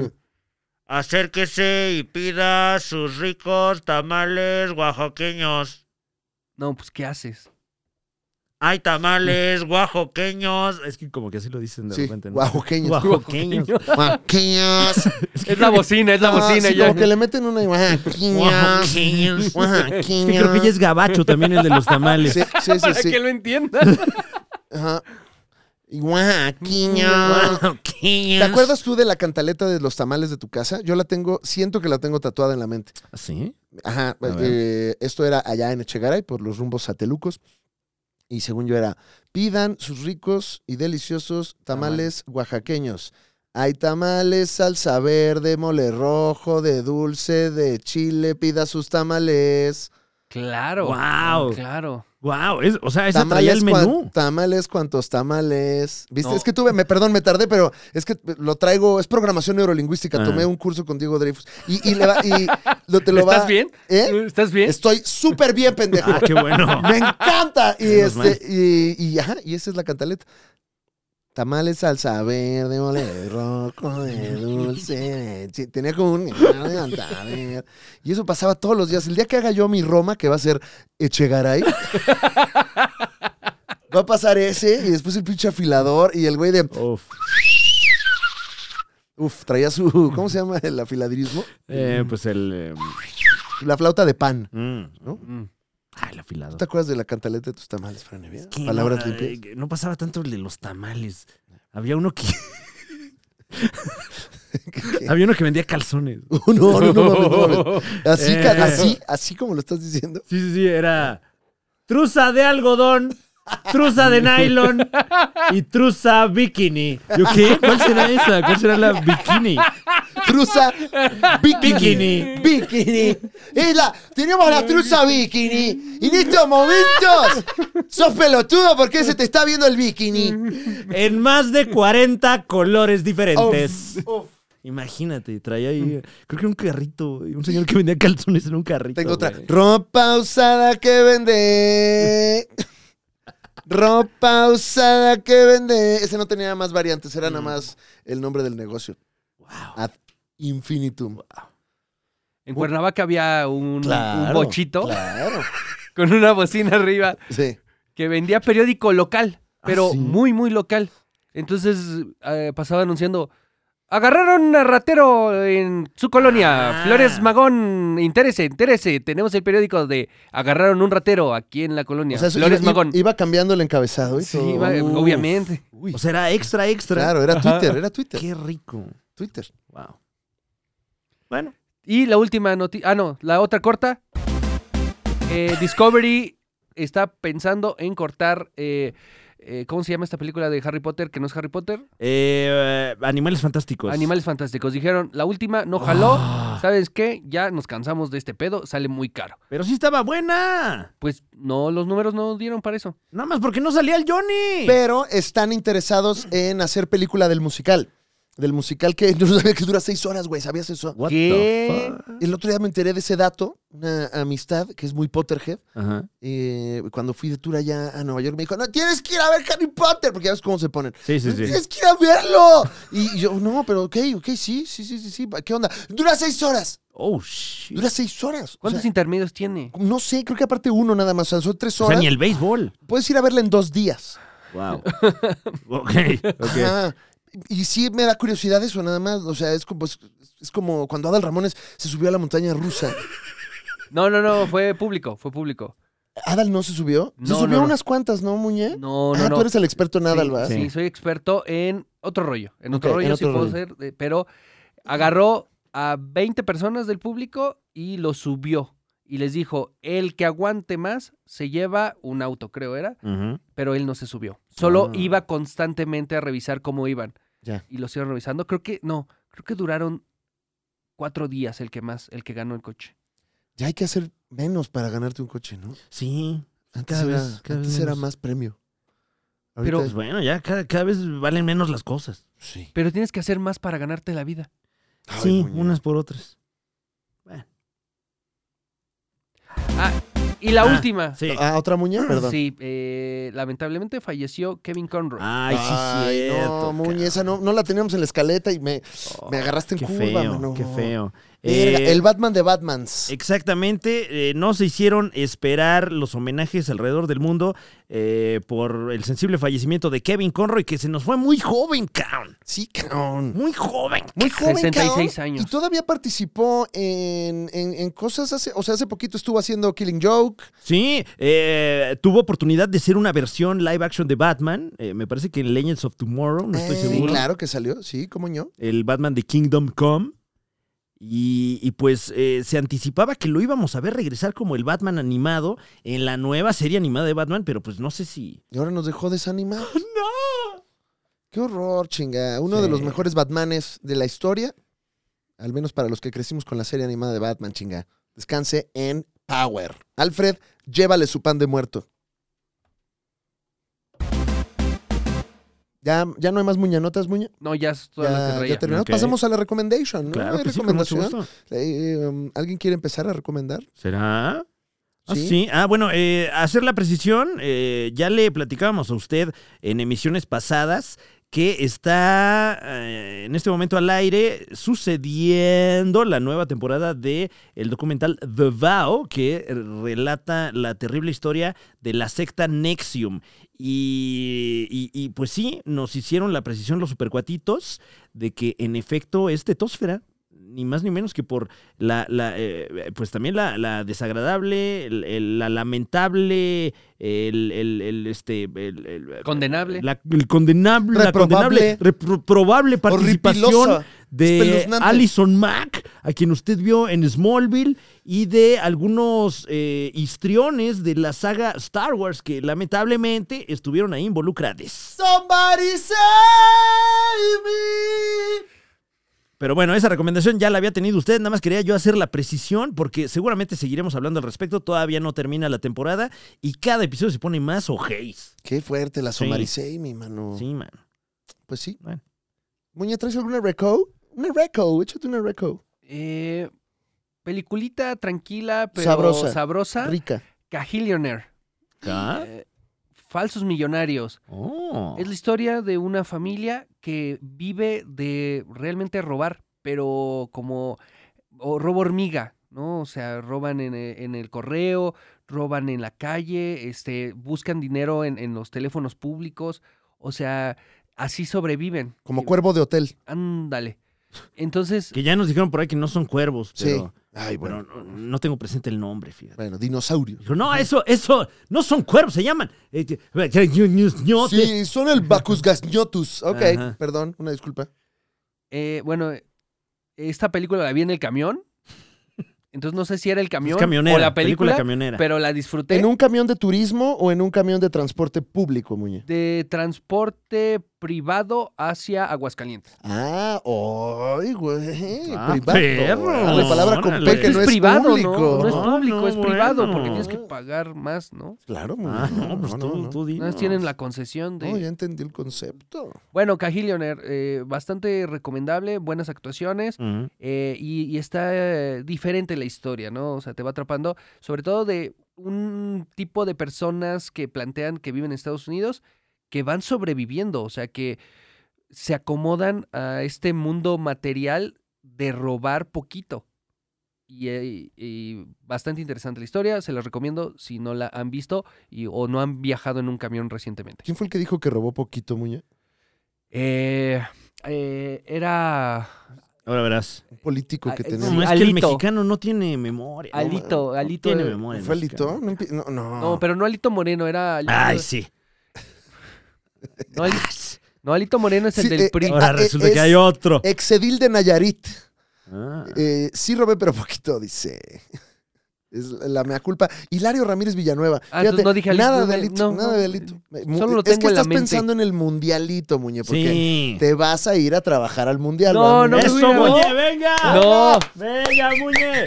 S7: Acérquese y pida sus ricos tamales oaxaqueños.
S3: No, pues ¿qué haces?
S7: Hay tamales
S2: Mm.
S7: oaxaqueños.
S1: Es que como que así lo dicen de
S2: Sí,
S1: repente. ¿no?
S2: oaxaqueños.
S1: Oaxaqueños.
S2: Oaxaqueños.
S3: Es la bocina, es la
S2: Ah,
S3: bocina.
S2: sí,
S3: ya.
S2: como que le meten una oaxaqueños.
S7: Oaxaqueños.
S1: Es que creo que ya es gabacho también el de los tamales.
S2: Sí, sí, sí,
S3: Para
S2: sí.
S3: que lo entienda.
S2: Ajá. Y oaxaqueños. ¿Te acuerdas tú de la cantaleta de los tamales de tu casa? Yo la tengo, siento que la tengo tatuada en la mente.
S1: ¿Ah, ¿Sí?
S2: Ajá.
S1: A ver.
S2: eh, esto era allá en Echegaray, por los rumbos satelucos. Y según yo era, pidan sus ricos y deliciosos tamales oaxaqueños. Hay tamales, salsa verde, mole rojo, de dulce, de chile, pida sus tamales.
S3: Claro.
S1: Guau.
S3: Claro.
S1: Wow, es, o sea, esa traía
S2: Tamales,
S1: el
S2: cuan-
S1: menú.
S2: tamales, cuantos tamales. ¿Viste?
S3: No.
S2: Es que tuve, me perdón, me tardé, pero es que lo traigo, es programación neurolingüística.
S1: Ah.
S2: Tomé un curso con Diego Dreyfus. Y, y le va, y lo- te lo va.
S3: ¿Estás bien?
S2: ¿Eh?
S3: ¿Estás bien?
S2: Estoy súper bien, pendejo.
S1: Ah, qué bueno.
S2: Me encanta. Y
S1: Menos mal.
S2: este, y, y ajá, y esa es la cantaleta. Tamales, salsa verde, mole de rojo, de dulce. de chi- Tenía como un. a ver. Y eso pasaba todos los días. El día que haga yo mi Roma, que va a ser Echegaray, va a pasar ese y después el pinche afilador y el güey de.
S1: Uf.
S2: Uf, traía su. ¿Cómo se llama el afiladrismo?
S1: Eh, pues el. eh,
S2: La flauta de pan.
S1: mm.
S3: Mm.
S1: Ah, el afilado.
S2: ¿Tú te acuerdas de la cantaleta de tus tamales, Fran Evia? Palabras
S1: no,
S2: limpias.
S1: eh, no pasaba tanto el de los tamales. Había uno que. Había uno que vendía calzones.
S2: No, no, no, mames, no mames. Así, ca-
S1: Eh.
S2: así, así como lo estás diciendo.
S1: Sí, sí, sí, era. Truza de algodón, truza de nylon y truza bikini. ¿Yo qué? ¿Cuál será esa? ¿Cuál será la bikini?
S2: Truza
S1: Bikini.
S2: bikini. Bikini. Es la, tenemos la truza bikini. Y en estos momentos sos pelotudo porque se te está viendo el bikini.
S1: En más de 40 colores diferentes.
S2: Uf, uf.
S1: Imagínate, traía ahí. Creo que un carrito, un señor que vendía calzones en un carrito.
S2: Tengo otra.
S1: güey.
S2: Ropa usada que vende. Ropa usada que vende. Ese no tenía más variantes, era nada más el nombre del negocio. Ad infinitum.
S3: En Cuernavaca había un, un bochito
S2: Claro.
S3: con una bocina arriba
S2: Sí.
S3: que vendía periódico local, pero
S1: sí.
S3: muy, muy local. Entonces eh, pasaba anunciando, agarraron a ratero en su colonia,
S1: Ah.
S3: Flores Magón, interese, interese, tenemos el periódico de agarraron un ratero aquí en la colonia,
S2: O sea, eso
S3: Flores
S2: iba,
S3: Magón.
S2: iba cambiando el encabezado. y
S3: sí,
S2: todo.
S3: iba-
S1: Uf.
S3: obviamente.
S1: O sea, era extra, extra.
S2: Claro, era Twitter, era Twitter.
S1: Qué rico.
S2: Twitter.
S1: Wow. Bueno.
S3: Y la última noticia, ah no, la otra corta, Eh, Discovery está pensando en cortar, eh, eh, ¿cómo se llama esta película de Harry Potter que no es Harry Potter?
S1: Eh, eh, animales fantásticos.
S2: Pues
S3: Animales fantásticos. Dijeron, la última no jaló.
S1: Ah.
S3: ¿Sabes qué? Ya nos cansamos de este pedo, sale muy caro.
S1: Pero sí estaba buena.
S3: Pues no, los números no dieron para eso.
S1: Nada más porque no salía el Johnny.
S2: Pero están interesados en hacer película del musical. Del musical que no sabía que dura seis horas, güey. ¿Sabías eso?
S1: What
S3: ¿Qué?
S1: the fuck?
S2: El otro día me enteré de ese dato, una amistad que es muy Potterhead.
S1: Ajá.
S2: Eh, cuando fui de tour allá a Nueva York me dijo, no, tienes que ir a ver Harry Potter, porque ya ves cómo se ponen.
S1: Sí, sí,
S2: "No,
S1: sí.
S2: Tienes que ir a verlo. Y yo, no, pero ok, ok, sí, sí, sí, sí, sí. ¿Qué onda? Dura seis horas.
S1: Oh, shit.
S2: Dura seis horas. O
S3: ¿Cuántos
S2: sea,
S3: intermedios tiene?
S2: no sé, creo que aparte uno nada más. O sea, son tres
S1: O sea,
S2: horas.
S1: ni el béisbol.
S2: Puedes ir a verla en dos días.
S1: Wow. ok, ok.
S2: Ajá. Y sí me da curiosidad eso, nada más. O sea, es como, es, es como cuando Adal Ramones se subió a la montaña rusa.
S3: No, no, no, fue público, fue público.
S2: ¿Adal no se subió? Se
S3: No,
S2: subió
S3: no, no.
S2: unas cuantas, ¿no, Muñe?
S3: No, no,
S2: ah,
S3: no.
S2: tú eres el experto en Adal, ¿verdad?
S3: sí, sí, soy experto en otro rollo. En otro
S2: Ok,
S3: rollo
S2: en
S3: sí
S2: otro
S3: puedo
S2: rollo.
S3: ser, eh, pero agarró a 20 personas del público y lo subió. Y les dijo, el que aguante más se lleva un auto, creo era.
S1: Ujú.
S3: pero él no se subió. Solo
S1: Ah.
S3: iba constantemente a revisar cómo iban.
S2: Ya.
S3: Y los iban revisando. Creo que, no, creo que duraron cuatro días el que más, el que ganó el coche.
S2: Ya hay que hacer menos para ganarte un coche, ¿no?
S1: Sí.
S2: Antes,
S1: Cada
S2: era,
S1: vez- cada
S2: antes
S1: vez
S2: era
S1: menos.
S2: más premio.
S3: Pero-
S1: Pues
S2: es-
S1: bueno, ya cada, cada vez valen menos las cosas.
S2: Sí.
S3: Pero tienes que hacer más para ganarte la vida.
S2: Ay,
S1: sí,
S2: Muñe.
S1: unas por otras.
S3: Y la
S1: Ah,
S3: última.
S1: Sí.
S2: Ah, ¿otra Muñe? Perdón.
S3: Sí, eh, lamentablemente falleció Kevin Conroy.
S1: Ay, sí,
S2: Ah, Ay,
S1: cierto.
S2: no, Muñe,
S1: cabrón. Oh,
S2: esa no, no la teníamos en la escaleta y me, me agarraste en
S1: Qué
S2: curva,
S1: feo,
S2: mano.
S1: qué feo.
S2: Verga,
S1: Eh,
S2: el Batman de Batmans.
S1: Exactamente, eh, no se hicieron esperar los homenajes alrededor del mundo eh, por el sensible fallecimiento de Kevin Conroy, que se nos fue muy joven, cabrón.
S2: Sí, cabrón.
S1: Muy joven.
S2: Muy joven,
S3: 66
S2: cabrón,
S3: años.
S2: Y todavía participó en, en- en cosas hace, o sea, hace poquito estuvo haciendo Killing Joke.
S1: Sí, eh, tuvo oportunidad de ser una versión live action de Batman, eh, me parece que en Legends of Tomorrow, no estoy
S2: Eh,
S1: seguro.
S2: Claro que salió, sí, cómo no.
S1: El Batman de Kingdom Come. Y, y pues eh, se anticipaba que lo íbamos a ver regresar como el Batman animado en la nueva serie animada de Batman, pero pues no sé si...
S2: Y ahora nos dejó desanimados.
S1: ¡No!
S2: Qué horror, chinga. Uno de
S1: Sí.
S2: los mejores Batmanes de la historia. Al menos para los que crecimos con la serie animada de Batman, chinga. Descanse en Power. Alfred, llévale su pan de muerto. ¿Ya, ya no hay más muñanotas, muña?
S3: No, ya es todo lo que
S2: Ya,
S3: traía.
S2: ya terminamos.
S1: Ok.
S2: Pasamos a la recommendation, ¿no?
S1: Claro
S2: ¿Hay
S1: que sí, con mucho
S2: recomendación?
S1: gusto.
S2: Eh, um, ¿Alguien quiere empezar a recomendar?
S1: ¿Será? Ah,
S2: Sí.
S1: sí. Ah, bueno, eh, hacer la precisión, eh, ya le platicábamos a usted en emisiones pasadas que está eh, en este momento al aire sucediendo la nueva temporada de el documental The Vow que relata la terrible historia de la secta Nexium y, y- y, pues sí nos hicieron la precisión los supercuatitos de que en efecto es tetósfera ni más ni menos que por la, la, eh, pues también la, la desagradable, el- el- la lamentable, el, el- el, este, el- el-
S3: Condenable.
S1: la- el condenable, la
S2: Reprobable.
S1: condenable, reprobable participación
S2: Horripilosa.
S1: de
S2: Espeluznante.
S1: Alison Mack, a quien usted vio en Smallville, y de algunos eh, histriones de la saga Star Wars que lamentablemente estuvieron ahí involucrados.
S2: Somebody save me.
S1: Pero bueno, esa recomendación ya la había tenido usted, nada más quería yo hacer la precisión porque seguramente seguiremos hablando al respecto, todavía no termina la temporada y cada episodio se pone más ojéis.
S2: Qué fuerte la
S1: Sí.
S2: Somebody save me, mano.
S1: Sí, man.
S2: Pues sí.
S1: Bueno.
S2: Muña, ¿traes alguna reco? Una reco, échate una reco.
S3: Eh, peliculita tranquila, pero
S2: Sabrosa.
S3: sabrosa. ¿Ah?
S2: Rica.
S3: Cajillionaire.
S1: ¿Ah?
S3: Eh, falsos millonarios.
S1: Oh.
S3: Es la historia de una familia que vive de realmente robar, pero como o robo hormiga, ¿no? O sea, roban en, e- en el correo, roban en la calle, este, buscan dinero en, en los teléfonos públicos, o sea, así sobreviven.
S2: Como
S3: Y-
S2: cuervo de hotel.
S3: Ándale. Entonces,
S1: Que ya nos dijeron por ahí que no son cuervos,
S2: Sí.
S1: pero,
S2: Ay, bueno.
S1: pero no, no tengo presente el nombre, fíjate.
S2: Bueno, dinosaurio.
S1: Dijo, no, eso, eso, no son cuervos, se llaman. eh, eh, eh, ñotes".
S2: Sí, son el Bacchus gasñotus. Ok,
S1: Ajá.
S2: perdón, una disculpa.
S3: eh, bueno, esta película la vi en el camión. Entonces no sé si era el
S1: Es
S3: camión
S1: camionera,
S3: o la película,
S1: camionera.
S3: pero la disfruté.
S2: ¿En un camión de turismo o en un camión de transporte público, Muñe?
S3: de transporte privado hacia Aguascalientes.
S2: Ah, hoy, güey.
S1: Ah,
S2: privado.
S1: perro.
S2: Ah, la palabra con
S1: Órale.
S2: P que
S1: Es
S2: no es
S3: privado,
S2: público.
S3: ¿no? No es
S1: No,
S3: público,
S1: Ah, no,
S3: es privado,
S1: bueno.
S3: porque tienes que pagar más, ¿no?
S2: Claro, Muñe.
S1: Ah, no, pues tú,
S2: no.
S1: tú
S3: No
S1: dinos.
S3: tienen la concesión de...
S2: No, ya entendí el concepto.
S3: Bueno, Cajillioner, bastante recomendable, buenas actuaciones
S1: Ujú.
S3: eh, y, y está eh, diferente la historia, ¿no? O sea, te va atrapando, sobre todo de un tipo de personas que plantean que viven en Estados Unidos, que van sobreviviendo, o sea, que se acomodan a este mundo material de robar poquito. Y, eh, y bastante interesante la historia, se las recomiendo si no la han visto y, o no han viajado en un camión recientemente.
S2: ¿Quién fue el que dijo que robó poquito, Muñe?
S3: Eh, eh, era
S1: Ahora verás.
S2: Un político que
S3: Ah, eh,
S2: tenemos.
S1: No, es que el
S3: Alito.
S1: mexicano no tiene memoria. no, man.
S3: Alito, Alito.
S1: tiene
S3: eh,
S1: memoria.
S2: ¿Fue
S1: el
S2: Alito?
S1: mexicano.
S2: No, empie- no, no.
S3: No, pero no Alito Moreno, era Alito,
S1: Ah. Ay, sí.
S3: no, Ali- no, Alito Moreno es el
S2: Sí,
S3: del
S2: eh,
S3: PRI.
S2: ah,
S1: Ahora
S2: eh,
S1: resulta
S2: es-
S1: que hay otro.
S2: Exedil de Nayarit.
S1: Ah.
S2: Eh, sí robé, pero poquito, dice. Es la mea culpa. Hilario Ramírez Villanueva.
S3: Ah, entonces no dije Alito,
S2: nada de
S3: no,
S2: Alito,
S3: no,
S2: nada
S3: no.
S2: de Alito. Mu-
S3: Solo lo
S2: es que
S3: tengo en la
S2: estás
S3: mente.
S2: pensando en el mundialito, Muñe, porque
S1: sí.
S2: te vas a ir a trabajar al mundial.
S3: No,
S2: ¿va, Muñe?
S3: no me
S1: ¡Eso,
S3: hubiera-
S1: Muñe, venga!
S3: No.
S1: ¡Venga, Muñe!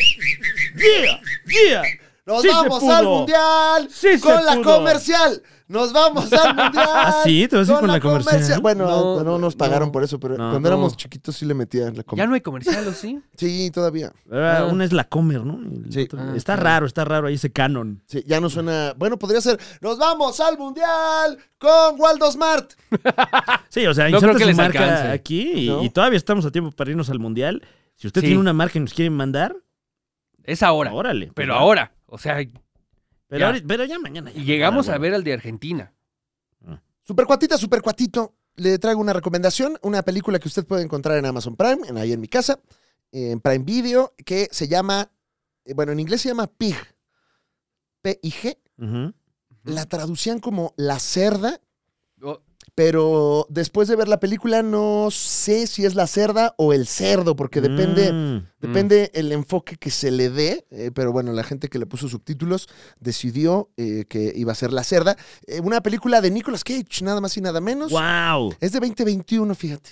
S1: ¡Yeah! ¡Yeah!
S2: Nos
S1: Sí se
S2: vamos
S1: pudo.
S2: al mundial
S1: Sí se
S2: con la
S1: pudo.
S2: comercial. Nos vamos al mundial.
S1: Ah, sí, te vas a ir con la comercial.
S2: Bueno,
S3: No,
S2: no, nos pagaron
S3: no.
S2: por eso, pero
S1: No,
S2: cuando éramos
S3: no.
S2: chiquitos sí le metían la
S3: Ya
S2: comercial.
S3: no hay comercial, ¿o sí?
S2: Sí, todavía.
S1: Ah,
S3: Ah.
S1: Una es la comer, ¿no? El
S2: Sí.
S1: otro-
S3: Ah,
S1: está
S3: claro.
S1: raro, está raro ahí ese canon.
S2: Sí, ya no suena. Bueno, podría ser. Nos vamos al mundial con Waldo Smart.
S1: Sí, o sea,
S3: No creo
S1: inserta
S3: que
S1: su
S3: les
S1: marca
S3: alcance.
S1: aquí y,
S2: ¿No?
S1: y todavía estamos a tiempo para irnos al mundial. Si usted
S3: Sí.
S1: tiene una marca y nos quiere mandar,
S3: Es ahora.
S1: órale.
S3: Pero
S1: ¿verdad?
S3: ahora. O sea, y
S1: Pero,
S3: ya.
S1: ahorita- pero ya mañana. ya.
S3: llegamos
S1: Ahora,
S3: a ver al de Argentina.
S2: Supercuatita, supercuatito. Le traigo una recomendación, una película que usted puede encontrar en Amazon Prime, en, ahí en mi casa, en Prime Video, que se llama, eh, bueno, en inglés se llama Pig. P-I-G.
S1: bueno. Ujú.
S2: La traducían como la cerda,
S3: Oh,
S2: pero después de ver la película no sé si es la cerda o el cerdo, porque depende...
S1: Mm.
S2: Depende el enfoque que se le dé, eh, pero bueno, la gente que le puso subtítulos decidió eh, que iba a ser La Cerda. Eh, una película de Nicolas Cage, nada más y nada
S3: Pues,
S2: menos.
S1: ¡Wow!
S2: Es de 2021, fíjate.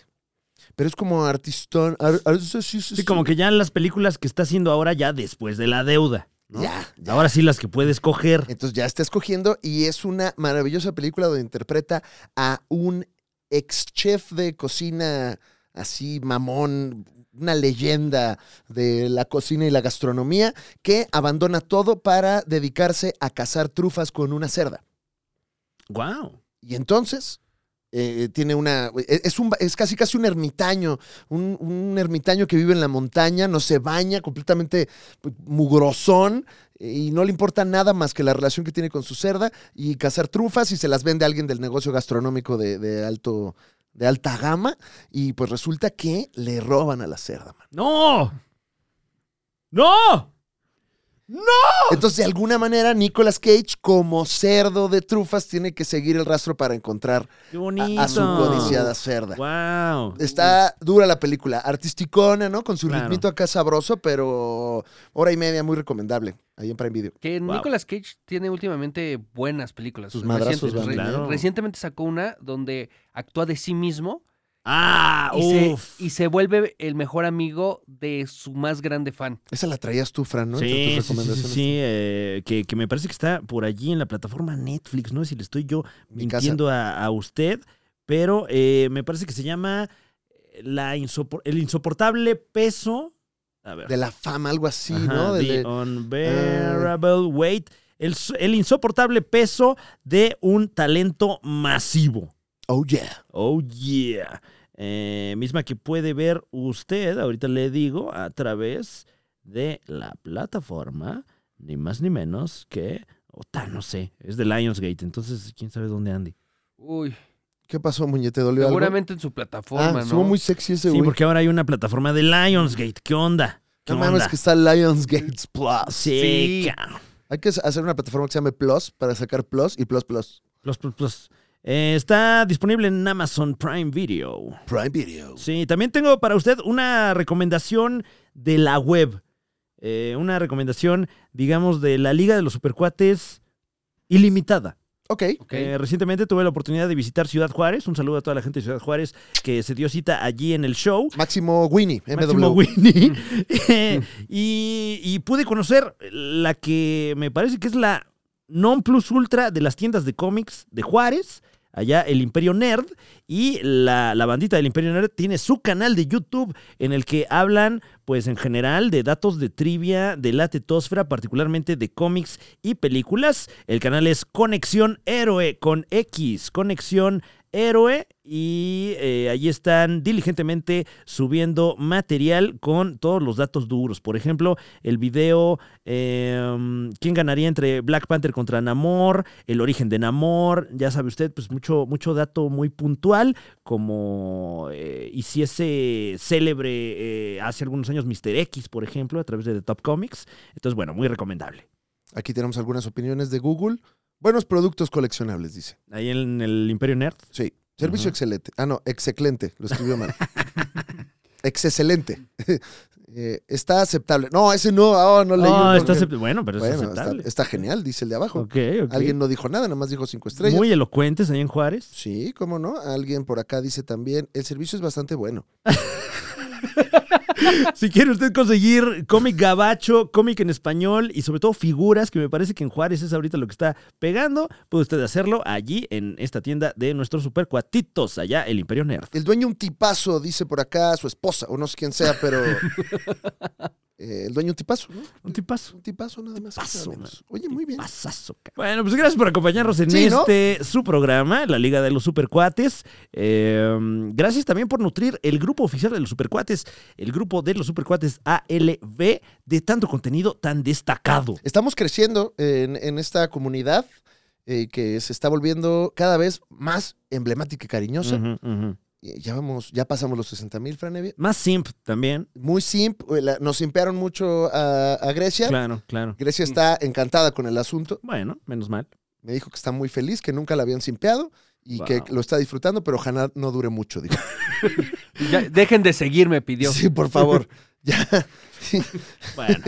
S2: Pero es como artistón. ar- ar- sí, sí, sí,
S1: Sí, como que ya las películas que está haciendo ahora ya después de la deuda. ¿no?
S2: Ya, ya.
S1: Ahora sí las que puede escoger.
S2: Entonces ya está escogiendo y es una maravillosa película donde interpreta a un ex chef de cocina así mamón, una leyenda de la cocina y la gastronomía, que abandona todo para dedicarse a cazar trufas con una cerda.
S1: Wow.
S2: Y entonces eh, tiene una. e- Es, un, es casi casi un ermitaño. Un, un ermitaño que vive en la montaña, no se baña, completamente pues, mugrosón. eh, Y no le importa nada más que la relación que tiene con su cerda y cazar trufas y se las vende a alguien del negocio gastronómico de, de alto, de alta gama. Y pues resulta que le roban a la cerda, man.
S1: ¡No! ¡No!
S2: Entonces, de alguna manera, Nicolas Cage, como cerdo de trufas, tiene que seguir el rastro para encontrar
S1: ¡Qué
S2: a-
S1: bonito!
S2: a, su codiciada cerda.
S1: ¡Wow!
S2: Está dura la película, artisticona, ¿no? Con su
S1: Claro.
S2: ritmito acá sabroso, pero hora y media muy recomendable. Ahí en Prime Video.
S3: Que
S1: Wow.
S3: Nicolas Cage tiene últimamente buenas películas.
S2: Sus madrazos van
S3: re-
S1: bien.
S3: Recientemente sacó una donde actúa de sí mismo
S1: ¡Ah!
S3: y, se,
S1: ¡Uf!
S3: y se vuelve el mejor amigo de su más grande fan.
S2: Esa la traías tú, Fran, ¿no? Entre
S1: Sí, sí, sí,
S2: tus
S1: sí,
S2: recomendaciones.
S1: sí, eh, que, que me parece que está por allí en la plataforma Netflix, no sé si le estoy yo
S2: Mi casa.
S1: mintiendo a, a usted, pero eh, me parece que se llama eh, la insopor- El insoportable peso. A ver.
S2: De la fama, algo así,
S1: Ajá,
S2: ¿no? De- ah.
S1: The
S2: de-
S1: Unbearable Weight. El, s- el insoportable peso de un talento masivo.
S2: Oh, yeah.
S1: Oh, yeah. Eh, misma que puede ver usted, ahorita le digo, a través de la plataforma, ni más ni menos que. Ota, no sé, es de Lionsgate, entonces quién sabe dónde Andy.
S3: Uy,
S2: ¿Qué pasó, muñete? ¿Dolió algo?
S3: seguramente en su
S2: Ah,
S3: plataforma,
S2: estuvo
S3: ¿no?
S2: muy sexy ese
S1: Sí,
S2: güey.
S1: porque ahora hay una plataforma de Lionsgate, ¿qué onda? ¿Qué
S2: no mames
S1: onda?
S2: que está Lionsgate Plus.
S1: Sí,
S3: Sí.
S1: cabrón.
S2: Hay que hacer una plataforma que se llame Plus para sacar Plus y Plus Plus.
S1: Plus, plus, plus. Eh, está disponible en Amazon Prime Video.
S2: Prime Video.
S1: Sí, también tengo para usted una recomendación de la web. Eh, una recomendación, digamos, de la Liga de los Supercuates ilimitada.
S2: Ok.
S3: Ok.
S1: Eh, recientemente tuve la oportunidad de visitar Ciudad Juárez. Un saludo a toda la gente de Ciudad Juárez que se dio cita allí en el show.
S2: Máximo Winnie, MW.
S1: Máximo Winnie. Eh, y, y pude conocer la que me parece que es la non plus ultra de las tiendas de cómics de Juárez. Allá el Imperio Nerd y la, la bandita del Imperio Nerd tiene su canal de YouTube en el que hablan, pues en general, de datos de trivia, de la tetósfera, particularmente de cómics y películas. El canal es Conexión Héroe con X, Conexión Héroe. Y eh, allí están diligentemente subiendo material con todos los datos duros. Por ejemplo, el video eh, ¿Quién ganaría entre Black Panther contra Namor? El origen de Namor. Ya sabe usted, pues mucho, mucho dato muy puntual, como eh, hiciese célebre eh, hace algunos años Mr. X, por ejemplo, a través de The Top Comics. Entonces, bueno, muy recomendable.
S2: Aquí tenemos algunas opiniones de Google. Buenos productos coleccionables, dice.
S1: Ahí en el Imperio Nerd.
S2: Sí. Servicio
S1: Ujú.
S2: excelente. Ah, no, excelente. Lo escribió mal. Excelente. Eh, está aceptable. No, ese no, ah, no leí.
S1: Ah,
S2: porque-
S1: está acep- bueno, pero
S2: Bueno,
S1: es
S2: está-
S1: aceptable.
S2: Está, genial, dice el de abajo.
S1: Ok, ok.
S2: Alguien no dijo nada, nada más dijo cinco estrellas.
S1: Muy elocuentes ahí en Juárez.
S2: Sí, cómo no. Alguien por acá dice también, el servicio es bastante bueno.
S1: Si quiere usted conseguir cómic gabacho, cómic en español y sobre todo figuras, que me parece que en Juárez es ahorita lo que está pegando, puede usted hacerlo allí en esta tienda de nuestros supercuatitos, allá el Imperio Nerd.
S2: El dueño un tipazo, dice por acá su esposa, o no sé quién sea, pero... eh, el dueño un tipazo, ¿no?
S1: Un tipazo.
S2: Un tipazo nada más. nada
S1: Tipazo,
S2: menos. Oye, muy bien.
S1: Pasazo, ca- bueno, pues gracias por acompañarnos en
S2: Sí, ¿no?
S1: este su programa, La Liga de los Supercuates. Eh, gracias también por nutrir el grupo oficial de los Supercuates, el grupo de los Supercuates ALB, de tanto contenido tan destacado.
S2: Estamos creciendo en, en esta comunidad eh, que se está volviendo cada vez más emblemática y cariñosa.
S1: Ujú, ujú.
S2: Eh, Ya vamos, ya pasamos los 60 mil, Franevia.
S1: Más simp también.
S2: Muy simp, eh, la- nos simpearon mucho a, a Grecia.
S1: Claro, claro.
S2: Grecia está encantada con el asunto.
S1: Bueno, menos mal.
S2: Me dijo que está muy feliz, que nunca la habían simpeado y que
S1: Wow.
S2: lo está disfrutando, pero ojalá no dure mucho, dijo.
S3: Ya, dejen de seguirme, pidió.
S2: Sí, por favor. ya,
S1: Bueno.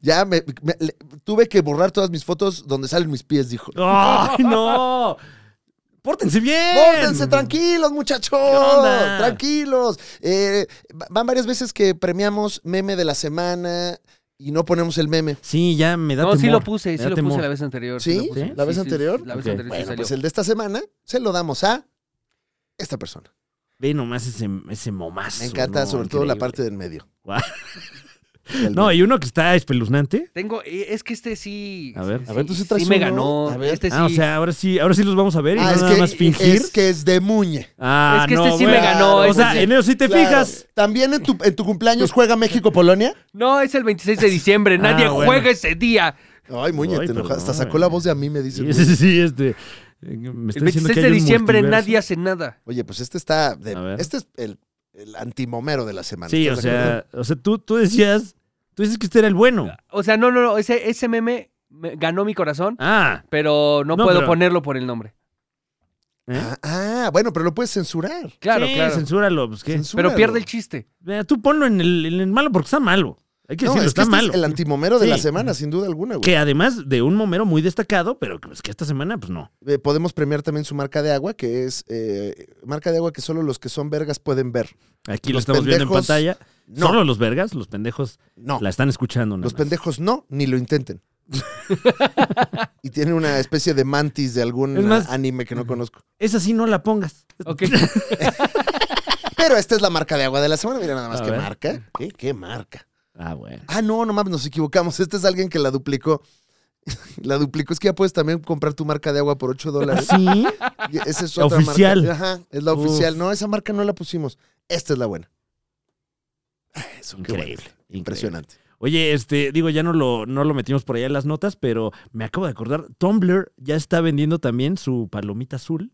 S2: ya me- me- le- tuve que borrar todas mis fotos donde salen mis pies, dijo.
S1: ¡Ay, no! ¡Pórtense bien!
S2: Pórtense tranquilos, muchachos.
S1: onda?
S2: Tranquilos. Eh, va- van varias veces que premiamos meme de la semana y no ponemos el meme.
S1: Sí, ya me da
S3: No,
S1: temor.
S3: sí lo puse,
S1: Me
S3: sí
S1: da
S3: lo
S1: temor.
S3: puse la vez anterior.
S2: ¿Sí?
S3: lo puse.
S2: ¿Sí? ¿La vez anterior? pues,
S3: La vez
S1: Ok.
S3: anterior sí
S2: Bueno,
S3: salió.
S2: pues el de esta semana se lo damos a esta persona.
S1: Ve nomás ese, ese momazo.
S2: Me encanta,
S1: ¿no?
S2: sobre todo la
S1: Increíble.
S2: parte del medio.
S1: Guau.
S2: Del
S1: No,
S2: medio.
S1: y uno que está espeluznante.
S3: Tengo, eh, es que este sí.
S1: A ver,
S3: sí,
S2: a ver, tú sí
S3: sí
S2: traes
S3: me
S2: uno.
S3: ganó.
S2: A ver.
S3: Este sí.
S1: Ah, o sea, ahora sí, ahora sí los vamos a ver y
S2: Ah,
S1: no
S2: es
S1: nada
S2: que-
S1: más fingir.
S2: Es que es de Muñe.
S1: Ah,
S3: Es que
S1: no,
S3: este sí me
S1: güey.
S3: ganó,
S1: O
S3: este
S1: sea,
S3: sí.
S1: en eso sí te
S2: Claro.
S1: fijas.
S2: También en tu, en tu cumpleaños juega México-Polonia.
S3: no, es el 26 de diciembre. Nadie
S1: Ah, bueno.
S3: juega ese día.
S2: Ay, Muñe,
S1: Ay,
S2: te enojaste. Hasta
S1: perdón,
S2: sacó la
S1: güey.
S2: voz de a mí, me dice.
S1: Sí, sí, sí, sí, este. eh, Me está
S3: El
S1: diciendo
S3: 26
S1: que
S3: de
S1: hay un
S3: diciembre
S1: multiverso.
S3: nadie hace nada.
S2: Oye, pues este está. de-
S1: A ver.
S2: este es el, el antimomero de la semana.
S1: Sí, o
S2: ¿Estás de acuerdo?
S1: sea, o sea, tú, tú decías. Tú dices que este era el bueno.
S3: O sea, no, no, no. Ese, ese meme me- ganó mi corazón,
S1: Ah,
S3: pero no,
S1: No,
S3: puedo
S1: pero-
S3: ponerlo por el nombre.
S1: ¿eh?
S2: Ah, ah, bueno, pero lo puedes censurar.
S3: Claro,
S1: Sí,
S3: claro.
S1: censúralo, pues qué.
S2: Censúralo.
S3: Pero pierde el chiste.
S1: Mira, Tú ponlo en el, en el malo porque está malo. Hay que
S2: No,
S1: decirlo,
S2: es que
S1: está
S2: este
S1: malo.
S2: es el antimomero de la
S1: Sí.
S2: semana, sin duda alguna, güey.
S1: Que además de un momero muy destacado, pero que, pues, que esta semana, pues no.
S2: Eh, podemos premiar también su marca de agua, que es eh, marca de agua que solo los que son vergas pueden ver.
S1: Aquí lo
S2: Los
S1: estamos viendo en
S2: pendejos,
S1: pantalla.
S2: No,
S1: Solo los vergas, los pendejos,
S2: no.
S1: la están escuchando. nada
S2: Los
S1: más.
S2: pendejos no, ni lo intenten. y tiene una especie de mantis de algún
S1: Es más-
S2: anime que no conozco.
S1: Esa sí no la pongas.
S3: Ok.
S2: Pero esta es la marca de agua de la semana. Mira nada más
S1: A
S2: qué
S1: ver.
S2: marca. ¿Qué? ¿Qué marca?
S1: Ah, bueno.
S2: Ah, no, no mames, nos equivocamos. Este es alguien que la duplicó. la duplicó. Es que ya puedes también comprar tu marca de agua por 8 dólares.
S1: Sí.
S2: Y Esa es otra
S1: Oficial.
S2: marca. Ajá, es la
S1: Uf.
S2: oficial. No, esa marca no la pusimos. Esta es la buena. Ah, Eso, qué
S1: Increíble.
S2: bueno.
S1: increíble.
S2: Impresionante.
S1: Oye, este, digo, ya no lo, no lo metimos por allá en las notas, pero me acabo de acordar, Tumblr ya está vendiendo también su palomita azul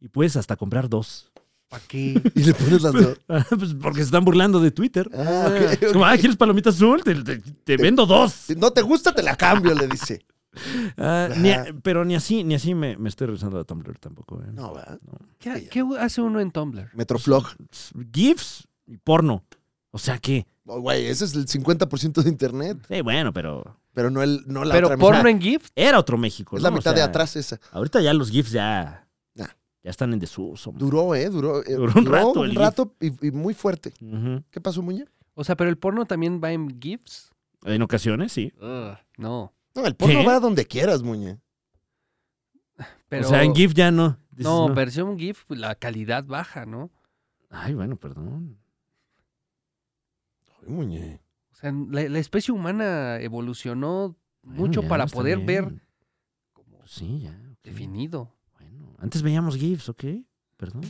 S1: y puedes hasta comprar dos.
S3: ¿Para qué?
S2: Y le pones las dos.
S1: Pues porque se están burlando de Twitter.
S2: Ah, ok,
S1: Es
S2: ok.
S1: como, ah, ¿quieres palomita azul? Te, te- te vendo dos.
S2: Si no te gusta, te la cambio, le dice.
S1: Ah, ni a-
S2: Ajá.
S1: pero ni así, ni así me, me estoy regresando a Tumblr tampoco. ¿eh?
S2: No, ¿verdad?
S3: ¿Qué, qué hace uno en Tumblr?
S2: Metroflog.
S1: GIFs y porno. O sea que,
S2: Oh, Güey, ese es el 50% de internet,
S1: eh, bueno, pero
S2: pero no, el, no la
S3: ¿Pero
S2: otra
S3: porno
S2: mitad.
S3: en GIF?
S1: era otro México.
S2: Es la
S1: ¿no? O
S2: mitad de
S1: sea,
S2: atrás esa.
S1: Ahorita ya los GIFs ya,
S2: Nah.
S1: ya están en desuso. man.
S2: Duró, ¿eh? Duró, eh,
S1: Duró un rato el
S2: Un rato y, y muy fuerte.
S1: Ujú.
S2: ¿Qué pasó, Muñe?
S3: O sea, pero el porno también va en GIFs.
S1: En ocasiones, sí.
S3: Ugh, no.
S2: No, el porno
S1: ¿Qué?
S2: va donde quieras, Muñe.
S3: Pero,
S1: O sea, en GIF ya no. Dices,
S3: No, versión GIF, la calidad baja, ¿no?
S1: Ay, bueno, perdón.
S2: Ay, Muñe.
S3: O sea, la, la especie humana evolucionó
S1: Bueno,
S3: mucho
S1: ya,
S3: para
S1: está
S3: poder ver
S1: bien. Sí, ya. ok.
S3: definido.
S1: Bueno, antes veíamos GIFs, ¿ok? Perdón.